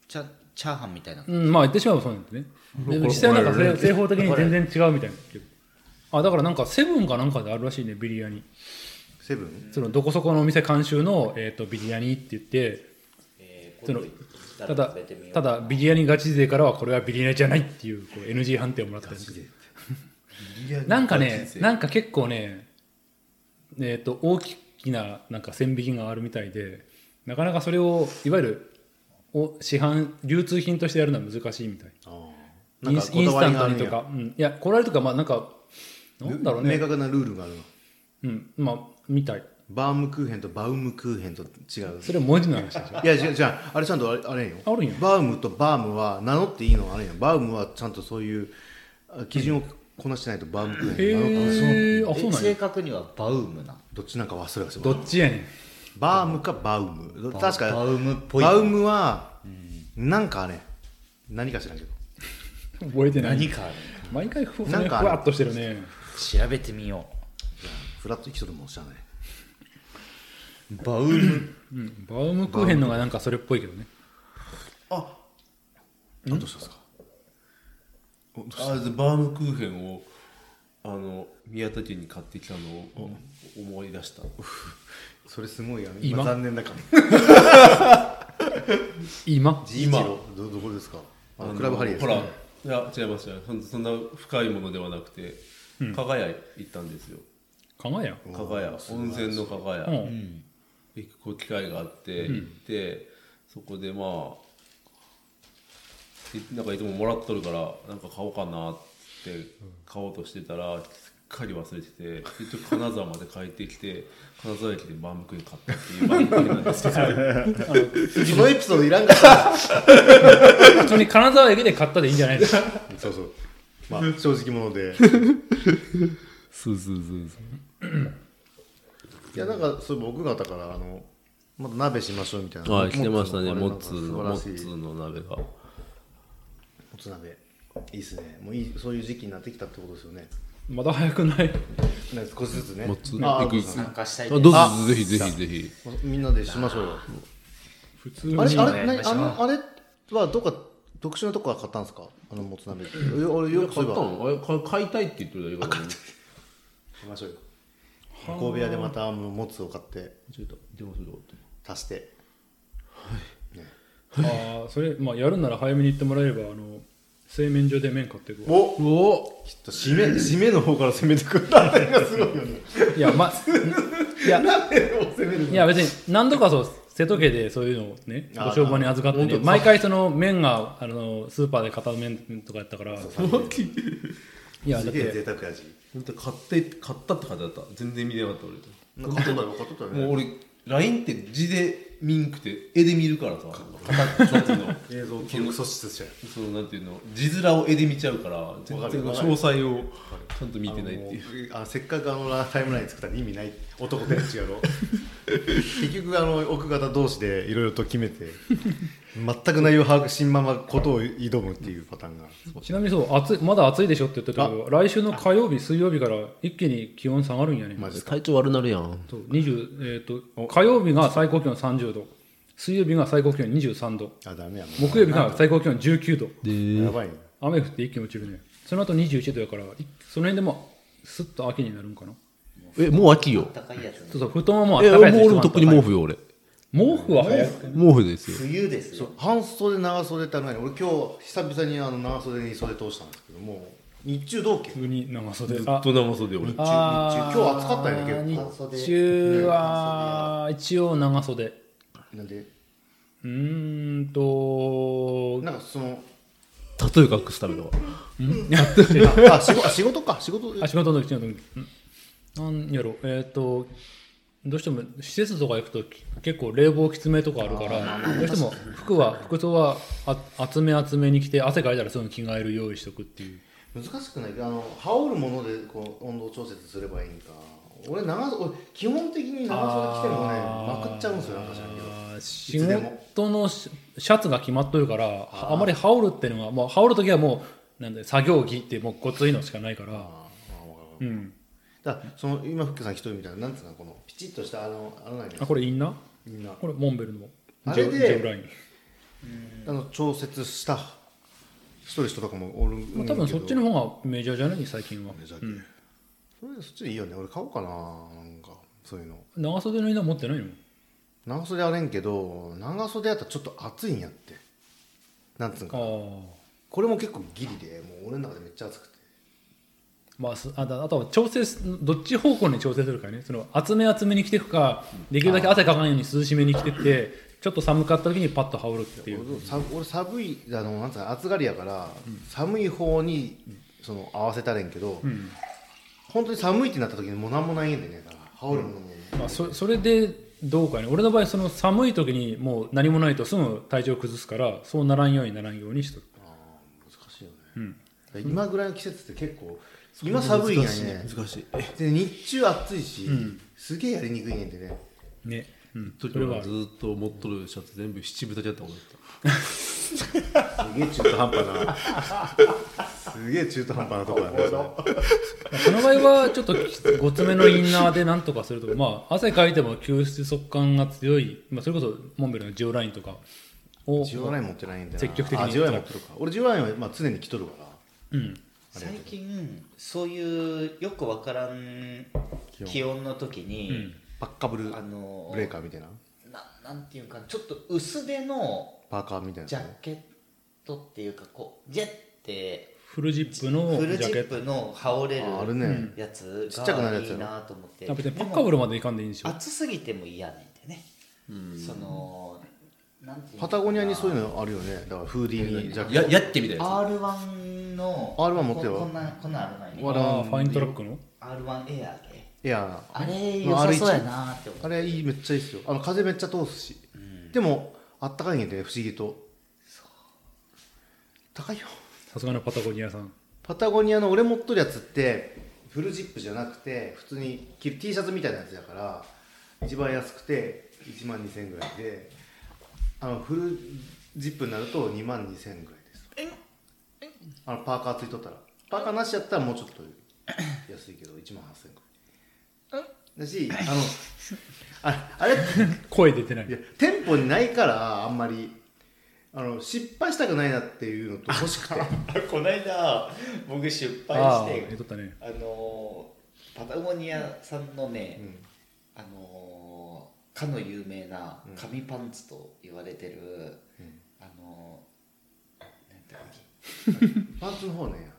[SPEAKER 4] チャチャーハンみたいな
[SPEAKER 1] うん、まあ言ってしまえばそうなんですね。でも実際はなんか正正方的に全然違うみたいな。あだからなんかセブンかなんかであるらしいねビリヤニ
[SPEAKER 2] セブン
[SPEAKER 1] そのどこそこのお店監修の、えー、とビリヤニって言って、そのただただビリヤニガチ勢からはこれはビリヤニじゃないっていうこう NG 判定をもらったんですけどなんかねなんか結構ね、えー、と大きななんか線引きがあるみたいでなかなかそれをいわゆるお市販流通品としてやるのは難しいみたい
[SPEAKER 2] なん
[SPEAKER 1] イン
[SPEAKER 2] か
[SPEAKER 1] ス
[SPEAKER 2] こ
[SPEAKER 1] イン
[SPEAKER 2] だ
[SPEAKER 1] ス
[SPEAKER 2] わ
[SPEAKER 1] タ
[SPEAKER 2] り
[SPEAKER 1] ン
[SPEAKER 2] が
[SPEAKER 1] ト
[SPEAKER 2] ある
[SPEAKER 1] に
[SPEAKER 2] んや
[SPEAKER 1] とか、うん、いやこられとかまあなんかなんだろうね
[SPEAKER 2] 明確なルールがあるの
[SPEAKER 1] うんまあみたい
[SPEAKER 2] バームクーヘンとバウムクーヘンと違う
[SPEAKER 1] それは文字の 話でしょ
[SPEAKER 2] いや違う違うあれちゃんとあれあれよ
[SPEAKER 1] あるんや
[SPEAKER 2] バウムとバームは名乗っていいのはあれやんバウムはちゃんとそういうあ基準をこなしてないとバウムクーヘン名乗ったんですよ
[SPEAKER 1] へえあそう
[SPEAKER 4] え
[SPEAKER 1] なんや
[SPEAKER 4] 正確にはバウムな
[SPEAKER 2] どっちなんか忘れました
[SPEAKER 1] どっちやねん
[SPEAKER 2] バームかバウム
[SPEAKER 4] バ
[SPEAKER 2] 確か
[SPEAKER 4] バウムっぽい
[SPEAKER 2] バウムはなんかね何か知らんけど
[SPEAKER 1] 覚えてない
[SPEAKER 4] 何かある
[SPEAKER 1] 毎回ふ,、
[SPEAKER 2] なん
[SPEAKER 1] ね、ふ
[SPEAKER 2] かある
[SPEAKER 1] わっとしてるね
[SPEAKER 4] 調べてみよ
[SPEAKER 2] フラット生きとるもん知らないう
[SPEAKER 4] バウム
[SPEAKER 1] うんバウムクーヘンのがなんかそれっぽいけどね
[SPEAKER 2] あどうしたんですか
[SPEAKER 3] あれでバームクーヘンをあの宮田家に買ってきたのを思い出した
[SPEAKER 2] それすごいやん
[SPEAKER 1] 今
[SPEAKER 2] 今残念だから
[SPEAKER 1] 今
[SPEAKER 2] 今どどこですかあのクラブハリーです
[SPEAKER 3] ほ
[SPEAKER 2] から
[SPEAKER 3] いや違いますよそんそんな深いものではなくて加賀屋行ったんですよ
[SPEAKER 1] かがや
[SPEAKER 3] 加賀屋温泉の加賀
[SPEAKER 1] う
[SPEAKER 3] 屋
[SPEAKER 1] ん
[SPEAKER 3] 行く機会があって行ってそこでまあいなんかいつももらっとるからなんか買おうかなって買おうとしてたらすっかり忘れてて結局金沢まで帰ってきて金沢駅でバームクーヘン買ったっていうバームクーヘンなん ですけど
[SPEAKER 2] そのエピソードいらんかった
[SPEAKER 1] 普通に金沢駅で買ったでいいんじゃないですか
[SPEAKER 2] そうそうまあ正直者で
[SPEAKER 3] そうそうそうそう
[SPEAKER 2] いやなんかそれ僕がだからあのまた鍋しましょうみたいな
[SPEAKER 3] はい、来てましたね、モッツーの、
[SPEAKER 2] の
[SPEAKER 3] モ
[SPEAKER 2] も
[SPEAKER 3] ッ
[SPEAKER 2] つ
[SPEAKER 3] ツーの鍋が。
[SPEAKER 2] もつ鍋いいっすねもういいそういう時期になってきたってことですよね
[SPEAKER 1] まだ早くない
[SPEAKER 2] ね少しずつね
[SPEAKER 3] もうつ
[SPEAKER 2] あ
[SPEAKER 3] いくいく
[SPEAKER 4] 参加したい
[SPEAKER 3] あど
[SPEAKER 4] で
[SPEAKER 3] う
[SPEAKER 4] す
[SPEAKER 3] ぞ
[SPEAKER 2] あ
[SPEAKER 3] ぜひぜひぜひ
[SPEAKER 2] みんなでしましょうよ
[SPEAKER 1] 普通に
[SPEAKER 2] あれあ
[SPEAKER 4] お願
[SPEAKER 2] れ何
[SPEAKER 4] いします
[SPEAKER 2] あのあれはどっか特殊なとこから買ったんですかあのもつ鍋ってえ俺よくそういえば
[SPEAKER 3] あれか買いたいって言ってるだけだからね
[SPEAKER 2] しましょうよ神戸屋でまたあのもつを買って
[SPEAKER 3] ちょっと電話するぞ
[SPEAKER 2] 足して
[SPEAKER 1] ああそれまあやるなら早めに言ってもらえればあの製麺所で麺買ってくわ
[SPEAKER 2] お
[SPEAKER 3] おお
[SPEAKER 2] きっと締め締めの方から攻めてくるあたりがすごいよね
[SPEAKER 1] いやまいや
[SPEAKER 2] を攻める
[SPEAKER 1] いや別に何度かそう瀬戸家でそういうのをね
[SPEAKER 2] あー
[SPEAKER 1] ご商売に預かって
[SPEAKER 3] 本当
[SPEAKER 1] ね
[SPEAKER 3] か
[SPEAKER 1] 毎回その麺があのスーパーで買った麺とかやったから いやだ
[SPEAKER 2] す
[SPEAKER 1] っ
[SPEAKER 2] げえ贅
[SPEAKER 1] て
[SPEAKER 2] 沢やし
[SPEAKER 3] 本当買って買ったって感じだった全然見てなかった
[SPEAKER 2] なんか買っとったよ買っとったよ
[SPEAKER 3] 俺も
[SPEAKER 2] ね
[SPEAKER 3] う俺 LINE って字で見んくて絵で見るからさ形ちょっとの
[SPEAKER 2] 映像記憶喪失者や
[SPEAKER 3] そのなんていうの字面を絵で見ちゃうから全
[SPEAKER 2] わか
[SPEAKER 3] 然
[SPEAKER 2] る
[SPEAKER 3] 詳
[SPEAKER 2] わかる
[SPEAKER 3] 細をちゃんと見てないっていう
[SPEAKER 2] あのあせっかくあのラタイムライン作ったら意味ない男たちや ろ結局あの奥方同士でいろいろと決めて全く内容把握しんままことを挑むっていうパターンが
[SPEAKER 1] ちなみにそう暑いまだ暑いでしょって言ってたけど来週の火曜日水曜日から一気に気温下がるんやね
[SPEAKER 2] マジですか
[SPEAKER 3] 体調悪なるやん
[SPEAKER 1] そう20、えー、と火曜日が最高気温30度水曜日が最高気温23度
[SPEAKER 2] あダメやも
[SPEAKER 1] 木曜日が最高気温19度
[SPEAKER 2] う
[SPEAKER 3] で
[SPEAKER 2] やばいね
[SPEAKER 1] 雨降って一気に落ちるねその後21度やからいその辺でもスッと秋になるんかな
[SPEAKER 3] えもう秋よ
[SPEAKER 4] 高いやつね
[SPEAKER 1] そうそう布団はもう
[SPEAKER 3] え
[SPEAKER 1] 暖かいやつ
[SPEAKER 3] 俺
[SPEAKER 1] 一
[SPEAKER 3] も
[SPEAKER 1] 晩
[SPEAKER 3] とっくに毛布よ俺
[SPEAKER 1] 毛布は早く
[SPEAKER 3] 毛布ですよ
[SPEAKER 4] 冬ですよ
[SPEAKER 2] 半袖長袖ってあるのに俺今日久々にあの長袖に袖通したんですけども日中どうけ
[SPEAKER 1] 普通に長袖
[SPEAKER 3] ずっ
[SPEAKER 1] あ
[SPEAKER 3] と長袖俺
[SPEAKER 1] あー
[SPEAKER 2] 日中今日暑かったよね結構
[SPEAKER 4] 半袖
[SPEAKER 1] 日中は一応長袖う
[SPEAKER 2] なんで
[SPEAKER 1] ーんと
[SPEAKER 2] なんかそ の
[SPEAKER 3] タトゥー隠すための
[SPEAKER 2] ああ仕事あ仕事か仕事
[SPEAKER 1] あ仕事の時仕事の時うんなんやろえっ、とどうしても施設とか行くとき結構冷房きつめとかあるからどうしても服は服装はあ厚め厚めに着て汗かいたらすぐ着替える用意しとくっていう
[SPEAKER 2] 難しくないあの羽織るものでこう温度調節すればいいんか俺長袖俺基本的に長袖着てもねまくっちゃうんですよなんか知らんけど
[SPEAKER 1] あー仕
[SPEAKER 2] いつでも
[SPEAKER 1] 事のシシャツが決まっとるからあまり羽織るっていうのはもう羽織る時はもうなんで作業着ってもうごついのしかないから
[SPEAKER 2] あ
[SPEAKER 1] う
[SPEAKER 2] ー
[SPEAKER 1] ん
[SPEAKER 2] だからその今福家さん一人みたいななんつうかこのピチッとしたあのあのないです
[SPEAKER 1] あこれインナー
[SPEAKER 2] みんな
[SPEAKER 1] これモンベルの
[SPEAKER 2] あ
[SPEAKER 1] ジ
[SPEAKER 2] れ
[SPEAKER 1] ェ
[SPEAKER 2] で
[SPEAKER 1] ジェブライン
[SPEAKER 2] あの調節したストレスとかもおるんやけど
[SPEAKER 1] まあ多分そっちの方がメジャーじゃない最近は
[SPEAKER 2] メジャー系それでそっちでいいよね俺買おうかななんかそういうの
[SPEAKER 1] 長袖のインナー持ってないの
[SPEAKER 2] 長袖あれんけど長袖やったらちょっと暑いんやってなんつうんか
[SPEAKER 1] ああ
[SPEAKER 2] これも結構ギリでもう俺の中でめっちゃ暑くて
[SPEAKER 1] まあ、すあとあとは調整すどっち方向に調整するかねその厚め厚めに着ていくかできるだけ汗かかないように涼しめに着てってちょっと寒かった時にパッと羽織るっていう
[SPEAKER 2] 俺さ俺寒いあのなんつうか暑がりやから、寒い方にその合わせたらええんけど、
[SPEAKER 1] うん
[SPEAKER 2] 本当に寒いってなった時にもうなんもないんでねだから羽織るものも、
[SPEAKER 1] まあ、そそれでどうかね俺の場合その寒い時にもう何もないとすぐ体調崩すからそうならんようにならんようにしとる、
[SPEAKER 2] あー難しいよね、
[SPEAKER 1] うん、
[SPEAKER 2] 今ぐらいの季節って結構今寒いんやね
[SPEAKER 3] 難しい
[SPEAKER 2] で日中暑いし、
[SPEAKER 1] うん
[SPEAKER 2] すげえやりにくいねんでね
[SPEAKER 1] ね、うん、そ
[SPEAKER 3] 時
[SPEAKER 1] れは
[SPEAKER 3] は
[SPEAKER 1] あ
[SPEAKER 3] ず
[SPEAKER 1] る
[SPEAKER 3] ーっと持っとるシャツ全部七分丈だったもんだった
[SPEAKER 2] すげえ中途半端 なすげえ中途半端なとこやね
[SPEAKER 1] その場合はちょっとごつめのインナーでなんとかするとか、まあ、汗かいても吸湿速乾が強い、まあ、それこそモンベルのジオラインとかを
[SPEAKER 2] ジオライン持ってないんだよな
[SPEAKER 1] 積極的に
[SPEAKER 2] あジオライン持ってるか俺ジオラインはまあ常に着とるから
[SPEAKER 1] うん、
[SPEAKER 4] 最近そういうよくわからん
[SPEAKER 2] 気温
[SPEAKER 4] 気温の時に、
[SPEAKER 2] パッカブル
[SPEAKER 4] あの
[SPEAKER 2] ブレーカーみたいな
[SPEAKER 4] ななんていうかちょっと薄手の
[SPEAKER 2] パーカーみたいな
[SPEAKER 4] ジャケットっていうかこうジェって
[SPEAKER 1] フルジップの
[SPEAKER 4] フ
[SPEAKER 1] ジ
[SPEAKER 4] ルジ
[SPEAKER 1] ャケ
[SPEAKER 4] ッ
[SPEAKER 1] ット
[SPEAKER 4] プの羽織れ
[SPEAKER 2] あある
[SPEAKER 4] る
[SPEAKER 2] ね、
[SPEAKER 4] やつ
[SPEAKER 2] ちっちゃくなるや
[SPEAKER 4] が
[SPEAKER 2] つ
[SPEAKER 4] い
[SPEAKER 2] やろ
[SPEAKER 4] いなと思って
[SPEAKER 1] あ別にパッカブ
[SPEAKER 4] で
[SPEAKER 1] ルまでいかんでいいんです
[SPEAKER 4] も
[SPEAKER 1] よ
[SPEAKER 4] 暑すぎても嫌なんでねそのなんていうのかな
[SPEAKER 2] パタゴニアにそういうのあるよねだからフーディーにジャケッ
[SPEAKER 3] ややってみたいな
[SPEAKER 4] R1 の
[SPEAKER 2] R1 持ってよ
[SPEAKER 4] ここんなこんなんある前に
[SPEAKER 1] あ
[SPEAKER 2] わらん
[SPEAKER 1] ーファイントラックの
[SPEAKER 4] R1 エアーで
[SPEAKER 2] トいや
[SPEAKER 4] あれ良さそうやなーって思
[SPEAKER 2] あ
[SPEAKER 4] って
[SPEAKER 2] れいいめっちゃいいですよあの風めっちゃ通すし、でもあったかいんやで不思議と高いよ
[SPEAKER 1] さすがのパタゴニアさん
[SPEAKER 2] パタゴニアの俺持っとるやつってフルジップじゃなくて普通に着る T シャツみたいなやつだから一番安くて1万2000円ぐらいであのフルジップになると2万2000円ぐらいですあのパーカーついとったらパーカーなしやったらもうちょっと安いけど1万8000円かだしあのああれい
[SPEAKER 1] 声出てない
[SPEAKER 2] や店舗にないからあんまりあの失敗したくないなっていうのと欲しくて
[SPEAKER 4] この間僕失敗
[SPEAKER 1] ああ
[SPEAKER 4] して
[SPEAKER 1] 言っとったね
[SPEAKER 4] あのーパタゴニアさんのね、
[SPEAKER 2] うん
[SPEAKER 4] あのーかの有名な
[SPEAKER 2] うん
[SPEAKER 4] 紙パンツと言われてる、
[SPEAKER 2] ん
[SPEAKER 4] あのーなんていうの
[SPEAKER 2] パンツの方ね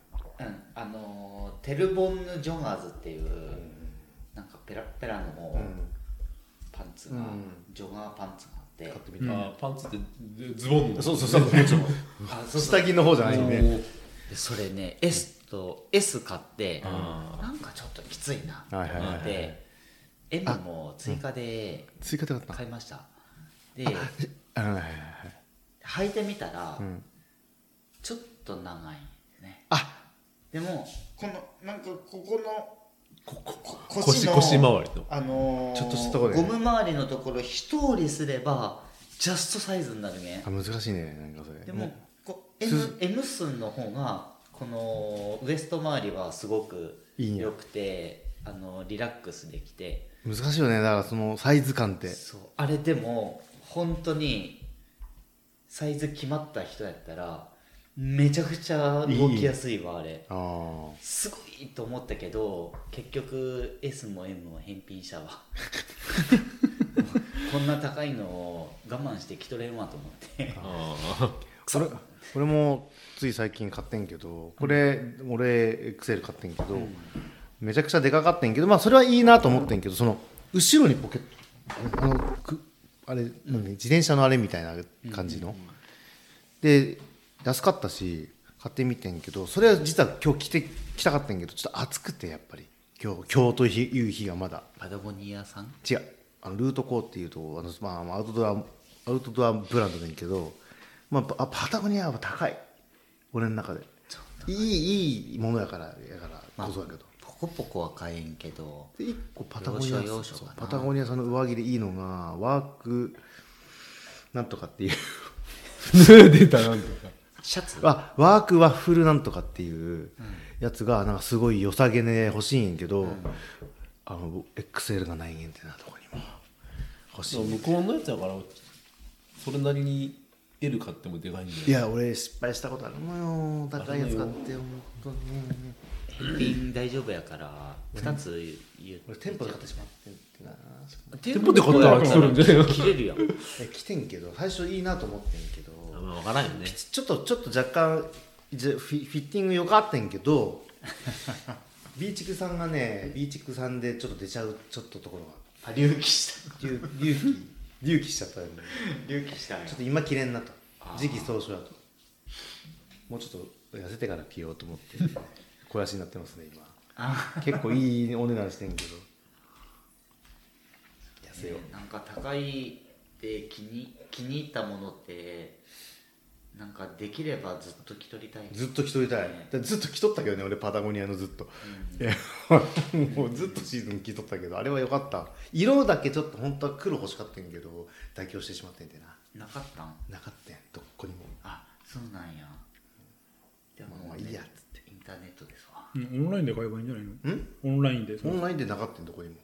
[SPEAKER 4] うん、あのーテルボンヌ・ジョガーズっていう、なんかペラッペラのもう
[SPEAKER 2] うん
[SPEAKER 4] パンツが、
[SPEAKER 2] うん
[SPEAKER 4] ジョガーパンツがあって、
[SPEAKER 2] 買ってみ
[SPEAKER 1] うん
[SPEAKER 2] た
[SPEAKER 3] あーパンツってズボンの
[SPEAKER 2] そうそうそうもちろん
[SPEAKER 4] あそうそう
[SPEAKER 2] 下着の方じゃないんで
[SPEAKER 4] でそれね S と S 買って
[SPEAKER 3] あ
[SPEAKER 4] なんかちょっときついなと思
[SPEAKER 2] はいはいはい
[SPEAKER 4] っ
[SPEAKER 2] は
[SPEAKER 4] て M も追加で
[SPEAKER 2] 追加で買った
[SPEAKER 4] 買いましたで
[SPEAKER 2] あはいはいはい
[SPEAKER 4] 履いてみたら
[SPEAKER 2] うん
[SPEAKER 4] ちょっと長いんですね
[SPEAKER 2] あ
[SPEAKER 4] でもこのなんかここの
[SPEAKER 3] ここ
[SPEAKER 4] 腰の
[SPEAKER 3] 腰回りと
[SPEAKER 4] あのー
[SPEAKER 2] ちょっとしたところで
[SPEAKER 4] ゴ
[SPEAKER 2] ね
[SPEAKER 4] ム周りのところ一折りすればジャストサイズになるね
[SPEAKER 2] あ難しいねなんかそれ
[SPEAKER 4] でもこう
[SPEAKER 2] す
[SPEAKER 4] M, M 寸の方がこのウエスト周りはすごく
[SPEAKER 2] いいね
[SPEAKER 4] 良くてあのリラックスできて
[SPEAKER 2] 難しいよねだからそのサイズ感って
[SPEAKER 4] そうあれでも本当にサイズ決まった人やったらめちゃくちゃ動きやすいわあれ
[SPEAKER 2] ああ
[SPEAKER 4] すごいと思ったけど結局 S も M も返品したわ こんな高いのを我慢して着とれんわと思って
[SPEAKER 3] あー
[SPEAKER 2] これこれもつい最近買ってんけどこれ俺 XL 買ってんけど、めちゃくちゃでかかってんけどまあそれはいいなと思ってんけどその後ろにポケットあのくあれ、なんで自転車のあれみたいな感じの、で安かったし買ってみてんけどそれは実は今日着て着たかったんけどちょっと暑くてやっぱり今日今日という日がまだ
[SPEAKER 4] パドゴニアさん
[SPEAKER 2] 違うあのルートコーっていうとあの、まあまあ、アウトドアアウトドアブランドだけど、まあパ、パタゴニアは高い俺の中でいいいいものやからやからこそやけど、
[SPEAKER 4] ポコポコは買えんけど
[SPEAKER 2] で1個パタゴニア
[SPEAKER 4] 要所要所
[SPEAKER 2] そう
[SPEAKER 4] かな
[SPEAKER 2] パタゴニアさんの上着でいいのがワークなんとかっていう
[SPEAKER 3] 出たなんとか
[SPEAKER 4] シャツ
[SPEAKER 2] あワークワッフルなんとかっていうやつがなんかすごい良さげね欲しいんやけど、あの XL がないんってなとこにも欲しい
[SPEAKER 3] そう向こうのやつだからそれなりに L 買ってもでかいんだよ
[SPEAKER 2] いや俺失敗したことあるのよ高いやつ買って本当に
[SPEAKER 4] 返品大丈夫やから2つ言う
[SPEAKER 2] 俺店舗で買ってしまってんってな
[SPEAKER 4] 店
[SPEAKER 3] 舗で買ったら着れるんじゃないの
[SPEAKER 4] 着れるやん
[SPEAKER 2] え来てんけど最初いいなと思ってんけど
[SPEAKER 3] あまあ分からんよ ね
[SPEAKER 2] ちょっとちょっと若干じゃフィフィッティング良かってんけど ビーチクさんがねビーチクさんでちょっと出ちゃうちょっとところが隆起した隆起隆起しちゃったよね
[SPEAKER 4] 隆起したん
[SPEAKER 2] ちょっと今着れんなと時期尚早だともうちょっと痩せてから着ようと思って肥やしになってますね今結構いいお値段してんけど痩せよう
[SPEAKER 4] なんか高いって気に気に入ったものってなんかできればずっと着とりたい
[SPEAKER 2] ずっと着とりたい
[SPEAKER 4] ね
[SPEAKER 2] だずっと着とったけどね俺パタゴニアのずっと、いやもうずっとシーズン着とったけどあれは良かった色だけちょっと本当は黒欲しかったんやけど妥協してしまってんてな
[SPEAKER 4] なかったん
[SPEAKER 2] なかったやんどこにも
[SPEAKER 4] あそうなんやでも
[SPEAKER 2] まあ
[SPEAKER 4] ね
[SPEAKER 2] いいやっつって
[SPEAKER 4] インターネットですわ
[SPEAKER 1] うんオンラインで買えばいいんじゃないの
[SPEAKER 2] ん
[SPEAKER 1] オンラインでそ
[SPEAKER 2] オ
[SPEAKER 1] の
[SPEAKER 2] ンラインでなかったんどこにも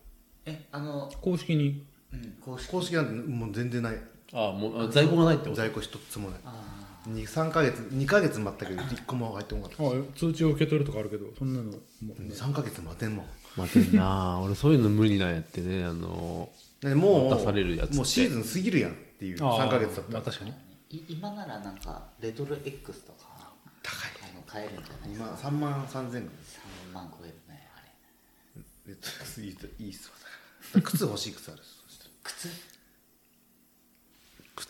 [SPEAKER 4] えあの、
[SPEAKER 1] 公式に
[SPEAKER 4] うん、公式
[SPEAKER 2] 公式なんてもう全然ない
[SPEAKER 3] あもうあ在庫がないってこと
[SPEAKER 2] 在庫一つもない
[SPEAKER 4] あ
[SPEAKER 2] 23か月2か月待ったけど1個も入ってこなか
[SPEAKER 1] あ
[SPEAKER 2] っ
[SPEAKER 1] 通知を受け取るとかあるけどそんなのも
[SPEAKER 2] た3か月待てんもん
[SPEAKER 3] 待てんな 俺そういうの無理なんやってねあの
[SPEAKER 2] でも
[SPEAKER 3] 待たされるやつって
[SPEAKER 2] もうシーズン過ぎるやんっていう
[SPEAKER 1] あー
[SPEAKER 2] 3か月だ
[SPEAKER 1] まあ
[SPEAKER 2] ったら
[SPEAKER 1] 確かに
[SPEAKER 4] い今ならなんかレトロ X とか高いの買えるんじゃないですか
[SPEAKER 2] 今3万3000円
[SPEAKER 4] 3万超えるねあれ
[SPEAKER 2] えっといいいいっすわ だから靴欲しい靴あるそした
[SPEAKER 4] 靴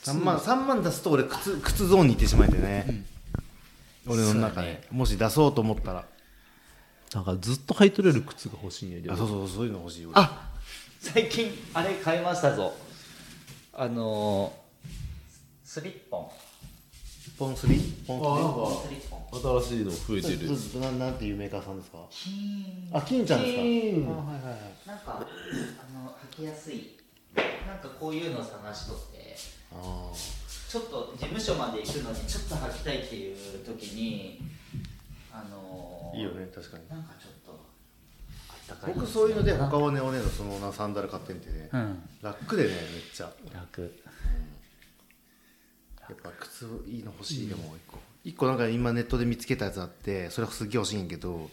[SPEAKER 2] ら3万三万出すと俺靴靴ゾーンに行ってしまえてね、俺の中で、
[SPEAKER 4] そうだね
[SPEAKER 2] もし出そうと思ったら
[SPEAKER 3] なんかずっと履いとれる靴が欲しいんやけど
[SPEAKER 2] あそうそうそういうの欲しい俺
[SPEAKER 4] あ最近あれ買いましたぞあのー、スリッポン
[SPEAKER 2] ポンスリポン
[SPEAKER 4] スリッポン
[SPEAKER 3] 新しいの増え
[SPEAKER 2] ス
[SPEAKER 3] て
[SPEAKER 2] リ
[SPEAKER 3] る
[SPEAKER 2] ずっとななんていうメーカーさんですかあ金ちゃんですか
[SPEAKER 3] 金
[SPEAKER 2] あはいはいはい
[SPEAKER 4] なんかあの履きやすいなんかこういうの探しとって
[SPEAKER 2] あ
[SPEAKER 4] ちょっと事務所まで行くのにちょっと履きたいっていう時にあの
[SPEAKER 2] ー
[SPEAKER 4] ー
[SPEAKER 2] いいよね確かに
[SPEAKER 4] なんかちょっと高い
[SPEAKER 2] 僕そういうので他はね俺のそのなサンダル買ってみてね、
[SPEAKER 4] うん
[SPEAKER 2] 楽でねめっちゃ
[SPEAKER 4] 楽
[SPEAKER 2] やっぱ靴いいの欲しいでも一個、一個なんか今ネットで見つけたやつあってそれすげえ欲しいんやけど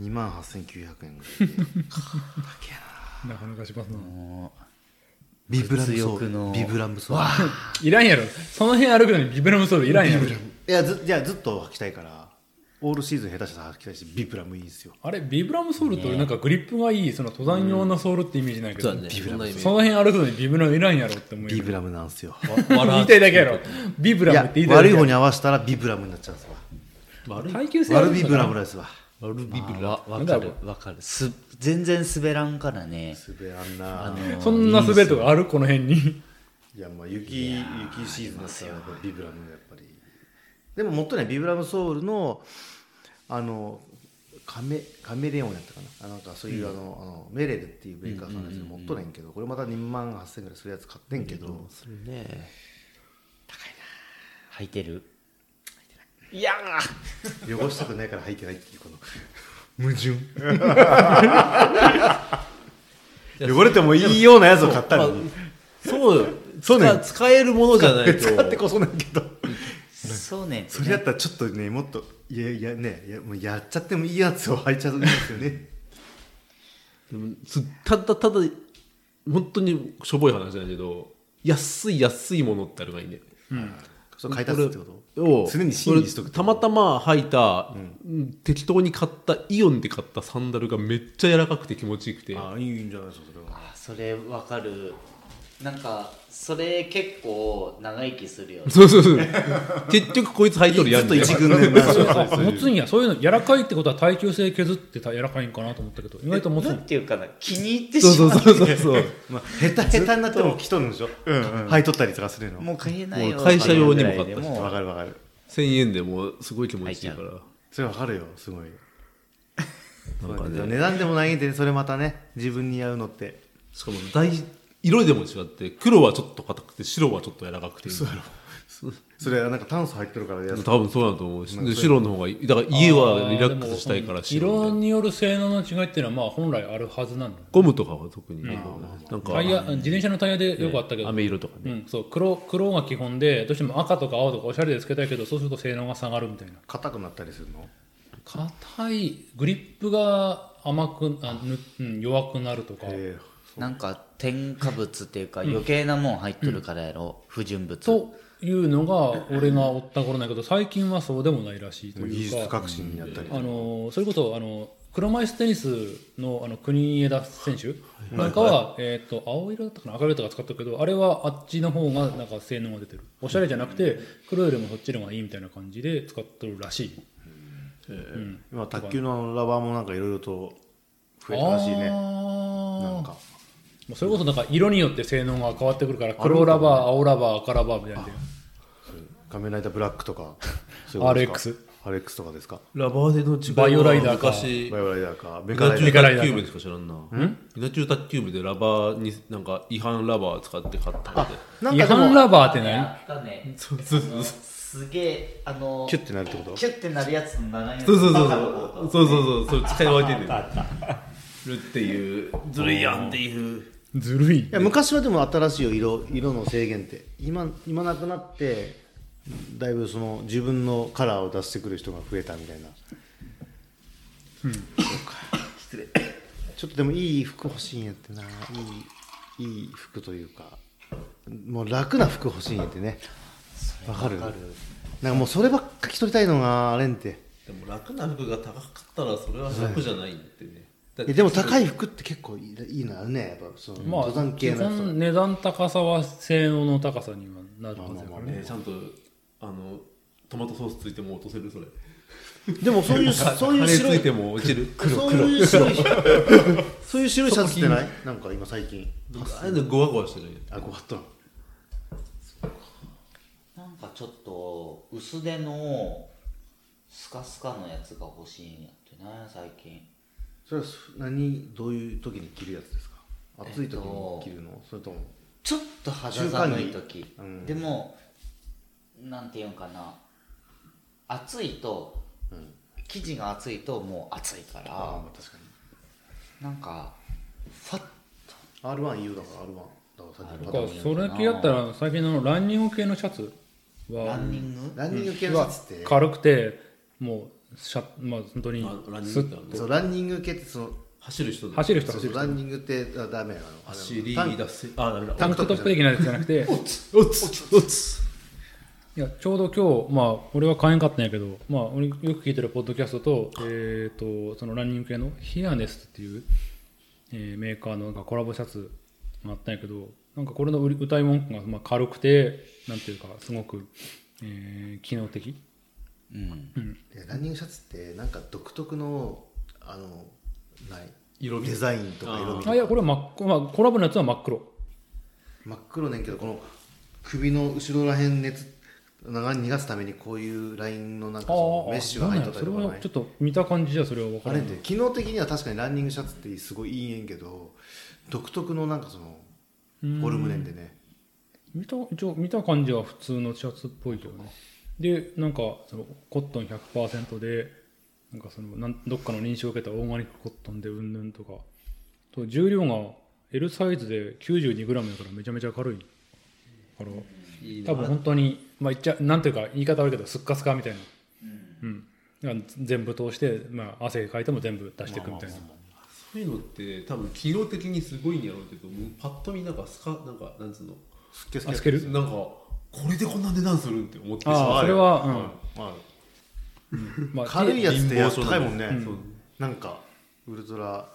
[SPEAKER 2] 2万8900円ぐらいで
[SPEAKER 1] なかなかしますな、
[SPEAKER 4] も
[SPEAKER 2] ビブラム
[SPEAKER 4] 物
[SPEAKER 2] ソー
[SPEAKER 4] 欲
[SPEAKER 2] ル
[SPEAKER 4] の
[SPEAKER 2] ビブラムソール
[SPEAKER 1] いらんやろその辺歩くのにビブラムソールいらんやろ
[SPEAKER 2] いやずいやずっと履きたいからオールシーズン下手したら履きたいしビブラムいいんですよ
[SPEAKER 1] あれビブラムソールって俺なんかグリップがいいその登山用のソールってイメージないけ
[SPEAKER 3] そ
[SPEAKER 1] ど、
[SPEAKER 3] うだね
[SPEAKER 2] ビブラ
[SPEAKER 3] そんなイメージ
[SPEAKER 1] その辺歩くのにビブラムいらんやろって思うよ
[SPEAKER 2] ビブラムなんですよ
[SPEAKER 3] わ
[SPEAKER 1] 言いたいだけやろビブ
[SPEAKER 2] い
[SPEAKER 1] ラムっ
[SPEAKER 2] や
[SPEAKER 1] て言いたいだけ
[SPEAKER 2] 悪い
[SPEAKER 1] や
[SPEAKER 2] 方
[SPEAKER 1] ろ
[SPEAKER 2] に合わせたらビブラムになっちゃうんですわ
[SPEAKER 3] 悪い
[SPEAKER 1] 耐久性ある
[SPEAKER 2] 悪
[SPEAKER 1] ん
[SPEAKER 2] ビ
[SPEAKER 1] だ
[SPEAKER 2] ブ
[SPEAKER 1] な
[SPEAKER 2] ラムですわ
[SPEAKER 3] 悪ビブラ
[SPEAKER 4] うわかるわかるす全然滑らんからね
[SPEAKER 2] 滑らんな
[SPEAKER 4] あの
[SPEAKER 1] そんな滑るとかあるこの辺に
[SPEAKER 2] いやまあ雪雪シーズンだったらやっぱビブラムがやっぱりでももっとねビブラムソウルのあのカメカメレオンやったかなあなんかそういう、あのあのメレルっていうメーカーさんのやつ持っとねんけど、これまた2万8000円ぐらいするやつ買ってんけど、
[SPEAKER 3] ね
[SPEAKER 4] 履いてる
[SPEAKER 2] 汚したくないから履いてないっていうこ
[SPEAKER 3] 矛盾
[SPEAKER 2] の汚れてもいいようなやつを買ったのに
[SPEAKER 3] そうよ
[SPEAKER 2] そうね
[SPEAKER 3] 使使えるものじゃ ないと
[SPEAKER 2] 使ってこそなんやけど
[SPEAKER 4] そうね
[SPEAKER 2] それやったらちょっとねもっといやいやねいやもうやっちゃってもいいやつを履いちゃうんですよね
[SPEAKER 3] でもすただただ本当にしょぼい話だけど安い安いものってあるがいいね
[SPEAKER 2] そう買い足すってこと
[SPEAKER 3] を
[SPEAKER 2] 常に審議しとく
[SPEAKER 3] 俺たまたま履いた、うん適当に買ったイオンで買ったサンダルがめっちゃ柔らかくて気持ちよくて
[SPEAKER 2] ああいいんじゃないですかそれは
[SPEAKER 4] あそれわかるなんかそれ結構長生きするよね
[SPEAKER 3] そうそうそう結局こいつ履いとるやん
[SPEAKER 2] ずっと一軍でな
[SPEAKER 1] あ 持つんやそういうの柔らかいってことは耐久性削ってた柔らかいんかなと思ったけど意外と持つ
[SPEAKER 4] なんんていうかな気に入ってし
[SPEAKER 3] そうそ
[SPEAKER 4] ま
[SPEAKER 3] う
[SPEAKER 4] う
[SPEAKER 3] そうそ うそう
[SPEAKER 2] まあ、下手下手になっても着とるんでしょ、う履いとったりとかするの
[SPEAKER 4] もう買えないよ
[SPEAKER 3] もう会社用にも買ったし
[SPEAKER 4] ぐらいで
[SPEAKER 2] わかるわかる
[SPEAKER 3] 1000円でもすごい気持ちいいから
[SPEAKER 2] それわかるよすごい
[SPEAKER 3] なんかね
[SPEAKER 2] 値段でもないんでそれまたね自分に合うのって
[SPEAKER 3] しかも大色でも違って黒はちょっと硬くて白はちょっと柔らかくてそう
[SPEAKER 2] それはなんか炭素入ってるからやつ
[SPEAKER 3] 多分そうだと思うしで白の方がいいだから家はリラックスしたいから白
[SPEAKER 1] 色
[SPEAKER 3] みたいな
[SPEAKER 1] による性能の違いっていうのはまあ本来あるはずなんだよ
[SPEAKER 3] ゴムとかは特にいいよねなんか
[SPEAKER 1] タイヤ自転車のタイヤでよくあったけど、
[SPEAKER 3] 飴色とかね
[SPEAKER 1] うん、そう黒黒が基本でどうしても赤とか青とかおしゃれでつけたいけどそうすると性能が下がるみたいな
[SPEAKER 2] 硬くなったりするの
[SPEAKER 1] 硬いグリップが甘くあぬ、うん、弱くなるとか、
[SPEAKER 2] え
[SPEAKER 4] なんか添加物っていうか余計なもん入っとるからやろ、不純物
[SPEAKER 1] というのが俺が追った頃なんやけど最近はそうでもないらしいと
[SPEAKER 2] え技
[SPEAKER 1] いう
[SPEAKER 2] 術
[SPEAKER 1] か
[SPEAKER 2] 革新になったり
[SPEAKER 1] あのそれこそあの車椅子テニスのあの国枝選手なんかは、えー、と青色だったかな赤色とか使ってるけどあれはあっちの方がなんか性能が出てるおしゃれじゃなくて黒よりもそっちの方がいいみたいな感じで使ってるらしい。うん
[SPEAKER 2] 今卓球のラバーもなんかいろいろと増えたらしい
[SPEAKER 1] あ
[SPEAKER 2] ね
[SPEAKER 1] ー
[SPEAKER 2] なんか
[SPEAKER 1] もうそれこそなんか色によって性能が変わってくるから黒ラバー青ラバー赤ラバーみたい
[SPEAKER 2] 仮面ライダーブラックとか
[SPEAKER 1] RX
[SPEAKER 2] RX とかですか
[SPEAKER 3] ラバーでの違いは
[SPEAKER 1] バイオライダーか
[SPEAKER 3] 昔
[SPEAKER 2] バイオライダーかメ
[SPEAKER 3] メ
[SPEAKER 2] カ
[SPEAKER 3] カ
[SPEAKER 2] ライダ
[SPEAKER 3] 中
[SPEAKER 2] ー
[SPEAKER 1] メカライ
[SPEAKER 3] 卓
[SPEAKER 1] ダー
[SPEAKER 3] 球部でしか知らんな稲中卓球部でラバーになんか違反ラバー使って買ったって
[SPEAKER 1] な
[SPEAKER 2] な
[SPEAKER 1] ん違
[SPEAKER 2] かで
[SPEAKER 1] 反
[SPEAKER 2] も
[SPEAKER 1] ラバーって何
[SPEAKER 4] やったね
[SPEAKER 3] そうそうそう
[SPEAKER 4] すげえあの
[SPEAKER 2] キュッてなるってこと
[SPEAKER 4] キュッてなるやつの長いやつ
[SPEAKER 3] そうそうそう
[SPEAKER 4] バカのこと
[SPEAKER 3] そうそうそうそう使い分けてるっていうずるいやんっていう
[SPEAKER 1] ずるい
[SPEAKER 2] いや昔はでも新しいよ色色の制限って今今なくなってだいぶその自分のカラーを出してくる人が増えたみたいな、そうか失礼ちょっとでもいい服欲しいんやってないいいい服というかもう楽な服欲しいんやってねわかるなんかもうそればっか着とりたいのがあれんて
[SPEAKER 3] でも楽な服が高かったらそれは楽じゃないってね
[SPEAKER 2] え
[SPEAKER 3] だって
[SPEAKER 2] でも高い服って結構いいいいのあるねやっぱその
[SPEAKER 1] まあ
[SPEAKER 2] 登山系
[SPEAKER 1] 基
[SPEAKER 2] のやつとか
[SPEAKER 1] 本値段高さは性能の高さにはなるはずやか
[SPEAKER 2] まあまあ
[SPEAKER 1] ら
[SPEAKER 2] ま
[SPEAKER 1] ね
[SPEAKER 3] ねちゃんとあのトマトソースついても落とせるそれ
[SPEAKER 2] でもそう いうそういう
[SPEAKER 3] カレー
[SPEAKER 2] 白
[SPEAKER 3] つ
[SPEAKER 2] い
[SPEAKER 3] いても落ちる
[SPEAKER 2] そういう白いそういう白いシャツってないなんか今最近
[SPEAKER 3] ああいうのゴワゴワしてる
[SPEAKER 2] あごはっとな
[SPEAKER 4] なんかちょっと薄手のスカスカのやつが欲しいんやってね最近
[SPEAKER 2] それは何どういう時に着るやつですか暑い時に着るの、それとも
[SPEAKER 4] ちょっと肌寒い
[SPEAKER 2] 中
[SPEAKER 4] 時、
[SPEAKER 2] 間にうん
[SPEAKER 4] でもなんていうんかな暑いと、生地が暑いともう暑い
[SPEAKER 2] あ
[SPEAKER 4] か
[SPEAKER 2] あ
[SPEAKER 4] ら
[SPEAKER 2] まあ確かに
[SPEAKER 4] なんかファッ
[SPEAKER 2] R1U だから R1 だからさっきの
[SPEAKER 1] な
[SPEAKER 2] パ
[SPEAKER 1] ん
[SPEAKER 2] タ
[SPEAKER 1] か
[SPEAKER 2] ーン
[SPEAKER 1] それ系だったら最近のランニング系のシャツ
[SPEAKER 4] ラ
[SPEAKER 1] は
[SPEAKER 4] ンニング、
[SPEAKER 2] ランニング系のやつって
[SPEAKER 1] 軽くてもうシャまあ本当に
[SPEAKER 3] あランニン
[SPEAKER 1] ス
[SPEAKER 3] グ
[SPEAKER 1] ッ
[SPEAKER 3] だよね
[SPEAKER 2] そうランニング系ってその
[SPEAKER 3] 走る人だ
[SPEAKER 1] 走る人
[SPEAKER 2] そう
[SPEAKER 1] 走る
[SPEAKER 2] ラ
[SPEAKER 1] 人
[SPEAKER 2] ンニングってあダメなのあれ
[SPEAKER 3] 走り
[SPEAKER 2] タン
[SPEAKER 3] 出せあダメだ
[SPEAKER 1] タンクトップ的なやつじゃなくて
[SPEAKER 3] おつおつおつ
[SPEAKER 1] いやちょうど今日まあ俺は買えんかったんやけどまあ俺よく聞いてるポッドキャストとえっ、とそのランニング系のヒアネスっていう、えーメーカーのなんかコラボシャツがあったんやけどなんかこれの売り歌い文句がまあ軽くてなんていうかすごく、えー機能的
[SPEAKER 4] うん、
[SPEAKER 2] いやランニングシャツってなんか独特のあのない
[SPEAKER 3] 色味
[SPEAKER 2] デザインとか色味とか
[SPEAKER 1] あいやこれは真っ黒、まあ、コラボのやつは真っ黒
[SPEAKER 2] 真っ黒ねんけどこの首の後ろらへん熱長逃がすためにこういうラインのなんかそのメッシュが入っとったりとか
[SPEAKER 1] なんやそれ
[SPEAKER 2] な
[SPEAKER 1] はいちょっと見た感じじゃそれは分か
[SPEAKER 2] あ
[SPEAKER 1] ら
[SPEAKER 2] れ
[SPEAKER 1] な
[SPEAKER 2] っ
[SPEAKER 1] い
[SPEAKER 2] て機能的には確かにランニングシャツってすごいいいんやけど独特のなんかそのフォルムねんでね
[SPEAKER 1] 見た一応見た感じは普通のシャツっぽいけどねでなんかそのコットン100%でなんかそのなんどっかの認証を受けたオーガニックコットンでうんぬんとかと重量が L サイズで 92g だからめちゃめちゃ軽いから多分本当にまあ言っちゃなんていうか言い方悪いけどすっかすかみたいなうん、だから全部通して、まあ、汗かいても全部出していくみたいな、
[SPEAKER 3] そういうのって多分機能的にすごいんやろうけどもうパッと見なんかスカなんかなんつうの
[SPEAKER 2] すっげえ
[SPEAKER 1] あ透ける
[SPEAKER 3] なんかこれでこんな値段するんって思ってし
[SPEAKER 1] ああそれは、うんまあ、
[SPEAKER 2] 軽いやつってやつ高いもんね、
[SPEAKER 3] うん
[SPEAKER 2] なんかウルトラ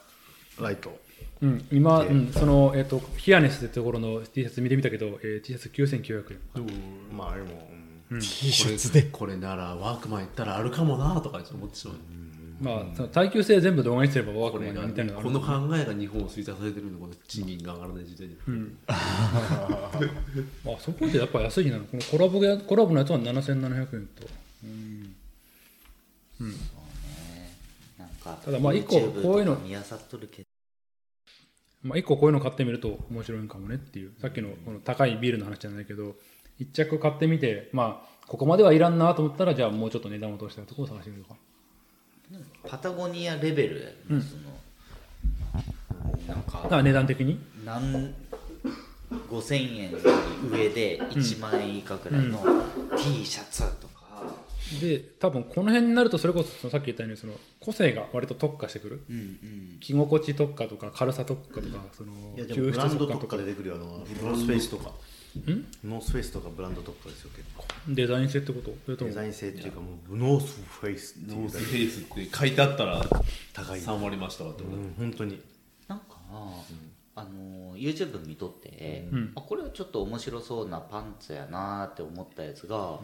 [SPEAKER 2] ライト
[SPEAKER 1] うん、今、うん、その、えっ、と、ヒアネスってところの T シャツ見てみたけど、えー、T シャツ9900円。
[SPEAKER 3] でも
[SPEAKER 2] まああれも、うん、
[SPEAKER 3] T シャツでこれこれならワークマン行ったらあるかもなとか思ってしまう、
[SPEAKER 1] まあ、その耐久性全部動画にすればワー
[SPEAKER 3] こ
[SPEAKER 1] クマ
[SPEAKER 3] れ
[SPEAKER 1] ン
[SPEAKER 3] が
[SPEAKER 1] にみたいなのがあ
[SPEAKER 3] こ
[SPEAKER 1] る
[SPEAKER 3] の考えが日本を衰退させてるのこの賃金が上がらない時代に、
[SPEAKER 1] あ、そこでやっぱ安いな。このコラボやコラボのやつは7700円と。
[SPEAKER 4] なんか
[SPEAKER 1] ただまあ一個
[SPEAKER 4] YouTube
[SPEAKER 1] こういうの
[SPEAKER 4] とか見あさっとるけど
[SPEAKER 1] まあ、一個こういうの買ってみると面白いんかもねっていう。さっきのこの高いビールの話じゃないけど、一着買ってみて、まあ、ここまではいらんなと思ったら、じゃあもうちょっと値段を落としたところを探してみるとか。
[SPEAKER 4] パタゴニアレベルやね、そのなん
[SPEAKER 1] だ
[SPEAKER 4] か
[SPEAKER 1] から値段的に。
[SPEAKER 4] 何5000円より上で1万円以下ぐらいの T シャツとか、
[SPEAKER 1] で、多分この辺になると、それこそそのさっき言ったように、その個性が割と特化してくる。
[SPEAKER 4] うんうん、
[SPEAKER 1] 着心地特化とか軽さ特化とか、その
[SPEAKER 2] いやでも
[SPEAKER 1] 抽
[SPEAKER 2] ブラン
[SPEAKER 1] 出
[SPEAKER 2] ド
[SPEAKER 1] 特化
[SPEAKER 2] 特
[SPEAKER 1] と
[SPEAKER 2] 化
[SPEAKER 1] か
[SPEAKER 2] で出てくるよあのノースフェイスとか
[SPEAKER 1] ん
[SPEAKER 2] ノースフェイスとかブランド特化ですよ結構
[SPEAKER 1] デザイン性ってことそれとも
[SPEAKER 2] デザイン性っていうかもうノースフェイスってい
[SPEAKER 3] ノ
[SPEAKER 2] う
[SPEAKER 3] ース
[SPEAKER 2] だけ
[SPEAKER 3] フェイスって書いてあったら
[SPEAKER 2] 高い
[SPEAKER 3] 3割増したわって
[SPEAKER 2] う
[SPEAKER 3] こと、
[SPEAKER 2] ん本当に
[SPEAKER 4] なんかな、あの YouTube 見とって、
[SPEAKER 1] うん
[SPEAKER 4] あこれはちょっと面白そうなパンツやなって思ったやつが、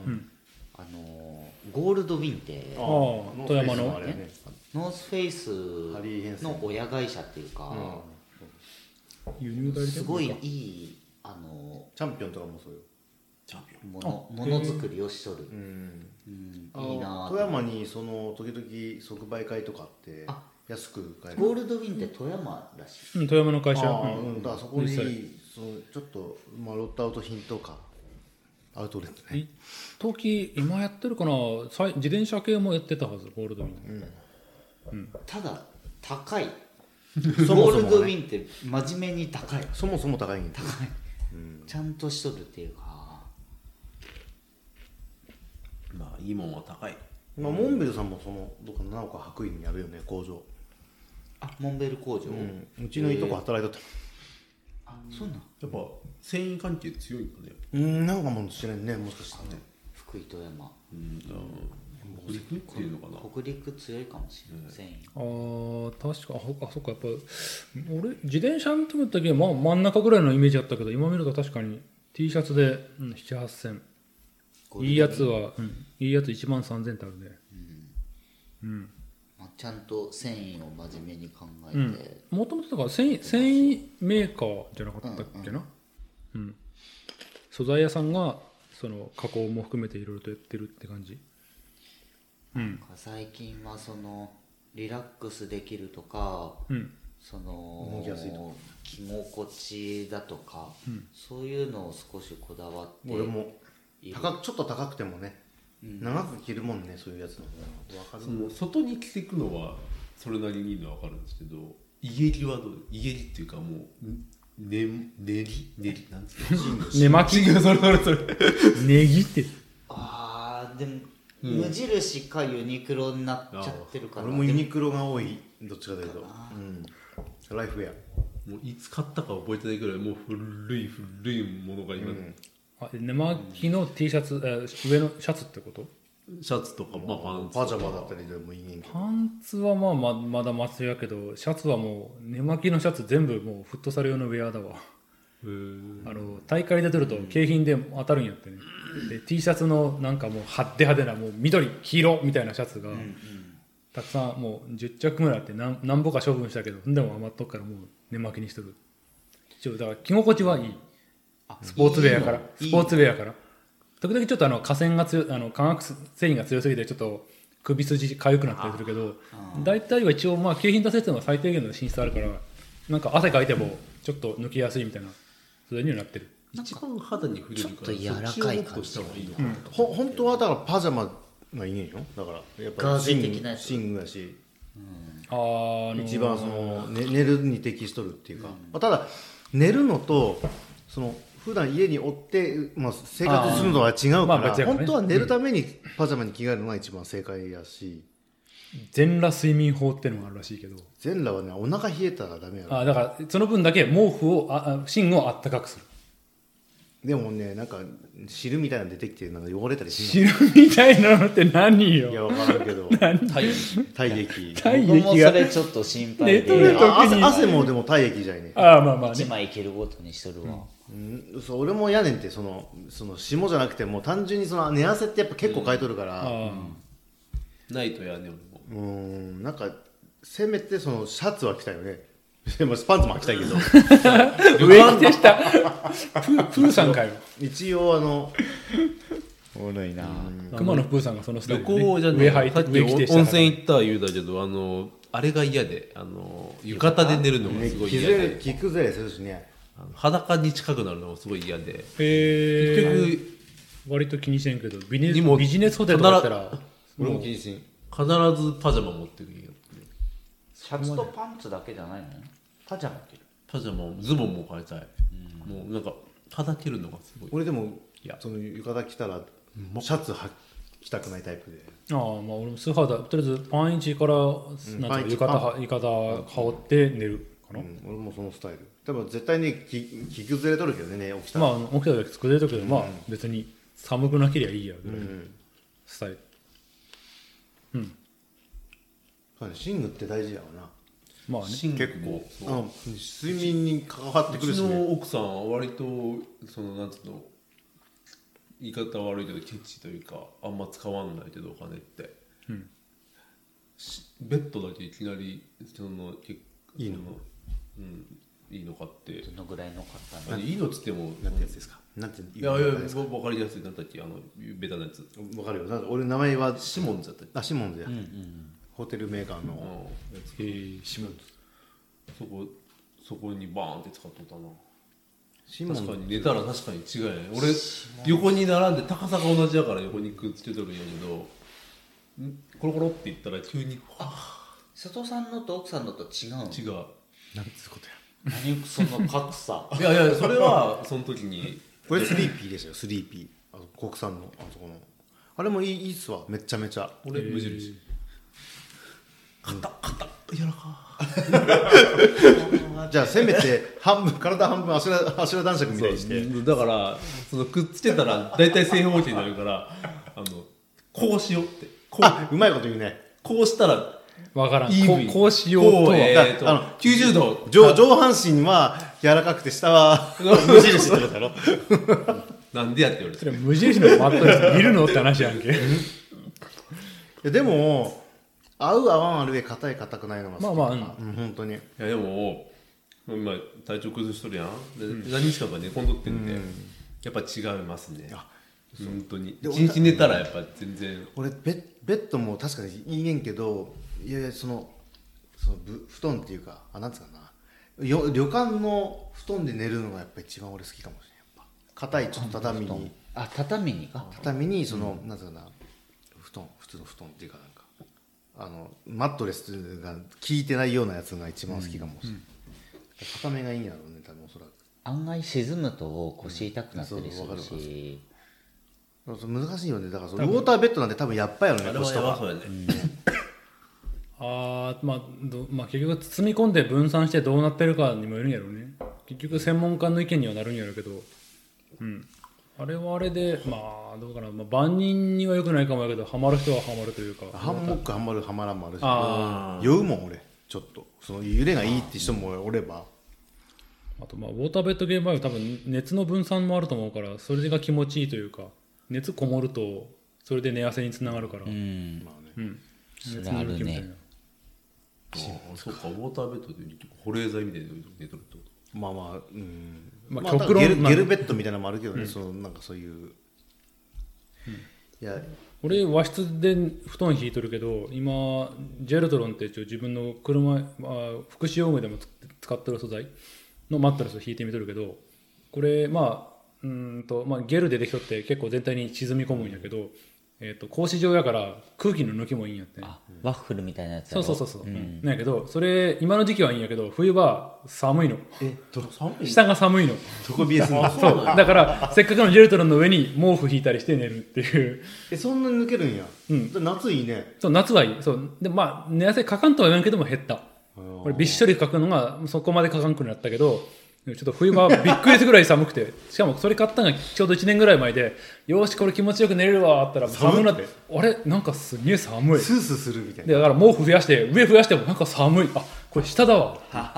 [SPEAKER 4] あのゴールドウィンテ
[SPEAKER 1] あー富山の
[SPEAKER 2] ノースフェイスあれやね
[SPEAKER 4] ノースフェイ
[SPEAKER 2] ハリーヘン
[SPEAKER 4] ス
[SPEAKER 2] セン
[SPEAKER 4] の親会社っていうか、
[SPEAKER 1] 輸入代理店
[SPEAKER 4] すごいいいあの
[SPEAKER 2] チャンピオンとかもそうよ
[SPEAKER 3] チャンピオン
[SPEAKER 4] ものものづくりをしとる、
[SPEAKER 2] うん
[SPEAKER 4] うん
[SPEAKER 2] あ
[SPEAKER 4] いいな
[SPEAKER 2] の富
[SPEAKER 4] と
[SPEAKER 2] 山にその時々即売会とかあって安く買える
[SPEAKER 4] ゴールドウィンって富山らしい
[SPEAKER 1] うん、富山の会社、
[SPEAKER 2] ああ
[SPEAKER 1] う
[SPEAKER 2] うんんだからそこ
[SPEAKER 1] 実
[SPEAKER 2] に
[SPEAKER 1] 際
[SPEAKER 2] そのちょっとまあロットアウト品とかアウトレットね
[SPEAKER 1] い時今やってるかなさい自転車系もやってたはずゴールドウィン
[SPEAKER 4] ただ高い
[SPEAKER 2] そも
[SPEAKER 4] ゴー
[SPEAKER 2] そ
[SPEAKER 4] ルドウ
[SPEAKER 2] もね
[SPEAKER 4] ィンって真面目に高い
[SPEAKER 2] そもそも高いんや
[SPEAKER 4] 高いちゃんとしとるっていうか
[SPEAKER 3] まあいいもんは高い
[SPEAKER 2] まあモンベルさんもそのどっか長岡白衣にやるよね工場
[SPEAKER 4] あモンベル工場、
[SPEAKER 2] うちのいとこ働いとった
[SPEAKER 4] あそうなん
[SPEAKER 3] やっぱ繊維関係強いんだね
[SPEAKER 2] うんなんかもう知らんねもしかしたらね
[SPEAKER 4] 福井富山
[SPEAKER 3] うん北陸っていうのかな
[SPEAKER 4] 北陸強いかもしれない、繊
[SPEAKER 1] あ
[SPEAKER 4] 維
[SPEAKER 1] あ確かあほあそっかやっぱ俺自転車の時の時は、まあ、真ん中ぐらいのイメージだったけど今見ると確かに T シャツで、うん、78000いいやつは、うん、いいやつ1万3000ってあるね
[SPEAKER 4] まあ、ちゃんと繊維を真面目に考えて、
[SPEAKER 1] もともとだから繊維繊維メーカーじゃなかったっけな、うん素材屋さんがその加工も含めていろいろとやってるって感じ
[SPEAKER 4] なんか最近はそのリラックスできるとか、
[SPEAKER 1] うん
[SPEAKER 4] その
[SPEAKER 2] 動きやすいとか
[SPEAKER 4] 着心地だとか、そういうのを少しこだわって
[SPEAKER 2] 俺も
[SPEAKER 4] いる
[SPEAKER 2] 高くちょっと高くてもね長く着るもんねそういうやつの方がわかる
[SPEAKER 3] その外に着ていくのはそれなりにいいのは分かるんですけど家りはどう家りっていうかもう、んね、ねり、ねり、なんつうの
[SPEAKER 1] 寝巻き
[SPEAKER 3] 違うそれそれそれ。
[SPEAKER 1] ネギって
[SPEAKER 4] あーでも、無印かユニクロになっちゃってるから
[SPEAKER 2] 俺もユニクロが多いどっちかというと、うん、ライフウェア
[SPEAKER 3] もういつ買ったか覚えてないぐらい、もう古い古いものが今、
[SPEAKER 1] あ寝巻きの T シャツ、えー上のシャツってこと
[SPEAKER 3] シャツとか、まあパンツと
[SPEAKER 2] パ
[SPEAKER 3] か。
[SPEAKER 2] ジャマだったりでもいいねんけど
[SPEAKER 1] パンツはまあままだ祭りやけどシャツはもう寝巻きのシャツ全部もうフットサル用のウェアだわ
[SPEAKER 3] へー
[SPEAKER 1] あの大会で取ると景品で当たるんやってね、で T シャツのなんかもう派手派手なもう緑黄色みたいなシャツが、たくさんもう10着ぐらいあってなんなんぼか処分したけどでも余っとくからもう寝巻きにしとる一応だから着心地はいいスポーツウェアから
[SPEAKER 4] いいの
[SPEAKER 1] スポーツウェアから時々ちょっとあの河川が強いあの化学繊維が強すぎてちょっと首筋痒くなったりするけど大体は一応まあ景品出せっていうのは最低限の寝室あるからなんか汗かいてもちょっと抜けやすいみたいなそれにはなってる
[SPEAKER 3] 一番肌に触れるから、
[SPEAKER 4] ちょっと柔らかい感じ
[SPEAKER 3] そっちをもっとした方がいいのかなと
[SPEAKER 2] ほ本当はだからパジャマがいいねんよだからやっ
[SPEAKER 4] ガ
[SPEAKER 2] ぱ
[SPEAKER 4] ーゼ的なやつ
[SPEAKER 2] シングだし
[SPEAKER 1] あーあの
[SPEAKER 2] 一番その、ね、寝るに適しとるっていうか、まあ、ただ寝るのとその普段家におって、まあ、生活するのは違うから,、
[SPEAKER 1] あーまあ別やからね
[SPEAKER 2] 本当は寝るためにパジャマに着替えるのが一番正解やし
[SPEAKER 1] 全裸睡眠法っていうのがあるらしいけど
[SPEAKER 2] 全裸はねお腹冷えたらダメやろ
[SPEAKER 1] あだからその分だけ毛布をああ芯をあったかくする
[SPEAKER 2] でもねなんか汁みたいなの出てきてなんか汚れたりし
[SPEAKER 1] 汁みたいなのって何
[SPEAKER 2] ないい
[SPEAKER 1] よ
[SPEAKER 2] やわからん けど
[SPEAKER 4] 体
[SPEAKER 2] 体液
[SPEAKER 1] 体
[SPEAKER 4] 僕も
[SPEAKER 1] 液
[SPEAKER 4] そ
[SPEAKER 1] が
[SPEAKER 4] れちょっと心配
[SPEAKER 1] 寝とる
[SPEAKER 4] で
[SPEAKER 1] と
[SPEAKER 2] あ汗汗もでも体液じゃいね
[SPEAKER 1] ああまあまあ
[SPEAKER 4] 一
[SPEAKER 1] ね
[SPEAKER 4] 枚いけるごとにしとるわ、
[SPEAKER 2] うんそう俺もやねんってそのその霜じゃなくてもう単純にその寝汗ってやっぱ結構変えとるから、
[SPEAKER 1] あ
[SPEAKER 3] ないとやね、俺も。
[SPEAKER 2] うーんなんかせめてそのシャツは着たいよね でもパンツもはきたいけど
[SPEAKER 1] あ上着でしたプープーさんかよ
[SPEAKER 2] 一応あの
[SPEAKER 5] おもろいな
[SPEAKER 1] 熊野プーさんがそのスタイ
[SPEAKER 3] 旅
[SPEAKER 1] ルでね、
[SPEAKER 3] 行じゃね
[SPEAKER 1] 上履い
[SPEAKER 3] さってき
[SPEAKER 1] 上着でしたから
[SPEAKER 3] 温泉行った言うだけどあのあれが嫌であの浴衣で寝るのがすごい
[SPEAKER 2] 着
[SPEAKER 3] 嫌
[SPEAKER 2] 崩れ
[SPEAKER 3] で
[SPEAKER 2] 着崩れするしね
[SPEAKER 3] あの裸に近くなるのがすごい嫌で結
[SPEAKER 1] へえ
[SPEAKER 3] 局
[SPEAKER 1] 割と気にしてんけどビジネ
[SPEAKER 3] に
[SPEAKER 1] ス
[SPEAKER 3] も
[SPEAKER 1] ビジネスホテルとかだったら
[SPEAKER 2] 俺も気にしん
[SPEAKER 3] 必ずパジャマ持ってくるよ
[SPEAKER 4] シャツとパンツだけじゃないのパジャマ着る
[SPEAKER 3] パジャマズボンも変えたいもうなんか肌着るのがすごい
[SPEAKER 2] 俺でも
[SPEAKER 3] いや
[SPEAKER 2] その浴衣着たらシャツは着たくないタイプで
[SPEAKER 1] ああまあ俺も素肌とりあえずパンイチからな
[SPEAKER 2] パ
[SPEAKER 1] ん
[SPEAKER 2] ン
[SPEAKER 1] ていう
[SPEAKER 2] イチ
[SPEAKER 1] か浴衣は浴衣羽織って寝るか
[SPEAKER 2] う
[SPEAKER 1] な、
[SPEAKER 2] ん、俺もそのスタイル多分絶対ね着着崩れとるけどね起きたら、
[SPEAKER 1] まあ起きた時作れるけど、まあ別に寒くなけりゃいいやぐらいのスタイル、
[SPEAKER 2] そうね寝具って大事やわな
[SPEAKER 1] まあね
[SPEAKER 3] シンク
[SPEAKER 2] 結
[SPEAKER 3] も
[SPEAKER 2] あの睡眠に関わって
[SPEAKER 3] う
[SPEAKER 2] く
[SPEAKER 3] ち
[SPEAKER 2] るしね
[SPEAKER 3] の奥さんは割とそのなんつうの言い方悪いけどケチというかあんま使わないけどお金って、しベッドだけいきなりそのけ
[SPEAKER 2] いいの
[SPEAKER 3] そうんいいのかって
[SPEAKER 4] どのぐらいの方なの
[SPEAKER 3] あいいのっつっても
[SPEAKER 2] なんてやつですかなんて
[SPEAKER 3] い
[SPEAKER 2] い
[SPEAKER 3] や
[SPEAKER 2] う
[SPEAKER 3] いや
[SPEAKER 2] の
[SPEAKER 3] わ
[SPEAKER 2] か
[SPEAKER 3] わかりやすいなんだっけあのベタなやつ
[SPEAKER 2] わかるよだって俺名前は
[SPEAKER 3] シモンズだったっけ
[SPEAKER 2] あシモンズや、
[SPEAKER 4] うんうん
[SPEAKER 2] ホテルメーカー
[SPEAKER 3] あ
[SPEAKER 2] の
[SPEAKER 3] のやつ
[SPEAKER 1] えー、し
[SPEAKER 3] そこそこにバーンって使っとったな
[SPEAKER 2] シモン
[SPEAKER 3] 確か
[SPEAKER 2] ズ
[SPEAKER 3] に寝たら確かに違うよね俺横に並んで高さが同じだから横にくっつけとるんやけどんコロコロって言ったら急には
[SPEAKER 4] 瀬戸さんのと奥さんのと違うの
[SPEAKER 3] ぁ違う
[SPEAKER 2] なんつうことや
[SPEAKER 4] 何その格 差
[SPEAKER 3] いやいやそれはその時 に
[SPEAKER 2] これスリーピーですよスリーピーあの国産のあそこのあれもいいいいっすわめっちゃめちゃ
[SPEAKER 3] 俺無印硬硬柔らか
[SPEAKER 2] じゃあせめ て半分体半分柱柱男爵みたいにして
[SPEAKER 3] いだからそのくっつけたら大体正方形になる からあのこうしようってこう
[SPEAKER 2] あうまいこと言うね
[SPEAKER 3] こうしたら
[SPEAKER 1] わからん
[SPEAKER 3] いい
[SPEAKER 1] こ
[SPEAKER 3] 部位
[SPEAKER 1] こうしようと
[SPEAKER 3] こ
[SPEAKER 1] は、
[SPEAKER 3] えーと
[SPEAKER 2] あの
[SPEAKER 3] 90度
[SPEAKER 2] 上上半身は柔らかくて下は無印ってことだろ
[SPEAKER 3] なんでやって言われ
[SPEAKER 1] そ
[SPEAKER 3] て
[SPEAKER 1] れ無印のマットレス見るのって話やんけ
[SPEAKER 2] いやでも合う合わんある上硬い硬くないのが好き
[SPEAKER 1] まあまあ
[SPEAKER 2] うん、本当に
[SPEAKER 3] いやでも今体調崩しとるやんで何日間か寝込んどってんで、やっぱ違いますね本当に一日寝たらやっぱ全然
[SPEAKER 2] 俺ベベッドも確かにいいねんけどいやいやそのそのぶ布団っていうかあなんつうかなよ旅館の布団で寝るのがやっぱ一番俺好きかもしれんやっぱ硬いちょっと畳に
[SPEAKER 4] あ畳にか
[SPEAKER 2] 畳にその、なんつうかな布団普通の布団っていうかなんかああのマットレスが効いてないようなやつが一番好きかもしれない、固めがいいんやろうね多分おそらく
[SPEAKER 4] 案外沈むと腰痛くなったり
[SPEAKER 2] そ
[SPEAKER 4] す
[SPEAKER 2] うわか
[SPEAKER 4] る
[SPEAKER 2] るわか
[SPEAKER 4] し、
[SPEAKER 2] だから難しいよねだからそのウォーターベッドなんて多分やっぱやろね腰と
[SPEAKER 3] やば
[SPEAKER 2] か
[SPEAKER 3] そうやね、
[SPEAKER 1] あー、まあどまあ、結局積み込んで分散してどうなってるかにもよるんやろうね結局専門家の意見にはなるんやろうけど、うん、あれはあれでまあどうかな、まあ、万人にはよくないかもやけどハマる人はハマるというか
[SPEAKER 2] ハンモックはまるはまらんもあるし
[SPEAKER 1] あ
[SPEAKER 2] 酔うもん俺ちょっとその揺れがいいって人もおれば
[SPEAKER 1] あとまあウォーターベッドゲームは多分熱の分散もあると思うからそれが気持ちいいというか熱こもるとそれで寝汗につながるから、う
[SPEAKER 4] うんん、それ
[SPEAKER 1] 熱の
[SPEAKER 4] あ
[SPEAKER 1] 動
[SPEAKER 4] る
[SPEAKER 1] きみたい
[SPEAKER 4] ね
[SPEAKER 1] な
[SPEAKER 3] ああそうかウォーターベッドで保冷剤みたいなの寝とるってこ
[SPEAKER 2] まあまあうん
[SPEAKER 1] まあ
[SPEAKER 2] まあ
[SPEAKER 1] 極論
[SPEAKER 2] ゲル
[SPEAKER 1] まあ
[SPEAKER 2] ゲルベッドみたいなのもあるけどね、そのなんかそういう、いや
[SPEAKER 1] 俺和室で布団引いとるけど今ジェルトロンって一応自分の車、まあ、福祉用具でもつ使ってる素材のマットレスを引いてみとるけどこれまあうーんと、まあ、ゲルでできとって結構全体に沈み込むんやけど、えー、と格子状やから空気の抜きもいいんやってね
[SPEAKER 4] あワッフルみたいなやつや
[SPEAKER 1] そう
[SPEAKER 4] ろ
[SPEAKER 1] そうそうそう、
[SPEAKER 4] う
[SPEAKER 1] うんん、なんやけどそれ今の時期はいいんやけど冬は寒いの
[SPEAKER 2] えと
[SPEAKER 3] と寒
[SPEAKER 1] 下が寒いの
[SPEAKER 2] どこ冷えすんの
[SPEAKER 1] そうだからせっかくのジェルトロンの上に毛布引いたりして寝るっていう
[SPEAKER 2] えそんなに抜けるんや、
[SPEAKER 1] うん
[SPEAKER 2] 夏いいね
[SPEAKER 1] そう夏はいいそうでまあ寝汗かかんとは言わんけども減ったこれびっしょりかくのがそこまでかかんくなったけどちょっと冬場はびっくりするぐらい寒くてしかもそれ買ったのがちょうど1年ぐらい前でよーしこれ気持ちよく寝れるわーって言ったら寒くなってあれなんかすげえ寒い
[SPEAKER 2] スースーするみたいな
[SPEAKER 1] でだから毛布増やして上増やしてもなんか寒いあこれ下だわ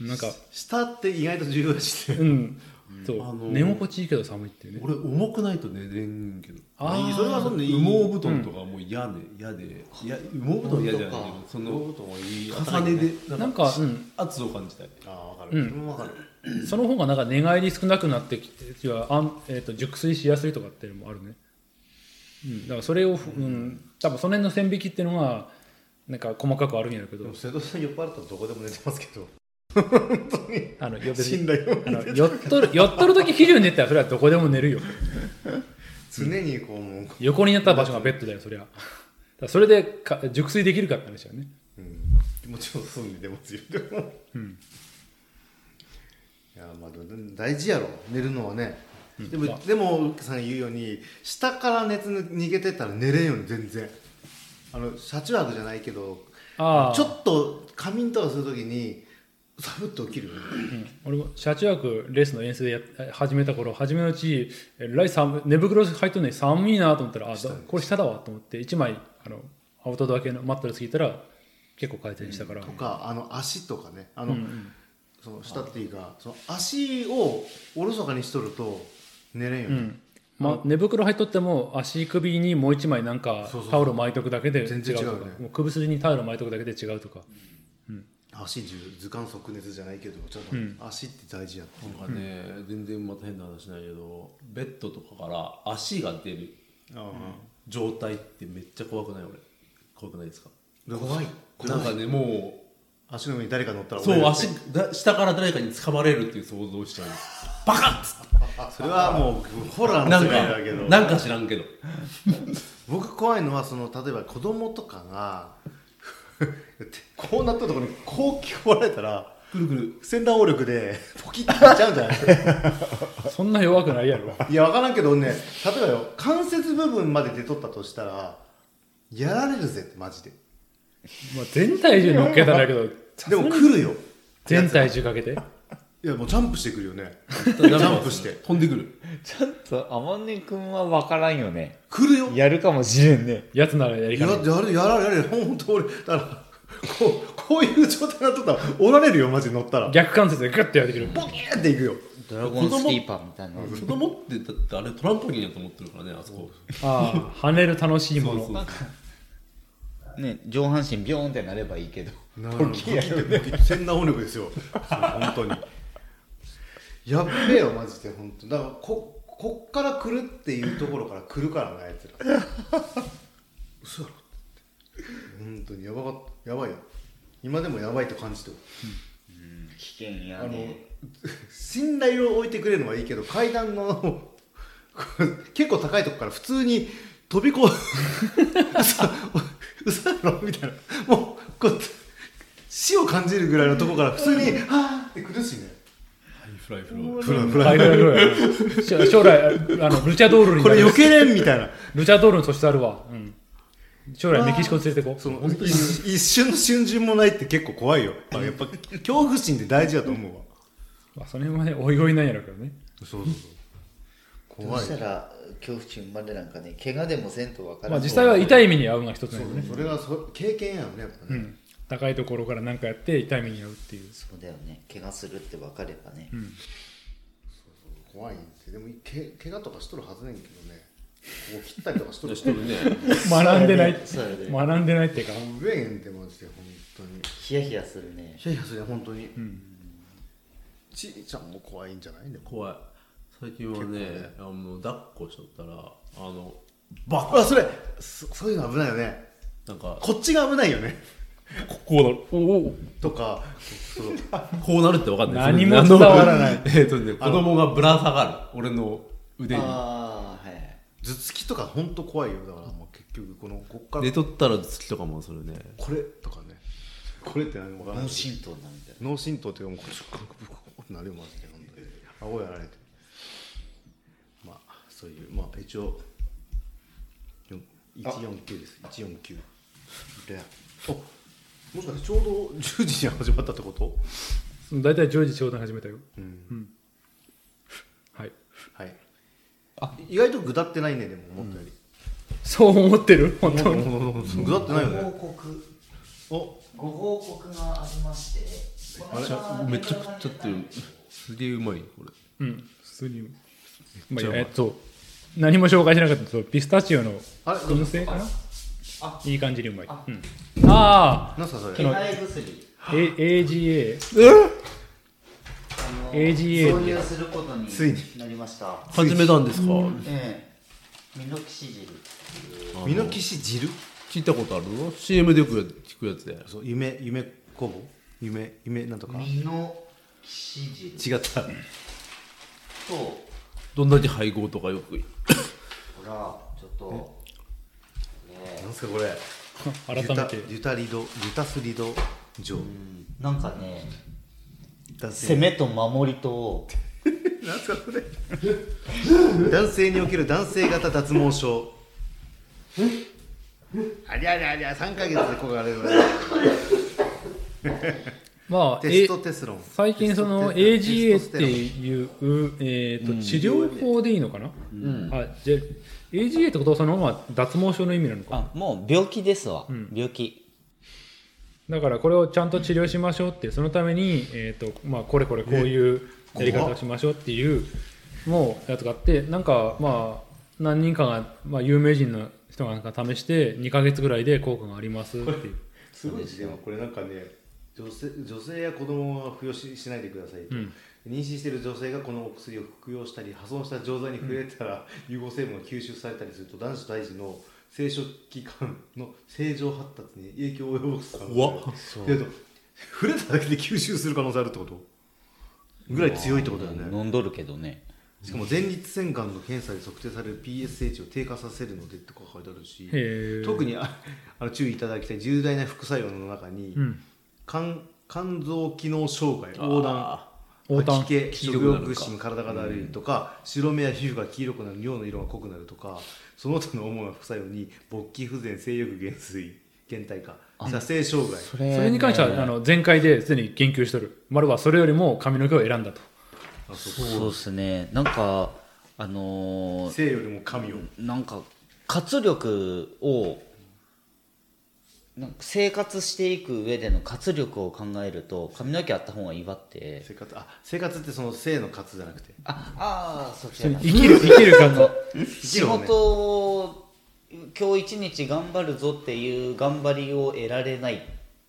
[SPEAKER 1] なんか
[SPEAKER 2] 下って意外と重要だし ね
[SPEAKER 1] うんそう、
[SPEAKER 3] あのー
[SPEAKER 1] 寝心地いいけど寒いっていうね
[SPEAKER 3] 俺重くないと寝れんけど
[SPEAKER 1] あー
[SPEAKER 2] それはそんでいい
[SPEAKER 3] 羽毛布団とかもう嫌で嫌でいや羽毛布団は嫌じゃないけどその重ねで
[SPEAKER 1] なんか、うん、
[SPEAKER 3] 圧を感じたい
[SPEAKER 2] ああ分かる、
[SPEAKER 1] うん
[SPEAKER 2] それも分かる
[SPEAKER 1] その方がなんか寝返り少なくなってきて要はあん、えー、と熟睡しやすいとかっていうのもあるね、うん、だからそれを、うん、多分その辺の線引きっていうのがなんか細かくあるんやろうけど
[SPEAKER 2] でも瀬戸さん酔っ払ったらどこでも寝てますけど
[SPEAKER 1] あのよ別
[SPEAKER 2] 信
[SPEAKER 1] に
[SPEAKER 2] 頼を
[SPEAKER 1] あの寄っとる寄っとる時基準に寝たらそれはどこでも寝るよ
[SPEAKER 2] 常にこうもう
[SPEAKER 1] 横になった場所がベッドだよそりゃだからそれでか熟睡できるかって話だよね
[SPEAKER 2] 気持ちよさそうに寝てますよでも
[SPEAKER 1] うん
[SPEAKER 2] いやまあでも大事やろ寝るのはね、でも、
[SPEAKER 1] まあ
[SPEAKER 2] でも奥さん言うように下から熱ぬ逃げてったら寝れんよね全然あの車中泊じゃないけど
[SPEAKER 1] ああ
[SPEAKER 2] ちょっと仮眠とかするときにサブッと起きるよね
[SPEAKER 1] うん俺も車中泊レースの遠征でや始めた頃初めのうちえらい寒い寝袋入っとんのに寒いなと思ったらあだこれ下だわと思って1枚あのアウトドア系のマットレス引いたら結構回転したから、
[SPEAKER 2] とかあの足とかねあの、その下っていうかその足をおろそかにしとると寝れんよ
[SPEAKER 1] う
[SPEAKER 2] ね、
[SPEAKER 1] んま寝袋入っとっても足首にもう1枚なんか
[SPEAKER 2] そうそうそう
[SPEAKER 1] タオル巻いとくだけで違
[SPEAKER 2] 全
[SPEAKER 1] うと
[SPEAKER 2] 然違
[SPEAKER 1] か
[SPEAKER 2] うね
[SPEAKER 1] もう首筋にタオル巻いとくだけで違うとか、
[SPEAKER 2] 足じゅ図鑑即熱じゃないけどちょっと足って大事やって、
[SPEAKER 3] なんかね、全然また変な話ないけどベッドとかから足が出る
[SPEAKER 2] あ
[SPEAKER 3] 状態ってめっちゃ怖くない俺怖くないですか
[SPEAKER 2] あ怖い
[SPEAKER 3] なんかねも
[SPEAKER 2] 足の上に誰か乗った
[SPEAKER 3] う
[SPEAKER 2] ら
[SPEAKER 3] そう
[SPEAKER 2] 俺
[SPEAKER 3] 足だ下から誰かに掴まれるっていう想像しちゃうバカッつって
[SPEAKER 2] あそれはもうホラーの
[SPEAKER 3] なん
[SPEAKER 2] 世
[SPEAKER 3] か
[SPEAKER 2] 界だけど
[SPEAKER 3] なんか知らんけ ど
[SPEAKER 2] 僕怖いのはその例えば子供とかがこうなったところにこう聞こられたら
[SPEAKER 3] くるくる
[SPEAKER 2] 先端応力でポキッていっちゃうんじゃない
[SPEAKER 1] そんな弱くないやろ
[SPEAKER 2] いや分からんけどね例えばよ関節部分まで出とったとしたらやられるぜってマジで
[SPEAKER 1] まあ全体重乗っけたらやけど
[SPEAKER 2] でも来るよ
[SPEAKER 1] 全体重かけて
[SPEAKER 2] いやもうジャンプしてくるよ ね
[SPEAKER 3] ジ
[SPEAKER 2] ャンプして
[SPEAKER 3] 飛んでくる
[SPEAKER 5] ちょっと、あまねくんは分からんよね。
[SPEAKER 2] 来るよ
[SPEAKER 5] やるかもしれんね。
[SPEAKER 1] やつならやり
[SPEAKER 2] や
[SPEAKER 1] か
[SPEAKER 2] や
[SPEAKER 1] ね
[SPEAKER 2] るやられやられ本当俺だからこうこういう状態になっとったらおられるよマジ乗ったら
[SPEAKER 1] 逆関節でグッてやってくる
[SPEAKER 2] ボキーンっていくよ
[SPEAKER 4] ドラゴンスキーパーみたいな
[SPEAKER 3] 子供ってだってあれトランポリンやと思ってるからねあそこ
[SPEAKER 1] ああ跳ねる楽しいもの
[SPEAKER 3] そうそう
[SPEAKER 4] ね上半身ビョーンってなればいいけど
[SPEAKER 2] ボキーンって千な音力ですよそう本当にやっべえよマジで本当だからここっから来るっていうところから来るからなやつら 嘘だろ本当にやばかったやばいよ今でもやばいと感じてる
[SPEAKER 4] 危険や
[SPEAKER 2] あの信頼を置いてくれるのはいいけど階段の 結構高いとこから普通に飛びこ 嘘嘘だろみたいなもうこう死を感じるぐらいのとこから普通に「はあ」って苦しいね
[SPEAKER 3] ハイフライフ
[SPEAKER 2] フラフ
[SPEAKER 1] ハ
[SPEAKER 2] ラ
[SPEAKER 1] イフライフライ将将来あのルチャドールに
[SPEAKER 2] こ
[SPEAKER 1] な
[SPEAKER 2] れ
[SPEAKER 1] る
[SPEAKER 2] 避けれんみたいな
[SPEAKER 1] ルチャドールの素質あるわ、うん、将来メキシコに連れてこう
[SPEAKER 2] その一一瞬の瞬順もないって結構怖いよあやっぱ恐怖心って大事だと思うわ
[SPEAKER 1] まあ、その辺はねおいおいなんやろうけどね
[SPEAKER 2] そうそうそう
[SPEAKER 4] どうしたら恐怖心までなんかね怪我でもせんとわからん
[SPEAKER 1] まあ、実際は痛い目に遭うのが一つな
[SPEAKER 2] そ
[SPEAKER 1] んよ
[SPEAKER 2] う
[SPEAKER 1] ね
[SPEAKER 2] だねそれはそ経験やもんねやっぱ
[SPEAKER 1] う
[SPEAKER 2] ね、
[SPEAKER 1] ん、高いところから何かやって痛い目に遭うっていう
[SPEAKER 4] そうだよね怪我するって分かればね、
[SPEAKER 2] 怖いんですよでもけ怪我とかしとるはずねんけどねここ切ったりとかしとる
[SPEAKER 3] ライしてるね
[SPEAKER 1] 学んでない
[SPEAKER 4] そうやねそうや
[SPEAKER 1] 学んでないっていうか
[SPEAKER 2] やべえんってマジで本当に
[SPEAKER 4] ヒヤヒヤするね
[SPEAKER 2] いやいやそれ本当に、ちいちゃんも怖いんじゃないでも
[SPEAKER 3] 怖い最近はねあの抱っこしちゃったらあの
[SPEAKER 2] バカそれそそういうの危ないよね
[SPEAKER 3] なんか
[SPEAKER 2] こっちが危ないよね
[SPEAKER 3] ここうなるおお
[SPEAKER 2] とかそう
[SPEAKER 3] こうなるって分かんない
[SPEAKER 1] 何も伝わらない
[SPEAKER 3] えっとね子供がぶら下がる俺の腕に
[SPEAKER 4] ああはい
[SPEAKER 2] 頭突きとか本当怖いよだからもう結局このこっから
[SPEAKER 3] 寝とったら頭突きとかもするね
[SPEAKER 2] これとかねこれって何も分から
[SPEAKER 4] 脳
[SPEAKER 2] ない
[SPEAKER 4] 震盪になるみたいな
[SPEAKER 2] 脳震盪っていうかもうこっちこうこうこうなるよマジで本当に顎やられてまあそういうまあ一応よ149です149でおもしかしてちょうど10時に始まったってこと
[SPEAKER 1] その大体常時商談始めたよ、うんはい
[SPEAKER 2] はいあ意外と下ってないねでも思ったより、
[SPEAKER 1] そう思ってる本当に
[SPEAKER 2] 下ってないよ
[SPEAKER 4] ご
[SPEAKER 2] ね
[SPEAKER 4] 報告
[SPEAKER 2] お
[SPEAKER 4] ご報告がありまして
[SPEAKER 3] めっちゃめっちゃ食っちゃってるすげえうまいこれ
[SPEAKER 1] うん普通にまあえっと何も紹介しなかったけどピスタチオの
[SPEAKER 2] あれ
[SPEAKER 1] 燻製かな
[SPEAKER 4] あ
[SPEAKER 1] いい感じにうまいうん、あ
[SPEAKER 2] 何すかそ
[SPEAKER 1] 気
[SPEAKER 2] れ
[SPEAKER 1] の
[SPEAKER 4] 手配薬
[SPEAKER 1] あ AGA
[SPEAKER 4] あの
[SPEAKER 1] AGA
[SPEAKER 4] 挿入することに
[SPEAKER 2] ついに
[SPEAKER 4] なりました
[SPEAKER 3] 始めたんですか
[SPEAKER 4] ええミノキシジル
[SPEAKER 2] ミノキシ汁
[SPEAKER 3] 聞いたことあるの ?CM でよく聞くやつで
[SPEAKER 2] そう夢夢工房夢夢なんとか違
[SPEAKER 4] ミノキシジル
[SPEAKER 2] った
[SPEAKER 4] と
[SPEAKER 3] どんだけ配合とかよく
[SPEAKER 4] ほらちょっとこれ
[SPEAKER 2] 何すかこれ
[SPEAKER 1] 改
[SPEAKER 2] デュ
[SPEAKER 1] め
[SPEAKER 2] タ
[SPEAKER 1] て
[SPEAKER 2] デュタリドデュタスリド城
[SPEAKER 4] うんなんかね
[SPEAKER 2] 男性
[SPEAKER 4] 攻めと守りと
[SPEAKER 2] なんすかそれ男性における男性型脱毛症ありゃりゃりゃ3ヶ月で焦がれるわ
[SPEAKER 1] まあ
[SPEAKER 2] テスト
[SPEAKER 1] A-
[SPEAKER 2] テスロン
[SPEAKER 1] 最近その
[SPEAKER 2] テス
[SPEAKER 1] AGA
[SPEAKER 2] ト
[SPEAKER 1] って
[SPEAKER 2] テステロン
[SPEAKER 1] いう、えーと治療法でいいのかな、あじゃあ AGA ってことはそのまま脱毛症の意味なのか
[SPEAKER 4] あもう病気ですわ、病気
[SPEAKER 1] だからこれをちゃんと治療しましょうってそのために、えーとまあ、これこれこういうやり方をしましょうっていうもうやつがあってなんかまあ何人かが、まあ、有名人の人がなんか試して2ヶ月ぐらいで効果がありますっていう
[SPEAKER 2] すごいですねこれなんかね女性女性や子供は服用ししないでくださいと、妊娠している女性がこのお薬を服用したり破損した錠剤に触れたら、融合成分が吸収されたりすると男子と胎児の生殖器官の正常発達に影響を及ぼす
[SPEAKER 3] 怖っ
[SPEAKER 2] だけど触れただけで吸収する可能性あるってことぐらい強いってことだよね、
[SPEAKER 4] 飲んどるけどね
[SPEAKER 2] しかも前立腺がんの検査で測定される PSH を低下させるのでって書いてあるし
[SPEAKER 1] へー
[SPEAKER 2] 特にあ あの注意いただきたい重大な副作用の中に、
[SPEAKER 1] ん
[SPEAKER 2] 肝肝臓機能障害横断
[SPEAKER 1] 横断
[SPEAKER 2] 吐き気食
[SPEAKER 3] 黄色くなる
[SPEAKER 2] 欲不振体がだるいとか、白目や皮膚が黄色くなる尿の色が濃くなるとかその他の主な副作用に勃起不全性欲減衰倦怠感射精障害
[SPEAKER 4] れ
[SPEAKER 1] それに関しては、あの前回ですでに言及してる丸はそれよりも髪の毛を選んだと
[SPEAKER 4] そうですねなんかあのー
[SPEAKER 2] 性よりも神を、
[SPEAKER 4] なんか活力をなんか生活していく上での活力を考えると髪の毛あった方がいいわって
[SPEAKER 2] 生活あ生活ってその性の活じゃなくて
[SPEAKER 4] ああーそっちら
[SPEAKER 1] 生きる生きる感じ
[SPEAKER 4] 仕事を今日一日頑張るぞっていう頑張りを得られないっ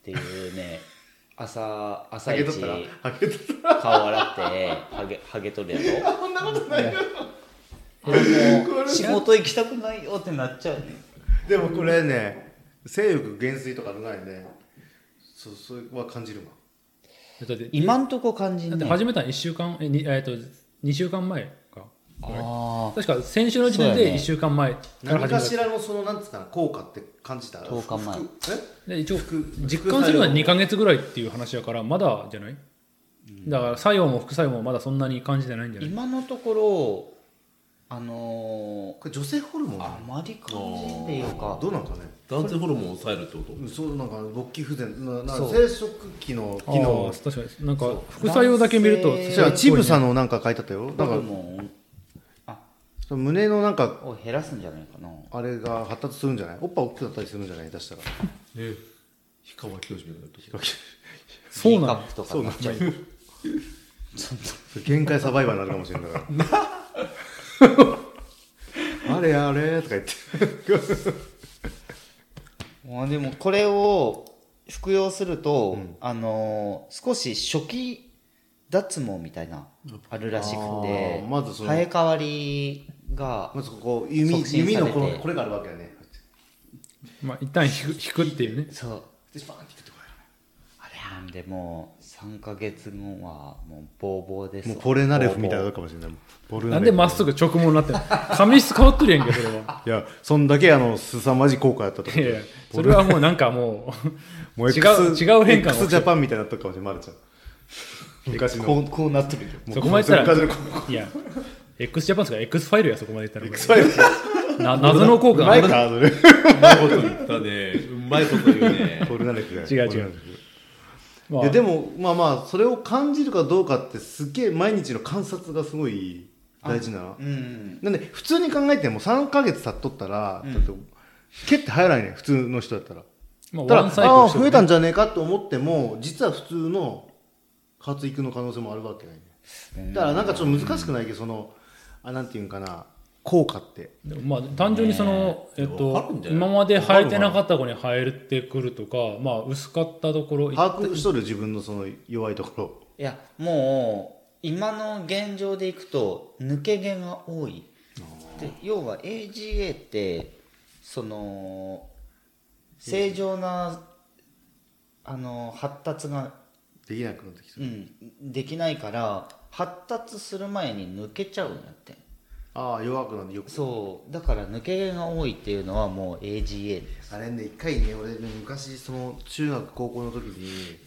[SPEAKER 4] ていうね 朝朝
[SPEAKER 2] ハゲ
[SPEAKER 4] 一
[SPEAKER 2] 取ったらハゲ取ったら
[SPEAKER 4] 顔洗ってハゲハゲ取るやろ
[SPEAKER 2] そんなことないよ
[SPEAKER 4] でも仕事行きたくないよってなっちゃうね
[SPEAKER 2] でもこれね性欲減衰とかのないねそそれは感じるわ
[SPEAKER 1] だって
[SPEAKER 4] 今んとこ感じ
[SPEAKER 1] だ
[SPEAKER 4] な
[SPEAKER 1] って
[SPEAKER 4] い
[SPEAKER 1] 始めたの1週間えにえーと2週間前か
[SPEAKER 4] あ
[SPEAKER 1] 確か先週の時点
[SPEAKER 4] そうや
[SPEAKER 1] で
[SPEAKER 4] ね
[SPEAKER 1] 1週間前か
[SPEAKER 2] 何
[SPEAKER 1] ら
[SPEAKER 2] か
[SPEAKER 1] 始
[SPEAKER 2] し
[SPEAKER 1] め
[SPEAKER 2] らのそのなんですかね効果って感じた
[SPEAKER 4] 10日前
[SPEAKER 2] 服え
[SPEAKER 1] たで一応
[SPEAKER 2] 副
[SPEAKER 1] 実感するのは
[SPEAKER 2] 副作用
[SPEAKER 1] 2か月ぐらいっていう話やからまだじゃないだから作用も副作用もまだそんなに感じてないんじゃない
[SPEAKER 4] 今のところあの
[SPEAKER 2] これ女性ホルモン
[SPEAKER 4] ー、
[SPEAKER 2] なの
[SPEAKER 4] あまり感じんでようか
[SPEAKER 2] どうなんかね
[SPEAKER 3] 男性ホルモンを抑えるってこと
[SPEAKER 2] そうなんか勃起不全なな
[SPEAKER 4] そう
[SPEAKER 2] 生殖器の
[SPEAKER 1] あ
[SPEAKER 2] 機能
[SPEAKER 1] ー確かになんか副作用だけ見ると
[SPEAKER 4] 男性
[SPEAKER 2] じゃあチブさ
[SPEAKER 1] ん
[SPEAKER 2] んのなんか書いてあったよ
[SPEAKER 4] ホ
[SPEAKER 2] だか
[SPEAKER 4] ル
[SPEAKER 2] ら
[SPEAKER 4] モン
[SPEAKER 2] その胸のなんか
[SPEAKER 4] を減らすんじゃないかな
[SPEAKER 2] あれが発達するんじゃないおっぱい大きくなったりするんじゃない出したら
[SPEAKER 3] え氷川きよしみたいなこと
[SPEAKER 1] そうなの
[SPEAKER 4] ティーカップとかになっちゃう
[SPEAKER 2] それ限界サバイバーになるかもしれないから あれあれとか言って
[SPEAKER 4] まあでもこれを服用すると、あのー少し初期脱毛みたいなあるらしくて
[SPEAKER 2] あーまずその
[SPEAKER 4] 生え変わりが
[SPEAKER 2] まずここ弓
[SPEAKER 4] 促進
[SPEAKER 2] 弓
[SPEAKER 4] され
[SPEAKER 2] の
[SPEAKER 4] て
[SPEAKER 2] このこれがあるわけだね
[SPEAKER 1] まあ一旦引く引くっていうね
[SPEAKER 4] そう
[SPEAKER 2] でバーンっていくとこ
[SPEAKER 4] あれなんでもう3か月後はもうボーボーで
[SPEAKER 2] や
[SPEAKER 4] す
[SPEAKER 2] もうポレナレフみたいな
[SPEAKER 4] ボ
[SPEAKER 2] の
[SPEAKER 4] ー
[SPEAKER 2] かもしれないポレナレフ
[SPEAKER 1] なんでまっすぐ直毛になってんの髪質変わっとるやんけそれ は
[SPEAKER 2] いやそんだけあの凄まじい効果やったと
[SPEAKER 1] いやいやそれはもうなんかもう
[SPEAKER 2] もう X
[SPEAKER 1] 違う違う変化が起
[SPEAKER 2] X
[SPEAKER 1] き
[SPEAKER 2] ジ
[SPEAKER 1] て
[SPEAKER 2] ャ
[SPEAKER 1] る
[SPEAKER 2] パンみたいになったかもしれないまるちゃん昔の
[SPEAKER 4] ボーこうこうなってるよ
[SPEAKER 1] そこまで言った
[SPEAKER 2] 昔の
[SPEAKER 1] らいや x ジャパンですから X ファイルやそこまで言った
[SPEAKER 2] X ファイ
[SPEAKER 1] らな謎の効
[SPEAKER 2] ル
[SPEAKER 1] 果
[SPEAKER 2] う
[SPEAKER 1] が
[SPEAKER 2] まいか それ
[SPEAKER 3] うまいこと言ったねうまいこと言うね
[SPEAKER 2] ポルナレフだよ
[SPEAKER 1] 違う違う
[SPEAKER 2] ポルナレフ
[SPEAKER 1] ま
[SPEAKER 2] い
[SPEAKER 1] あ
[SPEAKER 2] やでもまあまあそれを感じるかどうかってすげえ毎日の観察がすごい大事なの
[SPEAKER 4] うんうん
[SPEAKER 2] なんで普通に考えても3ヶ月経っとったら、
[SPEAKER 4] うん
[SPEAKER 2] だって毛って生えないね普通の人だったら
[SPEAKER 1] まあ
[SPEAKER 2] た
[SPEAKER 1] ワ
[SPEAKER 2] だ
[SPEAKER 1] ンサイク
[SPEAKER 2] ああ
[SPEAKER 1] ルして
[SPEAKER 2] 増え
[SPEAKER 1] る
[SPEAKER 2] た
[SPEAKER 1] ね
[SPEAKER 2] んじゃねえかと思っても実は普通の発育の可能性もあるわけだよねだからなんかちょっと難しくないけどそのあなんていうんかな効果って
[SPEAKER 1] でもまあ単純にその、えっ
[SPEAKER 3] わかる
[SPEAKER 1] と
[SPEAKER 3] ん、じゃない
[SPEAKER 1] 今まで生えてなかった子に生えてくるとか、まあ、薄かったところ
[SPEAKER 2] 把握しとる自分のその弱いところ
[SPEAKER 4] いやもう今の現状でいくと抜け毛が多いで要は AGA ってその正常な、あの発達が、
[SPEAKER 2] できなくなってきて
[SPEAKER 4] う
[SPEAKER 2] る、
[SPEAKER 4] ん、できないから発達する前に抜けちゃうんだって
[SPEAKER 2] ああ弱くなってよく
[SPEAKER 4] そうだから抜け毛が多いっていうのはもう AGA です
[SPEAKER 2] あれね一回ね俺ね昔その中学高校の時に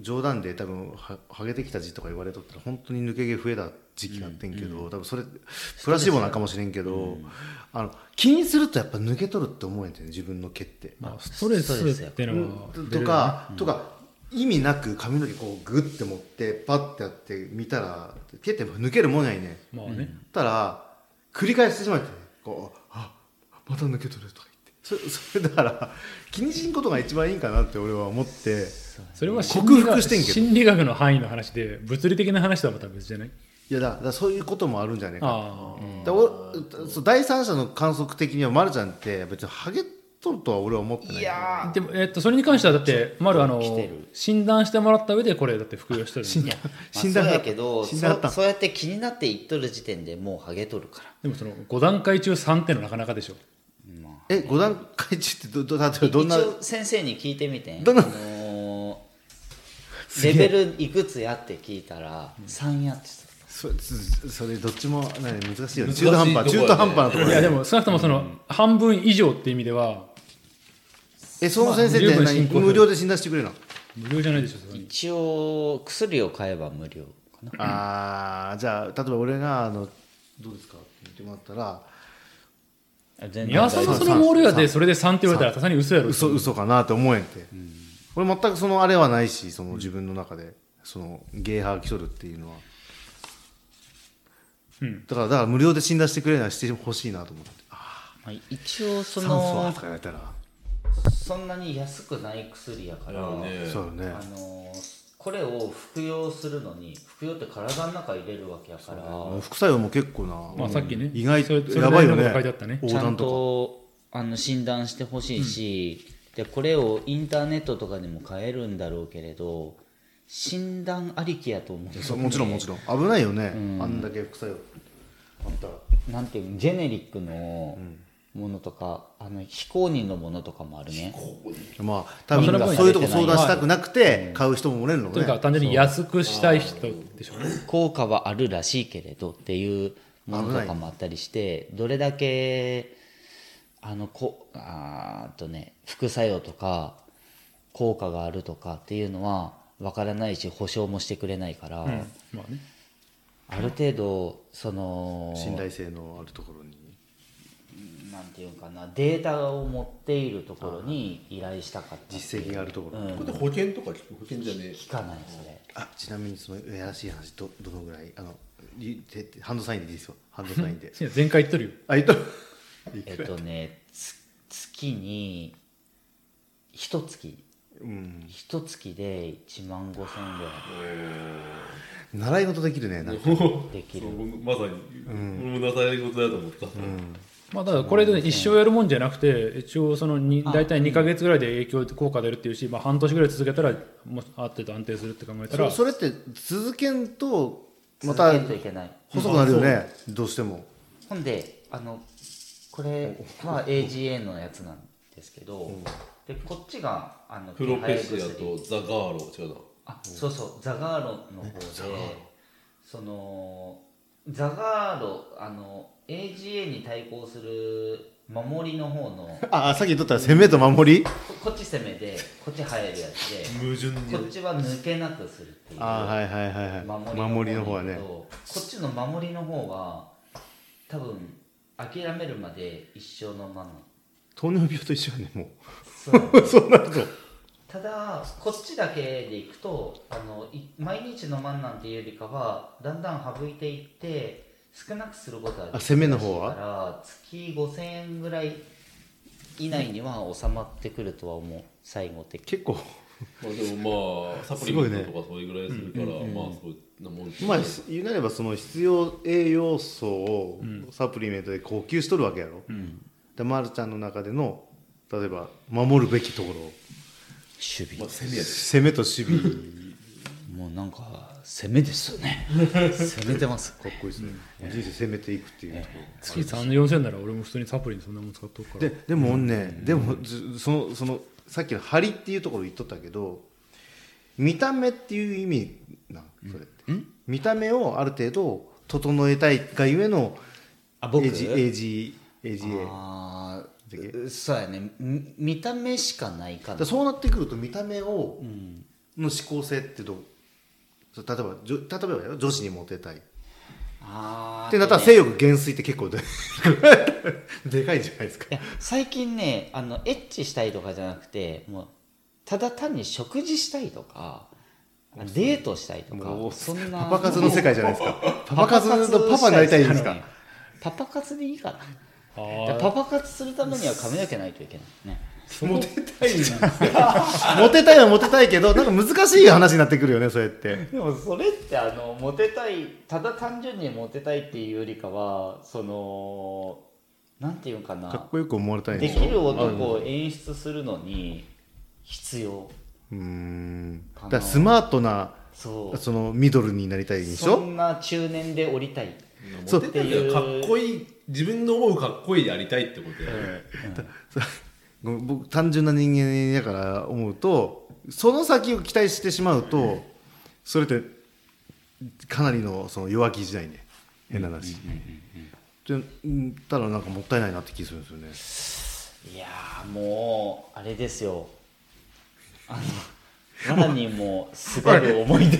[SPEAKER 2] 冗談で多分はハゲてきた字とか言われとったら本当に抜け毛増えた時期があってんけど、多分それプラシーボなんかもしれんけど、あの気にするとやっぱ抜けとるって思えてね自分の毛って。
[SPEAKER 1] まあ、ストレスっていうのは
[SPEAKER 2] とか、とか意味なく髪の毛こうグッて持ってパッてやって見たら毛って抜けるもんやいね。
[SPEAKER 1] まあね、
[SPEAKER 2] ったら繰り返してしまってこう「あまた抜けとる」とか言ってそ それだから気にしんことが一番いいんかなって俺は思って
[SPEAKER 1] それは
[SPEAKER 2] 克服してんけど
[SPEAKER 1] 心理学の範囲の話で物理的な話とはまた別じゃない
[SPEAKER 2] いやだだからそういうこともあるんじゃねえか
[SPEAKER 1] ああ、
[SPEAKER 2] だおそう第三者の観測的にはまるちゃんって別にハゲとるとは俺は思ってない
[SPEAKER 4] や
[SPEAKER 1] でも、えっと、それに関してはだって丸あの
[SPEAKER 4] 来てる
[SPEAKER 1] 診断してもらった上でこれだって服用してるんで
[SPEAKER 2] 死ん
[SPEAKER 4] ま
[SPEAKER 2] だな
[SPEAKER 4] あ、そうやけど
[SPEAKER 2] 死んだなった
[SPEAKER 4] そうそうやって気になっていっとる時点でもうハゲとるか
[SPEAKER 1] でもその5段階中3ってのはなかなかでしょ
[SPEAKER 4] ら、まあ
[SPEAKER 2] え五段階中ってどど例えばどんな
[SPEAKER 4] 一応先生に聞いてみて
[SPEAKER 2] どんな
[SPEAKER 4] あのーレベルいくつやって聞いたら3やって
[SPEAKER 2] そそそれどっちもなんか難しいよね
[SPEAKER 3] 難しい
[SPEAKER 2] 中途半端
[SPEAKER 3] とこや
[SPEAKER 2] 中
[SPEAKER 3] ね
[SPEAKER 2] 途半端なところ
[SPEAKER 1] いやで
[SPEAKER 2] で
[SPEAKER 1] も少なくともその半分以上って意味では
[SPEAKER 2] えその先生っ
[SPEAKER 1] まあ十
[SPEAKER 2] て
[SPEAKER 1] 分進行
[SPEAKER 2] 何
[SPEAKER 1] する
[SPEAKER 2] 無料で診断してくれるの
[SPEAKER 1] 無料じゃないでしょさすがに
[SPEAKER 4] 一応薬を買えば無料かな
[SPEAKER 2] あーじゃあ例えば俺があのどうですかって言ってもらったら
[SPEAKER 4] あ全
[SPEAKER 1] 宮さんがそのモールやでそれで3って言われたらさすがに嘘やろ
[SPEAKER 2] 嘘嘘かなって思えんて、俺全くそのあれはないしその自分の中でそのゲーハーキョルっていうのは、
[SPEAKER 1] うん
[SPEAKER 2] だからだから無料で診断してくれるならしてほしいなと思って
[SPEAKER 4] まあ一応そ
[SPEAKER 2] 酸素は
[SPEAKER 4] の
[SPEAKER 2] とか言われたら
[SPEAKER 4] そんなに安くない薬やから、
[SPEAKER 2] そう
[SPEAKER 3] ね
[SPEAKER 2] よね
[SPEAKER 4] あのーこれを服用するのに服用って体の中入れるわけやから
[SPEAKER 2] 副作用も結構な、
[SPEAKER 1] まあさっきね
[SPEAKER 2] 意外
[SPEAKER 1] それそれ
[SPEAKER 2] やばいよね
[SPEAKER 1] なりのこと書いてあったね
[SPEAKER 2] 横
[SPEAKER 4] ちゃ
[SPEAKER 2] 断
[SPEAKER 4] ん
[SPEAKER 2] と
[SPEAKER 4] とあの診断してほしいし、でこれをインターネットとかでも買えるんだろうけれど診断ありきやと思
[SPEAKER 2] か
[SPEAKER 4] う
[SPEAKER 2] そうもちろんもちろん危ないよね、あんだけ副作用あったら
[SPEAKER 4] なんていうのジェネリックのものとか、あの非公認のものとかもあるね
[SPEAKER 2] まあ多分
[SPEAKER 1] まあその分
[SPEAKER 2] そういうとこ相談したくなくて買う人もおれるのも
[SPEAKER 1] とい
[SPEAKER 2] ね
[SPEAKER 1] うか単純に安くしたい人でしょうね
[SPEAKER 4] 効果はあるらしいけれどっていうものとかもあったりしてどれだけあのこあーっとね副作用とか効果があるとかっていうのは分からないし保証もしてくれないから、
[SPEAKER 1] まあね
[SPEAKER 4] ある程度その
[SPEAKER 2] 信頼性のあるところに
[SPEAKER 4] なんていうかなデータを持っているところに依頼したかった
[SPEAKER 2] 実績があるところ、
[SPEAKER 4] うん
[SPEAKER 3] こで保険とか聞く保険じゃねえ
[SPEAKER 4] 聞かないそれ
[SPEAKER 2] あちなみにそのやらしい話どどのぐらいあのりてハンドサインでいいですよハンドサインで
[SPEAKER 1] いや前回言っとるよ
[SPEAKER 2] あえっと
[SPEAKER 4] えっとねつ月に一月
[SPEAKER 2] うん
[SPEAKER 4] 一月で1万5000円ぐら
[SPEAKER 2] 習い事できるねなんか
[SPEAKER 4] いでき
[SPEAKER 3] そ
[SPEAKER 4] る
[SPEAKER 3] う僕まさに、俺もなされることだと思った、
[SPEAKER 1] まあ、だからこれでね一生やるもんじゃなくて一応そのに大体2か月ぐらいで影響効果出るっていうし、まあ、半年ぐらい続けたらもうあってと安定するって考えたら
[SPEAKER 2] そそれって続けんとま
[SPEAKER 4] 続
[SPEAKER 2] た
[SPEAKER 4] けんといけない
[SPEAKER 2] 細くなるよねどうしても
[SPEAKER 4] ほんであのこれまあ AGA のやつなんですけど、でこっちがあの
[SPEAKER 3] プロペシア
[SPEAKER 4] 手早
[SPEAKER 3] と
[SPEAKER 4] い薬
[SPEAKER 3] ザガーロ違うな
[SPEAKER 4] あそうそうザガーロの方でそのザガーロあの AGA に対抗する守りの方の
[SPEAKER 2] ああさっき言っとった攻めと守り
[SPEAKER 4] ここっち攻めでこっち入るやつで
[SPEAKER 3] 矛盾
[SPEAKER 4] こっちは抜けなくするっていう
[SPEAKER 2] ああはいはいはいはい守りの方は
[SPEAKER 4] だ
[SPEAKER 2] ね
[SPEAKER 4] けどこっちの守りの方は多分諦めるまで一生飲まない
[SPEAKER 2] 糖尿病と一緒よねも
[SPEAKER 4] そう
[SPEAKER 2] うそうなると
[SPEAKER 4] ただこっちだけでいくとあのい毎日飲まんなんていうよりかはだんだん省いていって少なくすることはできる
[SPEAKER 2] あ攻めの方は
[SPEAKER 4] らしいから月5000円ぐらい以内には収まってくるとは思う最後的に
[SPEAKER 2] 結構
[SPEAKER 3] まあでもまあサプリメントとかそれぐらいするから、まあそうなもん
[SPEAKER 2] まあ言うなればその必要栄養素をサプリメントでこう補給しとるわけやろ、でまるちゃんの中での例えば守るべきところ
[SPEAKER 4] 守備
[SPEAKER 3] まあ攻めやで
[SPEAKER 2] 攻めと守備か
[SPEAKER 4] もうなんか攻めですよ ね攻めてます
[SPEAKER 2] っこいいですね、 人生攻めていくっていうところ、
[SPEAKER 1] 月34千なら俺も普通にサプリにそんなもん使っとくから
[SPEAKER 2] ででもね、でもずそのそのさっきの張りっていうところ言っとったけど見た目っていう意味なんそれって、見た目をある程度整えたいがゆえの
[SPEAKER 4] あ僕
[SPEAKER 2] AG AGA
[SPEAKER 4] あ
[SPEAKER 2] だっ
[SPEAKER 4] あそうやねみ見た目しかない
[SPEAKER 2] だか
[SPEAKER 4] か
[SPEAKER 2] ら
[SPEAKER 4] な
[SPEAKER 2] そうなってくると見た目を、の思考性ってどうそう例えばじょ例えばだよ女子にモテたいっ
[SPEAKER 4] あー
[SPEAKER 2] てなったら
[SPEAKER 4] で
[SPEAKER 2] 性
[SPEAKER 4] ね
[SPEAKER 2] 欲減衰って結構で でかいんじゃないですか
[SPEAKER 4] いや最近ねあのエッチしたいとかじゃなくてもうただ単に食事したいとかあデートしたいと
[SPEAKER 2] もう
[SPEAKER 4] かそんな
[SPEAKER 2] パパ活の世界じゃないです かパパ活
[SPEAKER 4] 活
[SPEAKER 2] のパパになりたいんです
[SPEAKER 4] した
[SPEAKER 2] か
[SPEAKER 4] ねパパ活でいいか
[SPEAKER 1] あ
[SPEAKER 4] な
[SPEAKER 1] ー
[SPEAKER 4] だからパパ活するためには髪の毛ないといけないね
[SPEAKER 2] モテたいんですかモテたいはモテたいけどなんか難しい話になってくるよねそうやって
[SPEAKER 4] でもそれってあのモテたいただ単純にモテたいっていうよりかはそのなんていうかな
[SPEAKER 2] かっこよく思われたいん
[SPEAKER 4] で
[SPEAKER 2] でしょ
[SPEAKER 4] きる男を演出するのに必要
[SPEAKER 2] うーんだからスマートな
[SPEAKER 4] そう
[SPEAKER 2] そのミドルになりたいんでし
[SPEAKER 4] そ
[SPEAKER 2] ょ
[SPEAKER 4] んな中年で降りたい
[SPEAKER 2] そう
[SPEAKER 3] モテたいけどかっこいい自分の思うかっこいいやりたいってことや、
[SPEAKER 2] ごめん僕単純な人間だから思うとその先を期待してしまうとそれってかなりのその弱気時代ね変な話でうんたらなんかもったいないなって気するんですよね
[SPEAKER 4] いやーもうあれですよあのわらにもすがる思い出い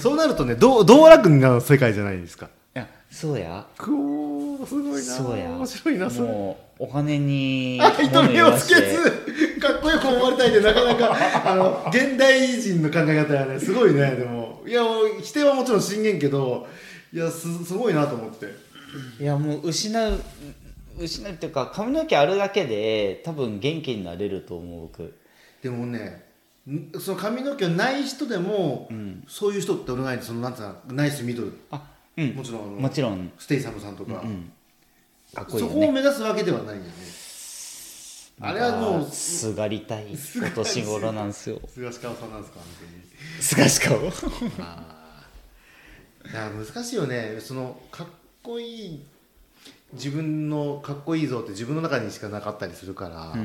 [SPEAKER 2] そうなるとねどう道楽な世界じゃないですか
[SPEAKER 4] やそうや
[SPEAKER 2] こうすごいな
[SPEAKER 4] そうや
[SPEAKER 2] 面白いなそれ
[SPEAKER 4] もうお金に
[SPEAKER 2] あ人目をつけ
[SPEAKER 4] 物言わして
[SPEAKER 2] ずかっこよく思われたいってなかなかあの現代人の考え方はねすごいねでもいやもう否定はもちろん信玄けどいやすすごいなと思って
[SPEAKER 4] いやもう失う失うっていうか髪の毛あるだけで多分元気になれると思う僕
[SPEAKER 2] でもねんその髪の毛ない人でも、そういう人ってお願いそのなんつうのナイスミドル
[SPEAKER 4] あうん
[SPEAKER 2] もちろんあの
[SPEAKER 4] もちろん
[SPEAKER 2] ステイサムさんとか、
[SPEAKER 4] かっこいいよ
[SPEAKER 2] そ
[SPEAKER 4] ね
[SPEAKER 2] こを目指すわけではないよねあれはもうす
[SPEAKER 4] すがりたいお年頃なんですよ
[SPEAKER 2] 菅氏川さんなんですか本当に
[SPEAKER 4] すがしかを
[SPEAKER 2] いや難しいよねそのかっこいい自分のかっこいい像って自分の中にしかなかったりするから、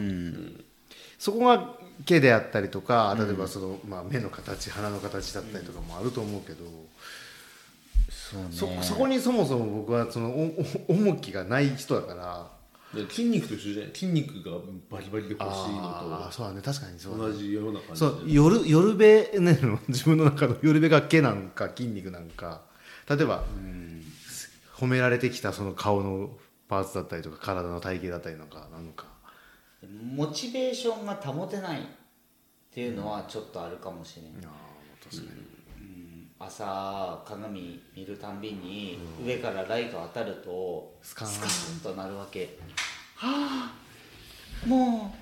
[SPEAKER 2] そこが毛であったりとか例えばその、まあ、目の形鼻の形だったりとかもあると思うけど、
[SPEAKER 4] そうね
[SPEAKER 2] そそこにそもそも僕はそのおお重きがない人だから
[SPEAKER 3] で筋肉と一緒じゃない筋肉がバリバリで欲しい
[SPEAKER 2] あ
[SPEAKER 3] の
[SPEAKER 2] ーそうだね確かにそ
[SPEAKER 3] と
[SPEAKER 2] うだ
[SPEAKER 3] 同
[SPEAKER 2] ね
[SPEAKER 3] じような感じ
[SPEAKER 2] そう夜夜べね の自分の中の夜べが毛なんか筋肉なんか例えば褒められてきたその顔のパーツだったりとか体の体型だったりなんかなのか
[SPEAKER 4] モチベーションが保てないっていうのはちょっとあるかもしれない、うん朝鏡見るたんびに上からライト当たると
[SPEAKER 2] ス
[SPEAKER 4] ス
[SPEAKER 2] カ
[SPEAKER 4] カ
[SPEAKER 2] ーン
[SPEAKER 4] ーンとなるわけはあも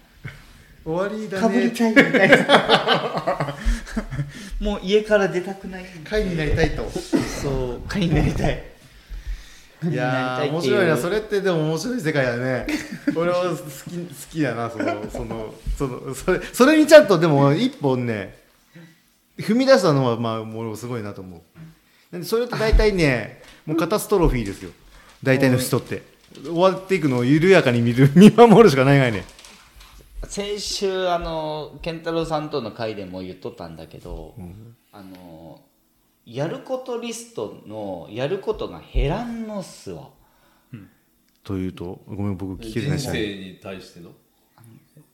[SPEAKER 2] 終わり
[SPEAKER 4] う
[SPEAKER 2] だ
[SPEAKER 4] かぶり
[SPEAKER 2] ね
[SPEAKER 4] たいみたいな もう家から出たくない
[SPEAKER 2] 会になりたいと
[SPEAKER 4] そう会になりたい
[SPEAKER 2] いやー面白いなそれってでも面白い世界だね 俺は好き好きだなそのそのそのそれそれにちゃんとでも一本ね踏み出したのはまあ俺もすごいなと思うなんでそれって大体ねもうカタストロフィーですよ大体の人って終わっていくのを緩やかに見る見守るしかないがいね
[SPEAKER 4] 先週あの健太郎さんとの会でも言っとったんだけど、あのやることリストのやることが減らんのっすわ
[SPEAKER 2] というとごめん僕聞けてない
[SPEAKER 3] 人
[SPEAKER 2] し
[SPEAKER 3] 生に対しての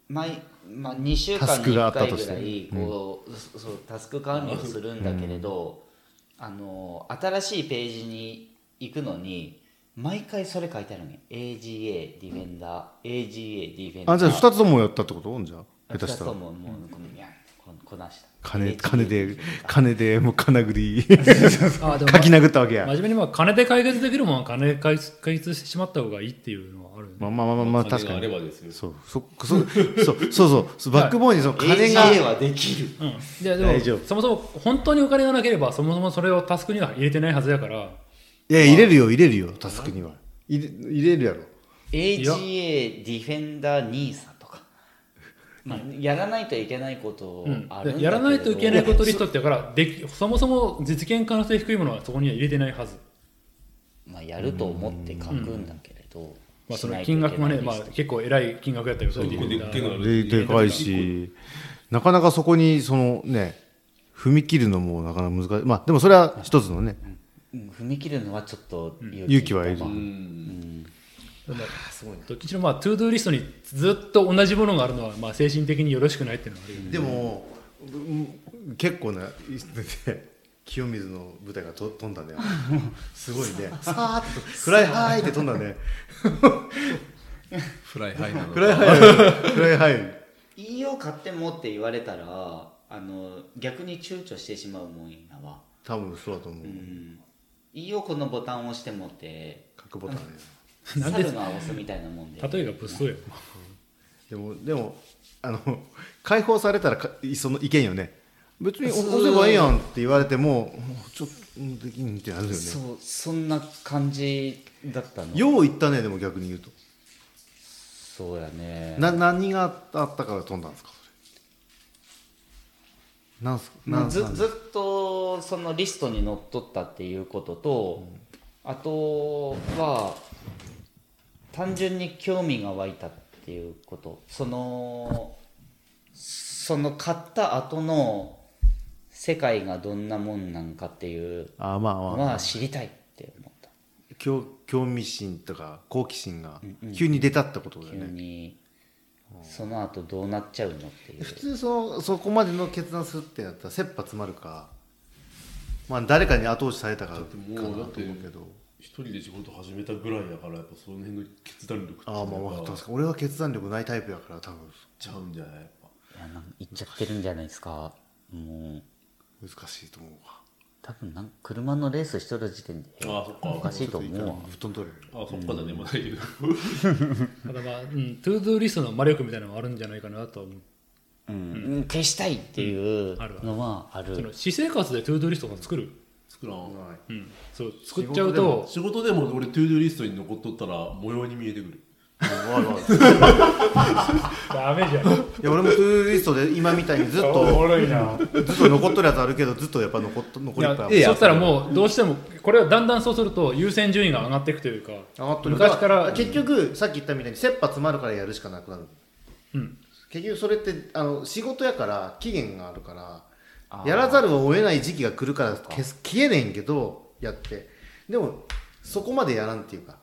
[SPEAKER 4] 毎、まあ、2週
[SPEAKER 2] タ
[SPEAKER 4] 間
[SPEAKER 2] ス
[SPEAKER 4] に
[SPEAKER 2] クがあ
[SPEAKER 4] 1
[SPEAKER 2] った
[SPEAKER 4] 回
[SPEAKER 2] とし
[SPEAKER 4] ぐ
[SPEAKER 2] て
[SPEAKER 4] らいこう、そそうタスク管理をするんだけれど、あの新しいページに行くのに毎回それ書いてあるね AGA ディフェンダー、AGA ディフェンダー
[SPEAKER 2] あじゃあ2つともやったってことじゃあ下手した
[SPEAKER 4] 二
[SPEAKER 2] ら
[SPEAKER 4] つとももうこのやんここなした
[SPEAKER 2] 金
[SPEAKER 4] AGA
[SPEAKER 2] 金で金でもう金繰 り
[SPEAKER 1] あ でも
[SPEAKER 2] かき殴ったわけや
[SPEAKER 1] 真面目にまあ金で解決できるもんは金で解決解決してしまった方がいいっていうのはあるよね、
[SPEAKER 2] まあまあまあまあ確
[SPEAKER 3] 金
[SPEAKER 2] か
[SPEAKER 3] があ
[SPEAKER 2] に
[SPEAKER 3] ればですよ
[SPEAKER 2] そうそそそうそうそうそうバックボーンにその金が、
[SPEAKER 4] AGA はできる
[SPEAKER 1] うん、いやで
[SPEAKER 2] 大丈夫
[SPEAKER 1] もそもそも本当にお金がなければそもそもそれをタスクには入れてないはずやから
[SPEAKER 2] いや入れるよ入れるよタスクには入れ入れるやろ
[SPEAKER 4] AGA ディフェンダー NISA とか、まあ、やらないといけないこと
[SPEAKER 1] うん
[SPEAKER 4] あるんだけれど、
[SPEAKER 1] やらないといけないことリストってだからできそもそも実現可能性低いものはそこには入れてないはず、
[SPEAKER 4] まあ、やると思って書くんだけれど、
[SPEAKER 1] まあ、そ
[SPEAKER 4] しな
[SPEAKER 1] の
[SPEAKER 4] いとい
[SPEAKER 1] 金
[SPEAKER 4] けない
[SPEAKER 1] 額もね、
[SPEAKER 4] リ
[SPEAKER 1] まあ
[SPEAKER 4] スト、
[SPEAKER 1] 結構偉い金額やったけど
[SPEAKER 3] そう
[SPEAKER 1] ディフ
[SPEAKER 3] こ
[SPEAKER 1] ェ
[SPEAKER 3] で
[SPEAKER 1] ンダ
[SPEAKER 3] っ
[SPEAKER 1] ー
[SPEAKER 3] けえのがある
[SPEAKER 2] ででかいしなかなかそこにそのね踏み切るのもなかなか難しいまあでもそれは一つのね
[SPEAKER 4] うん踏み切るのはちょっと
[SPEAKER 2] 勇気はいる
[SPEAKER 4] まあ
[SPEAKER 3] うん
[SPEAKER 1] どっちにしろまあトゥードゥーリストにずっと同じものがあるのはまあ精神的によろしくないっていうのはあるよね
[SPEAKER 2] でもうん結構な 清水の舞台がと飛んだねすごい ねさーっとフライハイって飛んだ ね
[SPEAKER 3] フライハイなの
[SPEAKER 2] フライ ハイフライハイ
[SPEAKER 4] いいよ買ってもって言われたらあの逆に躊躇してしまうもんやわ、
[SPEAKER 2] 多分そうだと思う、
[SPEAKER 4] うん、いいよこのボタンを押してもって
[SPEAKER 2] 角ボタンね
[SPEAKER 1] なん
[SPEAKER 4] 猿
[SPEAKER 1] で
[SPEAKER 4] が押すみたいなもんで
[SPEAKER 1] 例えが物騒や
[SPEAKER 2] でもでもあの 解放されたらかそのいけんよね別に起こせばいいやんって言われてももうちょっとうんできんってなるよね
[SPEAKER 4] そうそんな感じだったの
[SPEAKER 2] よう言ったねでも逆に言うと、
[SPEAKER 4] そうやね
[SPEAKER 2] な何があったから飛んだんですかそれなんすか
[SPEAKER 4] ま
[SPEAKER 2] な
[SPEAKER 4] あ、
[SPEAKER 2] ん
[SPEAKER 4] ず
[SPEAKER 2] なん
[SPEAKER 4] ずっとそのリストにのっとったっていうことと、あとは単純に興味が湧いたっていうことそのその買った後の世界がどんなもんなんかっていう
[SPEAKER 2] あまあまあ、
[SPEAKER 4] のは知りたいって思った
[SPEAKER 2] 興興味心とか好奇心が急に出たってことだよ
[SPEAKER 4] 急
[SPEAKER 2] ね、
[SPEAKER 4] にその後どうなっちゃうのっていう
[SPEAKER 2] 普通そのそこまでの決断するってなったら切羽詰まるかまあ誰かに後押しされたからかなと
[SPEAKER 3] もう
[SPEAKER 2] 思
[SPEAKER 3] だ
[SPEAKER 2] う
[SPEAKER 3] って
[SPEAKER 2] けど
[SPEAKER 3] 一人で仕事始めたぐらいだからやっぱその辺の決断力っていうの
[SPEAKER 2] ああまあまあ確かに俺は決断力ないタイプやから多分
[SPEAKER 3] ちゃうんじゃないやっぱ
[SPEAKER 4] いやなんか言っちゃってるんじゃないですかもう
[SPEAKER 2] 難しいと思うわ
[SPEAKER 4] 多分なんか車のレースしとる時点で
[SPEAKER 3] ああそっか
[SPEAKER 4] おかしいと思うわ
[SPEAKER 2] ぶっ飛んどるよ
[SPEAKER 3] ああそっかだねまだ言う
[SPEAKER 1] ただまあ、うん、トゥードゥーリストの魔力みたいなのはあるんじゃないかなとは思う
[SPEAKER 4] うん、消したいっていうのはある
[SPEAKER 1] その私生活でトゥードゥーリストが作る、
[SPEAKER 3] 作らん
[SPEAKER 1] うん、そう作っちゃうと
[SPEAKER 3] 仕事でも俺トゥードゥーリストに残っとったら模様に見えてくる
[SPEAKER 1] ダメじゃん
[SPEAKER 2] いや俺もトゥードゥーリストで今みたいにずっと
[SPEAKER 5] ろいな。
[SPEAKER 2] ずっと残っとるやつあるけどずっとやっぱ残っと残りっぱ
[SPEAKER 1] い
[SPEAKER 2] い
[SPEAKER 1] やそしたらもうどうしてもこれはだんだんそうすると優先順位が上がっていくというか
[SPEAKER 2] 上がっとる
[SPEAKER 1] 昔か
[SPEAKER 2] だ
[SPEAKER 1] ら
[SPEAKER 2] 結局さっき言ったみたいに切羽詰まるからやるしかなくなる
[SPEAKER 1] うん
[SPEAKER 2] 結局それってあの仕事やから期限があるからやらざるを得ない時期が来るから消す消えねんけどやってでもそこまでやらんっていうか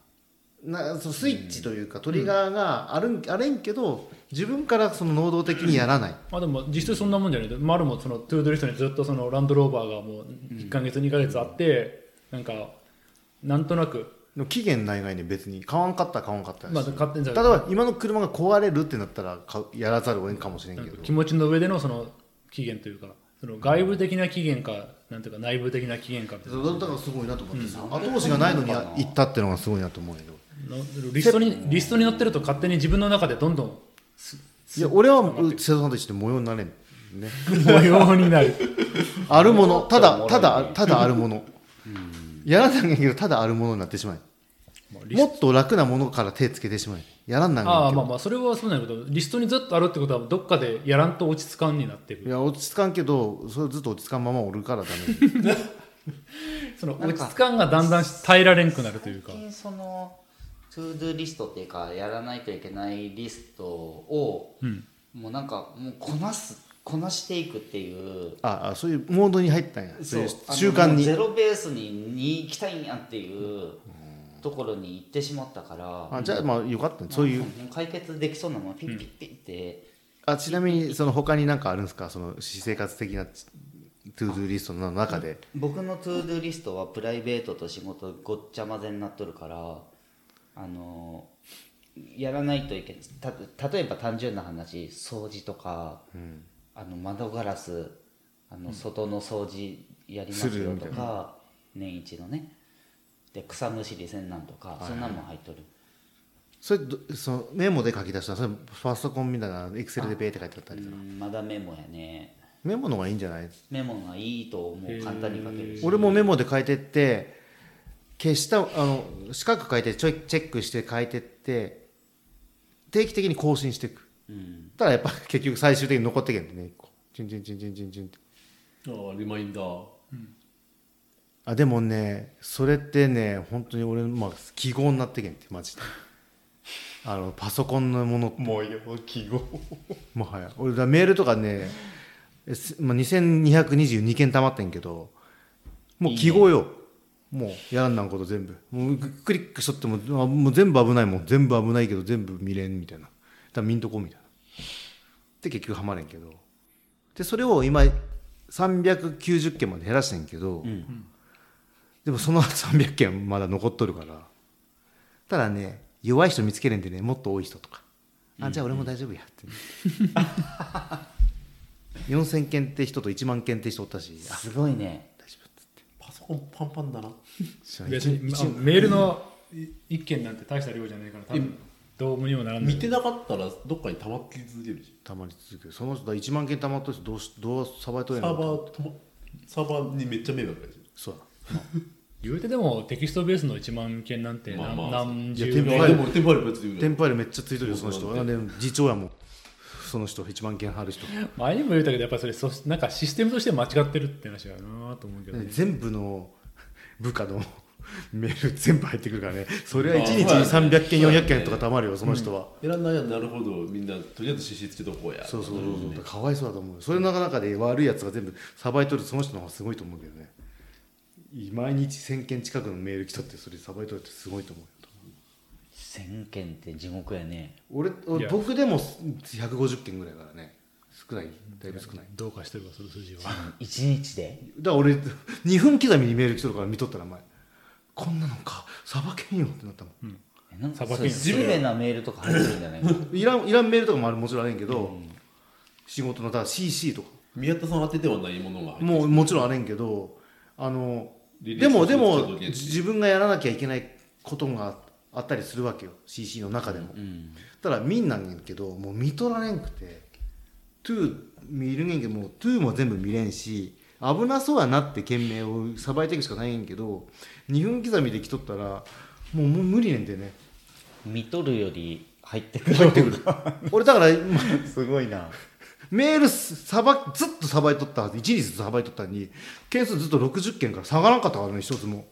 [SPEAKER 2] なそのスイッチというかトリガーがあるんあれんけど自分からその能動的にやらない
[SPEAKER 1] まあでも実際そんなもんじゃない丸もそのトゥードリストにずっとそのランドローバーがもう1か月2か月あって、なんかなんとなく
[SPEAKER 2] でも期限ないがいね別に買わんかったら買わんかったやし
[SPEAKER 1] まあ勝手に
[SPEAKER 2] 例えば今の車が壊れるってなったら買うやらざるを得んかもしれん
[SPEAKER 1] なん
[SPEAKER 2] け
[SPEAKER 1] か
[SPEAKER 2] ど
[SPEAKER 1] 気持ちの上でのその期限というかその外部的な期限かなんていうか内部的な期限かみたいな
[SPEAKER 2] だからすごいなと思ってさ、後押しがないのに行ったってのがすごいなと思うけど
[SPEAKER 1] のリストにリストに載ってると勝手に自分の中でどんどん
[SPEAKER 2] いや俺はう瀬戸さんと一緒で模様になれんね
[SPEAKER 1] 模様に なる
[SPEAKER 2] あるものただただただあるものやらなきゃいけないけどただあるものになってしまい
[SPEAKER 1] まあリス
[SPEAKER 2] もっと楽なものから手つけてしまいやらんなん
[SPEAKER 1] あ
[SPEAKER 2] や
[SPEAKER 1] あ
[SPEAKER 2] け
[SPEAKER 1] ま
[SPEAKER 2] ど
[SPEAKER 1] あまあそれはそうなんやけどリストにずっとあるってことはどっかでやらんと落ち着かんになってく
[SPEAKER 2] い
[SPEAKER 1] る
[SPEAKER 2] や落ち着かんけどそれずっと落ち着かんままおるからダ
[SPEAKER 1] その落ち着かんがだんだん耐えられんくなるというか
[SPEAKER 4] 最近そのトゥードゥリストっていうかやらないといけないリストを、
[SPEAKER 1] うん
[SPEAKER 4] もうなんかもうこなすこなしていくっていう
[SPEAKER 2] メああそういうモードに入ったんやそういう
[SPEAKER 4] あの
[SPEAKER 2] 習慣
[SPEAKER 4] もう
[SPEAKER 2] に
[SPEAKER 4] ゼロベースにに行きたいんやっていうところに行ってしまったから
[SPEAKER 2] あじゃあまあよかったねそういう
[SPEAKER 4] も解決できそうなものピッピッピッって、
[SPEAKER 2] あちなみにその他になんかあるんですかその私生活的なトゥードゥーリストの中で
[SPEAKER 4] 僕のトゥードゥリストはプライベートと仕事ごっちゃ混ぜになっとるからあのやらないといけないた例えば単純な話掃除とか、あの窓ガラスあの外の掃除やります
[SPEAKER 2] する
[SPEAKER 4] よ
[SPEAKER 2] みた
[SPEAKER 4] と
[SPEAKER 2] い
[SPEAKER 4] か年一のねで草むしりせんなんとかそんなんも入っとる、
[SPEAKER 2] それどそのメモで書き出したそれパソコンみたいなエクセルでペーって書いてあったりとか
[SPEAKER 4] うんまだメモやね
[SPEAKER 2] メモの方がいいんじゃない
[SPEAKER 4] メモがいいと思う簡単に書けるし
[SPEAKER 2] 俺もメモで書いてって消したあの四角書いてちょいチェックして書いてって定期的に更新していく
[SPEAKER 4] うん
[SPEAKER 2] ただやっぱ結局最終的に残ってけんでね一個チンチンチンチンチンチンって
[SPEAKER 3] ああリマインダー
[SPEAKER 2] あでもねそれってね本当に俺、まあ、記号になってけんってマジ であのパソコンのものって
[SPEAKER 3] もうよ記号
[SPEAKER 2] もはや俺だメールとかねえすまあ2222件たまってんけどもう記号よもうやらんなんこと全部もうククリックしとってもあもう全部危ないもん全部危ないけど全部見れんみたいなだから見んとこみたいなで結局はまれんけどでそれを今390件まで減らしてんけど、でもその300件まだ残っとるからただね弱い人見つけれんでねもっと多い人とかあじゃあ俺も大丈夫やって、4000件って人と1万件って人おったしあ
[SPEAKER 4] すごいね
[SPEAKER 2] 大丈夫っつって
[SPEAKER 3] パソコンパンパンだな
[SPEAKER 2] 知らん
[SPEAKER 1] 別にあメールの1件なんて大した量じゃないから多分どうにもならない
[SPEAKER 3] 見てなかったらどっかに溜まって続けるじ
[SPEAKER 2] たまり続けるその人だ1万件たまっとる人どうしどうさばいと
[SPEAKER 3] ゃん
[SPEAKER 2] る
[SPEAKER 3] サ
[SPEAKER 2] や
[SPEAKER 3] ー
[SPEAKER 2] ん
[SPEAKER 3] バーともサーバーにめっちゃ迷惑がいる
[SPEAKER 2] そうだ
[SPEAKER 1] 言うてでもテキストベースの1万件なんて
[SPEAKER 3] まあ
[SPEAKER 1] 何,、
[SPEAKER 3] まあ
[SPEAKER 1] 何十
[SPEAKER 2] いや
[SPEAKER 1] 秒
[SPEAKER 2] 手
[SPEAKER 3] でもテンパイル別に
[SPEAKER 2] テ
[SPEAKER 3] 言う
[SPEAKER 2] ンパイルめっちゃついとるよその人
[SPEAKER 3] そう
[SPEAKER 2] あ
[SPEAKER 3] なん
[SPEAKER 2] で次長やもんその人1万件貼る人
[SPEAKER 1] 前にも言ったけどやっぱりそれそなんかシステムとして間違ってるって話だよなと思うけどね、
[SPEAKER 2] 全部の部下のメール全部入ってくるからねそれは1日に
[SPEAKER 3] まあそうだね
[SPEAKER 2] 300件400件とかたまるよその人は、
[SPEAKER 3] やらないやなるほどみんなとりあえず CC つけとこうや
[SPEAKER 2] そうそうそうそうだからかわいそうだと思うよそれの中で悪いやつが全部さばいとるその人の方がすごいと思うけどね毎日1000件近くのメール来たってそれさばいとるってすごいと思うよ
[SPEAKER 4] 1000件って地獄やね
[SPEAKER 2] 俺
[SPEAKER 1] い
[SPEAKER 2] 俺
[SPEAKER 1] や
[SPEAKER 2] 僕でも150件ぐらいだからね少ないだいぶ少ない
[SPEAKER 1] どうかしてるわその数字は
[SPEAKER 4] 1日で
[SPEAKER 2] だから俺2分刻みにメール来とるから見とったら前こんなのかさばけんよってなったもん、
[SPEAKER 4] えなん
[SPEAKER 1] さ
[SPEAKER 4] か
[SPEAKER 1] ばけん
[SPEAKER 4] そういう失礼なメールとか入ってるんじゃないの
[SPEAKER 2] いらんいらんメールとかもあるもちろんあれんけど、仕事のただ CC とか
[SPEAKER 3] 宮田さん当てではないものが入ってる
[SPEAKER 2] もうもちろんあれんけどあの
[SPEAKER 3] リリ
[SPEAKER 2] で
[SPEAKER 3] ース
[SPEAKER 2] もで
[SPEAKER 3] ちょっ
[SPEAKER 2] も
[SPEAKER 3] と時々
[SPEAKER 2] 自分がやらなきゃいけないことがあったりするわけよ CC の中でも、
[SPEAKER 4] うん
[SPEAKER 2] ただ見んなんねんけどもう見とられんくて2見るねんけどもう2も全部見れんし危なそうやなって懸命をさばいていくしかないんけど2分刻みで来とったらもうもう無理ねんてね
[SPEAKER 4] 見とるより入ってくる入ってくる
[SPEAKER 2] 俺だから
[SPEAKER 4] すごいな
[SPEAKER 2] メールさばずっとさばいとったはず1日ずっとさばいとったのに件数ずっと60件から下がらんかったからね一つも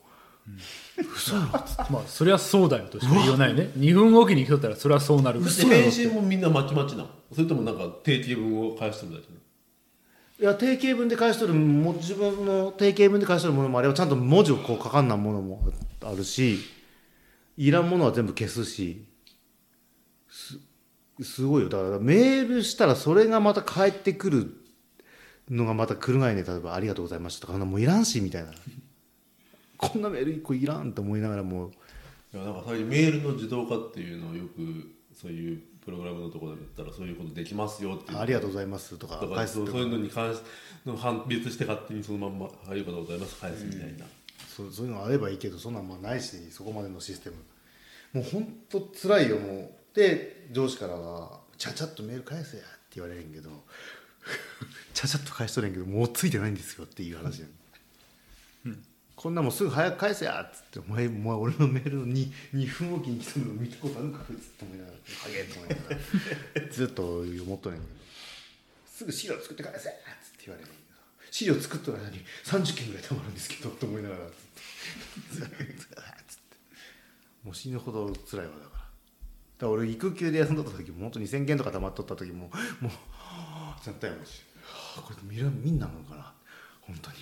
[SPEAKER 1] まあそりゃそうだよとしか言わないね2分おきに来とったらそりゃそうなる
[SPEAKER 3] で返信もみんなまちまちなのそれともなんか定期文を返しても大丈
[SPEAKER 2] いや定型文で返しとるも自分の定型文で返しとるものもあればちゃんと文字をこう書かんなものもあるしいらんものは全部消すしすすごいよだからメールしたらそれがまた返ってくるのがまた来るがいね例えば「ありがとうございました」とかあんなもういらんしみたいなこんなメール一個いらんと思いながらもう
[SPEAKER 3] いやなんか最近メールの自動化っていうのをよくそういうプログラムのところでやったらそういうことできますよって
[SPEAKER 2] 「
[SPEAKER 3] いう
[SPEAKER 2] ありがとうございます」とか
[SPEAKER 3] とか
[SPEAKER 2] 返す
[SPEAKER 3] そ
[SPEAKER 2] と
[SPEAKER 3] う
[SPEAKER 2] か
[SPEAKER 3] そういうのに関しの判別して勝手にそのまんま「ありがとうございます」返すみたいな、
[SPEAKER 2] そうそういうのあればいいけどそんなんまあないしそこまでのシステムもうほんとつらいよもうで上司からは「ちゃちゃっとメール返せや」って言われへんけど 「ちゃちゃっと返しとるんやけどもうついてないんですよ」っていう話やん、こんなもんすぐ早く返せやっつって「お前お前俺のメールを 2, 2分おきに来たの見たことあるんかこいつ」って思いながら「ハゲ」と思いなが らずっと思っとるんやけどすぐ資料作って返せっつって言われるんだけど資料作っとる間に30件ぐらいたまるんですけどと思いながらつってつって もう死ぬほど辛いわだからだから俺育休で休んだ時も本当に2000件とかたまっとった時ももうはぁってなったよもしはぁこれ見ら見んなもんかな本当に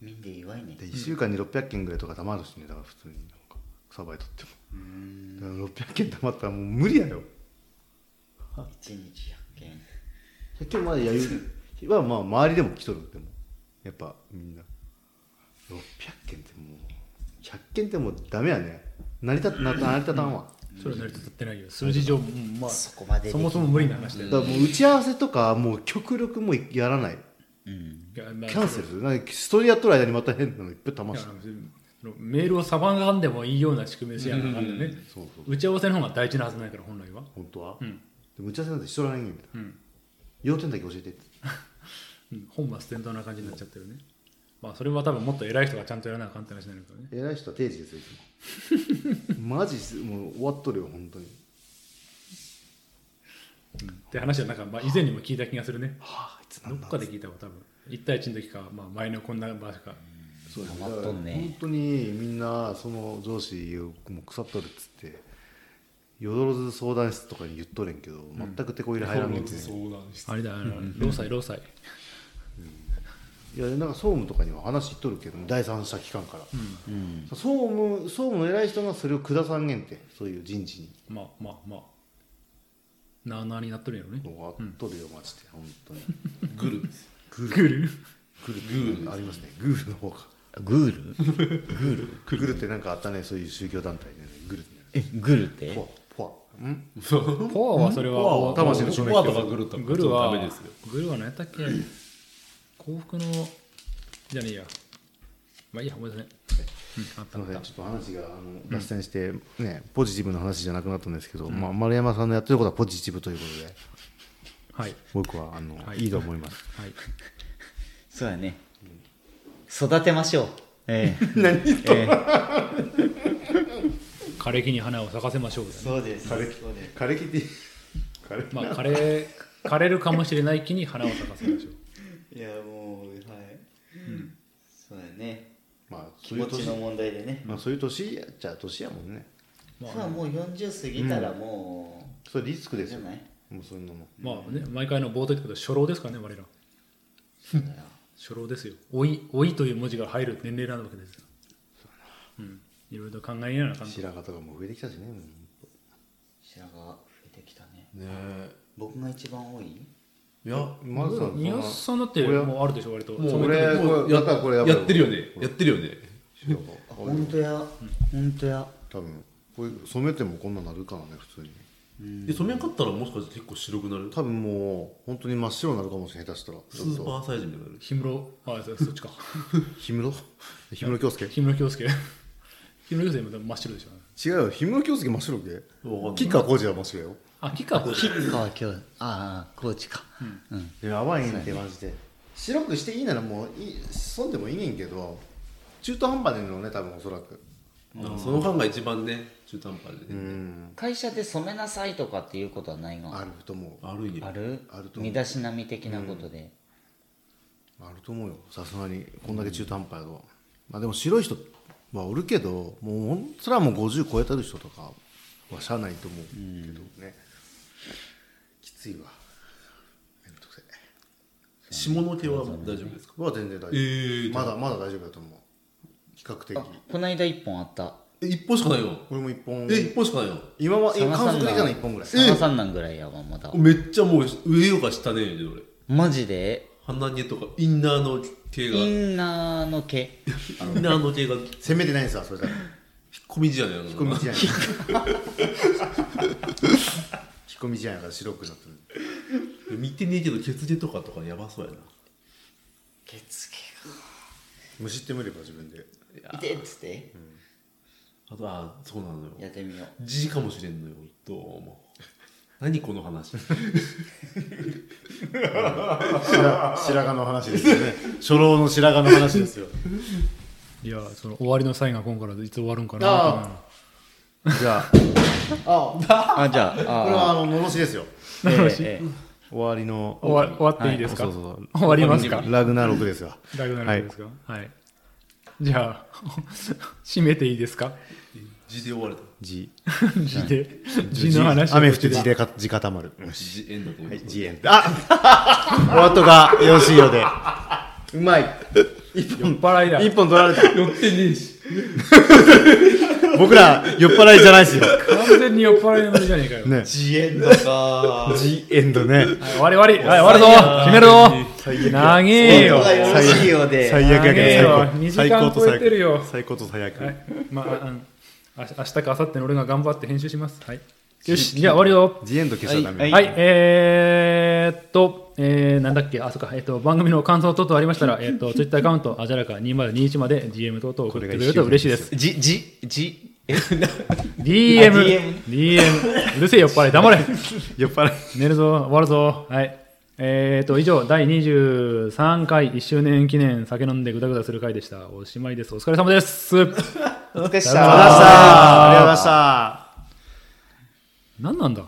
[SPEAKER 4] みんで祝いね
[SPEAKER 2] で1週間に600件ぐらいとかたまるしねだから普通になんかサバイとってもだから600件たまったらもう無理やよ
[SPEAKER 4] 一日100件
[SPEAKER 2] 今日まだ弥生はまあ周りでも来とるでもやっぱみんな600件ってもう100件ってもうダメやね成り立たな成り立たんわ、
[SPEAKER 1] それは成り立ってないよ数字上、うんまあ、
[SPEAKER 4] そこまででき
[SPEAKER 1] そもそも無理な話だよ、
[SPEAKER 2] だからもう打ち合わせとかもう極力もうやらない
[SPEAKER 4] うん
[SPEAKER 1] いやまあ
[SPEAKER 2] キャンセルするなんかストーリーやっとる間にまた変なのいっぱいたま
[SPEAKER 1] い
[SPEAKER 2] し
[SPEAKER 1] や
[SPEAKER 2] て
[SPEAKER 1] そのメールをサバがんでもいいような仕組みですやなあかんだよね、
[SPEAKER 2] そうそう
[SPEAKER 1] 打ち合わせの方が大事なはずないから本来は
[SPEAKER 2] 本当は、
[SPEAKER 1] うん
[SPEAKER 2] でも打ち合わせなんてしとらないんやみたいな
[SPEAKER 1] うん
[SPEAKER 2] 要点だけ教えてって
[SPEAKER 1] うん本末転倒な感じになっちゃってるねまあそれは多分もっと偉い人がちゃんとやらなあかんって話になるからね
[SPEAKER 2] 偉い人は定時ですよいつ もマジすもう終わっとるよ本当に
[SPEAKER 1] って話はなんか、まあ、以前にも聞いた気がするね
[SPEAKER 2] はああいつな
[SPEAKER 1] ど
[SPEAKER 2] ん
[SPEAKER 1] っ
[SPEAKER 2] だ
[SPEAKER 1] かで聞いたわ多分1対1の時か、まあ、前のこんな場所か
[SPEAKER 2] そうです
[SPEAKER 4] ハマっとんね
[SPEAKER 2] だから本当にみんなその上司をもう腐っとるっつってよどろず相談室とかに言っとるんやけど全く手こ入れ入らんねんて、い
[SPEAKER 1] あれだあれだ労災労災
[SPEAKER 2] やなんか総務とかには話しっとるけど第三者機関から、
[SPEAKER 4] うん
[SPEAKER 2] 総務総務の偉い人がそれを下さんげんてそういう人事に
[SPEAKER 1] まあまあまあなあなあになっとるんやろね
[SPEAKER 2] 終わっとるよマジで本当に
[SPEAKER 3] グルです
[SPEAKER 1] グル
[SPEAKER 2] グールありますねグールの方か
[SPEAKER 4] グール
[SPEAKER 2] グールってなんかあったねそういう宗教団体でねグールってね
[SPEAKER 4] え グルって
[SPEAKER 2] ポワポワん
[SPEAKER 1] ポアはそれ
[SPEAKER 3] ポア
[SPEAKER 1] は
[SPEAKER 3] は魂のポアとかグルとか
[SPEAKER 1] グルは
[SPEAKER 3] ダメですよ
[SPEAKER 1] グルは何やったっけ幸福のじゃねえやまあいいや思い出せないうんあっ
[SPEAKER 2] す
[SPEAKER 1] た
[SPEAKER 2] み
[SPEAKER 1] あ
[SPEAKER 2] ま
[SPEAKER 1] っ
[SPEAKER 2] せん
[SPEAKER 1] た
[SPEAKER 2] ちょっと話があの脱線して、ね、ポジティブな話じゃなくなったんですけど、まあ、丸山さんのやってることはポジティブということで
[SPEAKER 1] はい
[SPEAKER 2] 僕はあの、、
[SPEAKER 1] はいい
[SPEAKER 2] いと思います
[SPEAKER 1] はい
[SPEAKER 4] そうやね育てましょうええええ
[SPEAKER 1] 枯れ木に花を咲かせましょうみたいな
[SPEAKER 4] そうですそうです
[SPEAKER 2] 枯れ木って枯れ
[SPEAKER 1] まあ枯れ枯れるかもしれない木に花を咲かせましょう
[SPEAKER 4] いやもうはい、そうだね
[SPEAKER 2] まあそ
[SPEAKER 4] 気
[SPEAKER 2] うい
[SPEAKER 4] 持
[SPEAKER 2] う
[SPEAKER 4] ち
[SPEAKER 2] 年
[SPEAKER 4] の問題でね、
[SPEAKER 2] まあ、そういう年やっちゃ年やもんね
[SPEAKER 1] まあ
[SPEAKER 4] まあもう40過ぎたらも
[SPEAKER 2] それリスク
[SPEAKER 4] う、
[SPEAKER 2] です
[SPEAKER 4] じゃ
[SPEAKER 2] よ
[SPEAKER 4] ない
[SPEAKER 2] もうそういうのも
[SPEAKER 1] まあね、毎回の冒頭言ったけど、初老ですからね、我ら。初老ですよ。老い、老いという文字が入る年齢なわけですよ。うん。いろいろと考えながらかんと
[SPEAKER 2] 白髪とかも増えてきたしねもう
[SPEAKER 4] 白髪増えてきたね
[SPEAKER 3] ねえ
[SPEAKER 4] 僕が一番多い
[SPEAKER 3] いや
[SPEAKER 2] まずは
[SPEAKER 1] 宮本さんだって、
[SPEAKER 2] 俺は
[SPEAKER 1] もうあるでしょ、割と。
[SPEAKER 2] もう
[SPEAKER 1] 染め
[SPEAKER 2] 俺
[SPEAKER 1] てる
[SPEAKER 2] これやったらこれやばい
[SPEAKER 3] や
[SPEAKER 2] わ
[SPEAKER 3] ってるよねやってるよね
[SPEAKER 2] 白
[SPEAKER 4] あ
[SPEAKER 2] 髪
[SPEAKER 4] 本当や本当や
[SPEAKER 2] 多分これ染めてもこんななるからね普通に
[SPEAKER 3] で染めんかったらもしかして結構白くなる
[SPEAKER 2] 多分もう本当に真っ白になるかもしれない下手したら
[SPEAKER 3] スーパーサイズみたいになる
[SPEAKER 1] 氷室、あ、そそっちか。
[SPEAKER 2] 氷室 氷室京介
[SPEAKER 1] 氷室京介。 氷室京介、今でも真っ白でしょ。
[SPEAKER 2] 違うよ氷室京介真っ白け
[SPEAKER 3] わかんない
[SPEAKER 2] 吉川晃司は真っ白よ
[SPEAKER 1] あ、木川浩司。
[SPEAKER 4] あ今日ああ高知かうん
[SPEAKER 2] やばいねってマジで白くしていいならもういい損でもいいねんけど中途半端でのね多分おそらく
[SPEAKER 3] その間が一番ね中途半端で
[SPEAKER 2] う
[SPEAKER 3] ね
[SPEAKER 2] ん
[SPEAKER 4] 会社で染めなさいとかっていうことはないの
[SPEAKER 2] あると思う
[SPEAKER 3] あるん
[SPEAKER 4] あ
[SPEAKER 3] や
[SPEAKER 4] る
[SPEAKER 2] あると思う
[SPEAKER 4] 身だしなみ的なことで、
[SPEAKER 2] あると思うよさすがにこんだけ中途半端やと、まあでも白い人はおるけどもうほんそれはもう50超えてる人とかはしゃあないと思うけどね、きついわめんどくせえ
[SPEAKER 3] 下の毛は大丈夫ですか
[SPEAKER 2] 僕は全然大丈夫、
[SPEAKER 3] ええ
[SPEAKER 2] まだまだ大丈夫だと思う比較的
[SPEAKER 4] こないだ1本あった
[SPEAKER 3] え一本しかないよ
[SPEAKER 2] 俺も一本
[SPEAKER 3] え一本しかないよ
[SPEAKER 2] 今は今観
[SPEAKER 4] 探さん
[SPEAKER 2] 測できたの一本ぐらい
[SPEAKER 4] 探さんなんぐらいやわまだ
[SPEAKER 3] めっちゃもう上よか下ねえで俺
[SPEAKER 4] マジで
[SPEAKER 3] 鼻毛とかインナーの毛が
[SPEAKER 4] イ
[SPEAKER 3] イン
[SPEAKER 4] ンナーの毛
[SPEAKER 3] ナーの毛が引っ
[SPEAKER 2] 攻めてないんですわそれだ
[SPEAKER 3] 込みじゃねえの
[SPEAKER 2] 引っ込み 思案や引っ込み思案やから白くなってる
[SPEAKER 3] 見てねえけど血毛とかとかやばそうやな
[SPEAKER 4] 血
[SPEAKER 2] むしってみれば自分で
[SPEAKER 4] 毛がいてっつって
[SPEAKER 3] あとあそうなのよ
[SPEAKER 4] やってみよう
[SPEAKER 3] じじかもしれんのよどうも何この話
[SPEAKER 2] 白白髪の話ですよね初老の白髪の話ですよ
[SPEAKER 1] いやその終わりのサインが今からいつ終わるんかな
[SPEAKER 2] あ
[SPEAKER 1] と
[SPEAKER 2] ー
[SPEAKER 1] 思う
[SPEAKER 2] じゃああ
[SPEAKER 4] あじゃあ
[SPEAKER 2] これはあののろしですよ
[SPEAKER 4] えええ
[SPEAKER 2] 終わりの
[SPEAKER 1] 終わ終わっていいですか、
[SPEAKER 2] そうそうそう
[SPEAKER 1] 終わりますか
[SPEAKER 2] ラグナロクですよ
[SPEAKER 1] ラグナロクですかはい、じゃあ 締めていいです か
[SPEAKER 3] 字で終われた
[SPEAKER 2] 字
[SPEAKER 1] 字で字の話
[SPEAKER 2] 雨降って字でか字固まる
[SPEAKER 3] 字縁だと思う、
[SPEAKER 2] はい字縁あ お後がよろしいようでうまい
[SPEAKER 1] 酔っ払いだ
[SPEAKER 2] 一本取られた
[SPEAKER 3] 寄ってねえし
[SPEAKER 2] 僕ら酔っ払いじゃないですよ
[SPEAKER 1] 完全に酔っ払いのノリじゃねえかよ、
[SPEAKER 2] ね
[SPEAKER 3] 字縁だ か
[SPEAKER 2] G エンドね
[SPEAKER 1] はい、終わり終わり、はい、終わるぞ決めるぞ長えよ
[SPEAKER 4] がよろしいようで
[SPEAKER 2] 最悪や
[SPEAKER 1] 長え
[SPEAKER 2] けど
[SPEAKER 1] よ
[SPEAKER 2] 最高
[SPEAKER 1] 二時間超えてるよ
[SPEAKER 2] 最高と最悪
[SPEAKER 1] はい、まあああのあ明日か明後日の俺が頑張って編集しますはいよしじゃあ終わるよ
[SPEAKER 2] G エンド消しちゃダメ、
[SPEAKER 5] はい
[SPEAKER 1] はい、えーっと、えーなんだっけ、あ、そっか、えーっと、番組の感想等々ありましたら、 えーっと、ツイッターアカウント、あじゃらか2021まで DM 等々送ってくれると嬉しいです。
[SPEAKER 4] じじじえ
[SPEAKER 1] DM、
[SPEAKER 4] DM
[SPEAKER 1] DM、うるせえ、酔っ払い、黙れ、
[SPEAKER 2] 酔っ払い
[SPEAKER 1] 寝るぞ、終わるぞ、はい。えーっと、以上、第23回1周年記念、酒飲んでぐだぐだする回でした。おしまいです。お疲れ様です。
[SPEAKER 4] お疲れ様でし
[SPEAKER 2] ありがとうございました
[SPEAKER 1] 何なんだ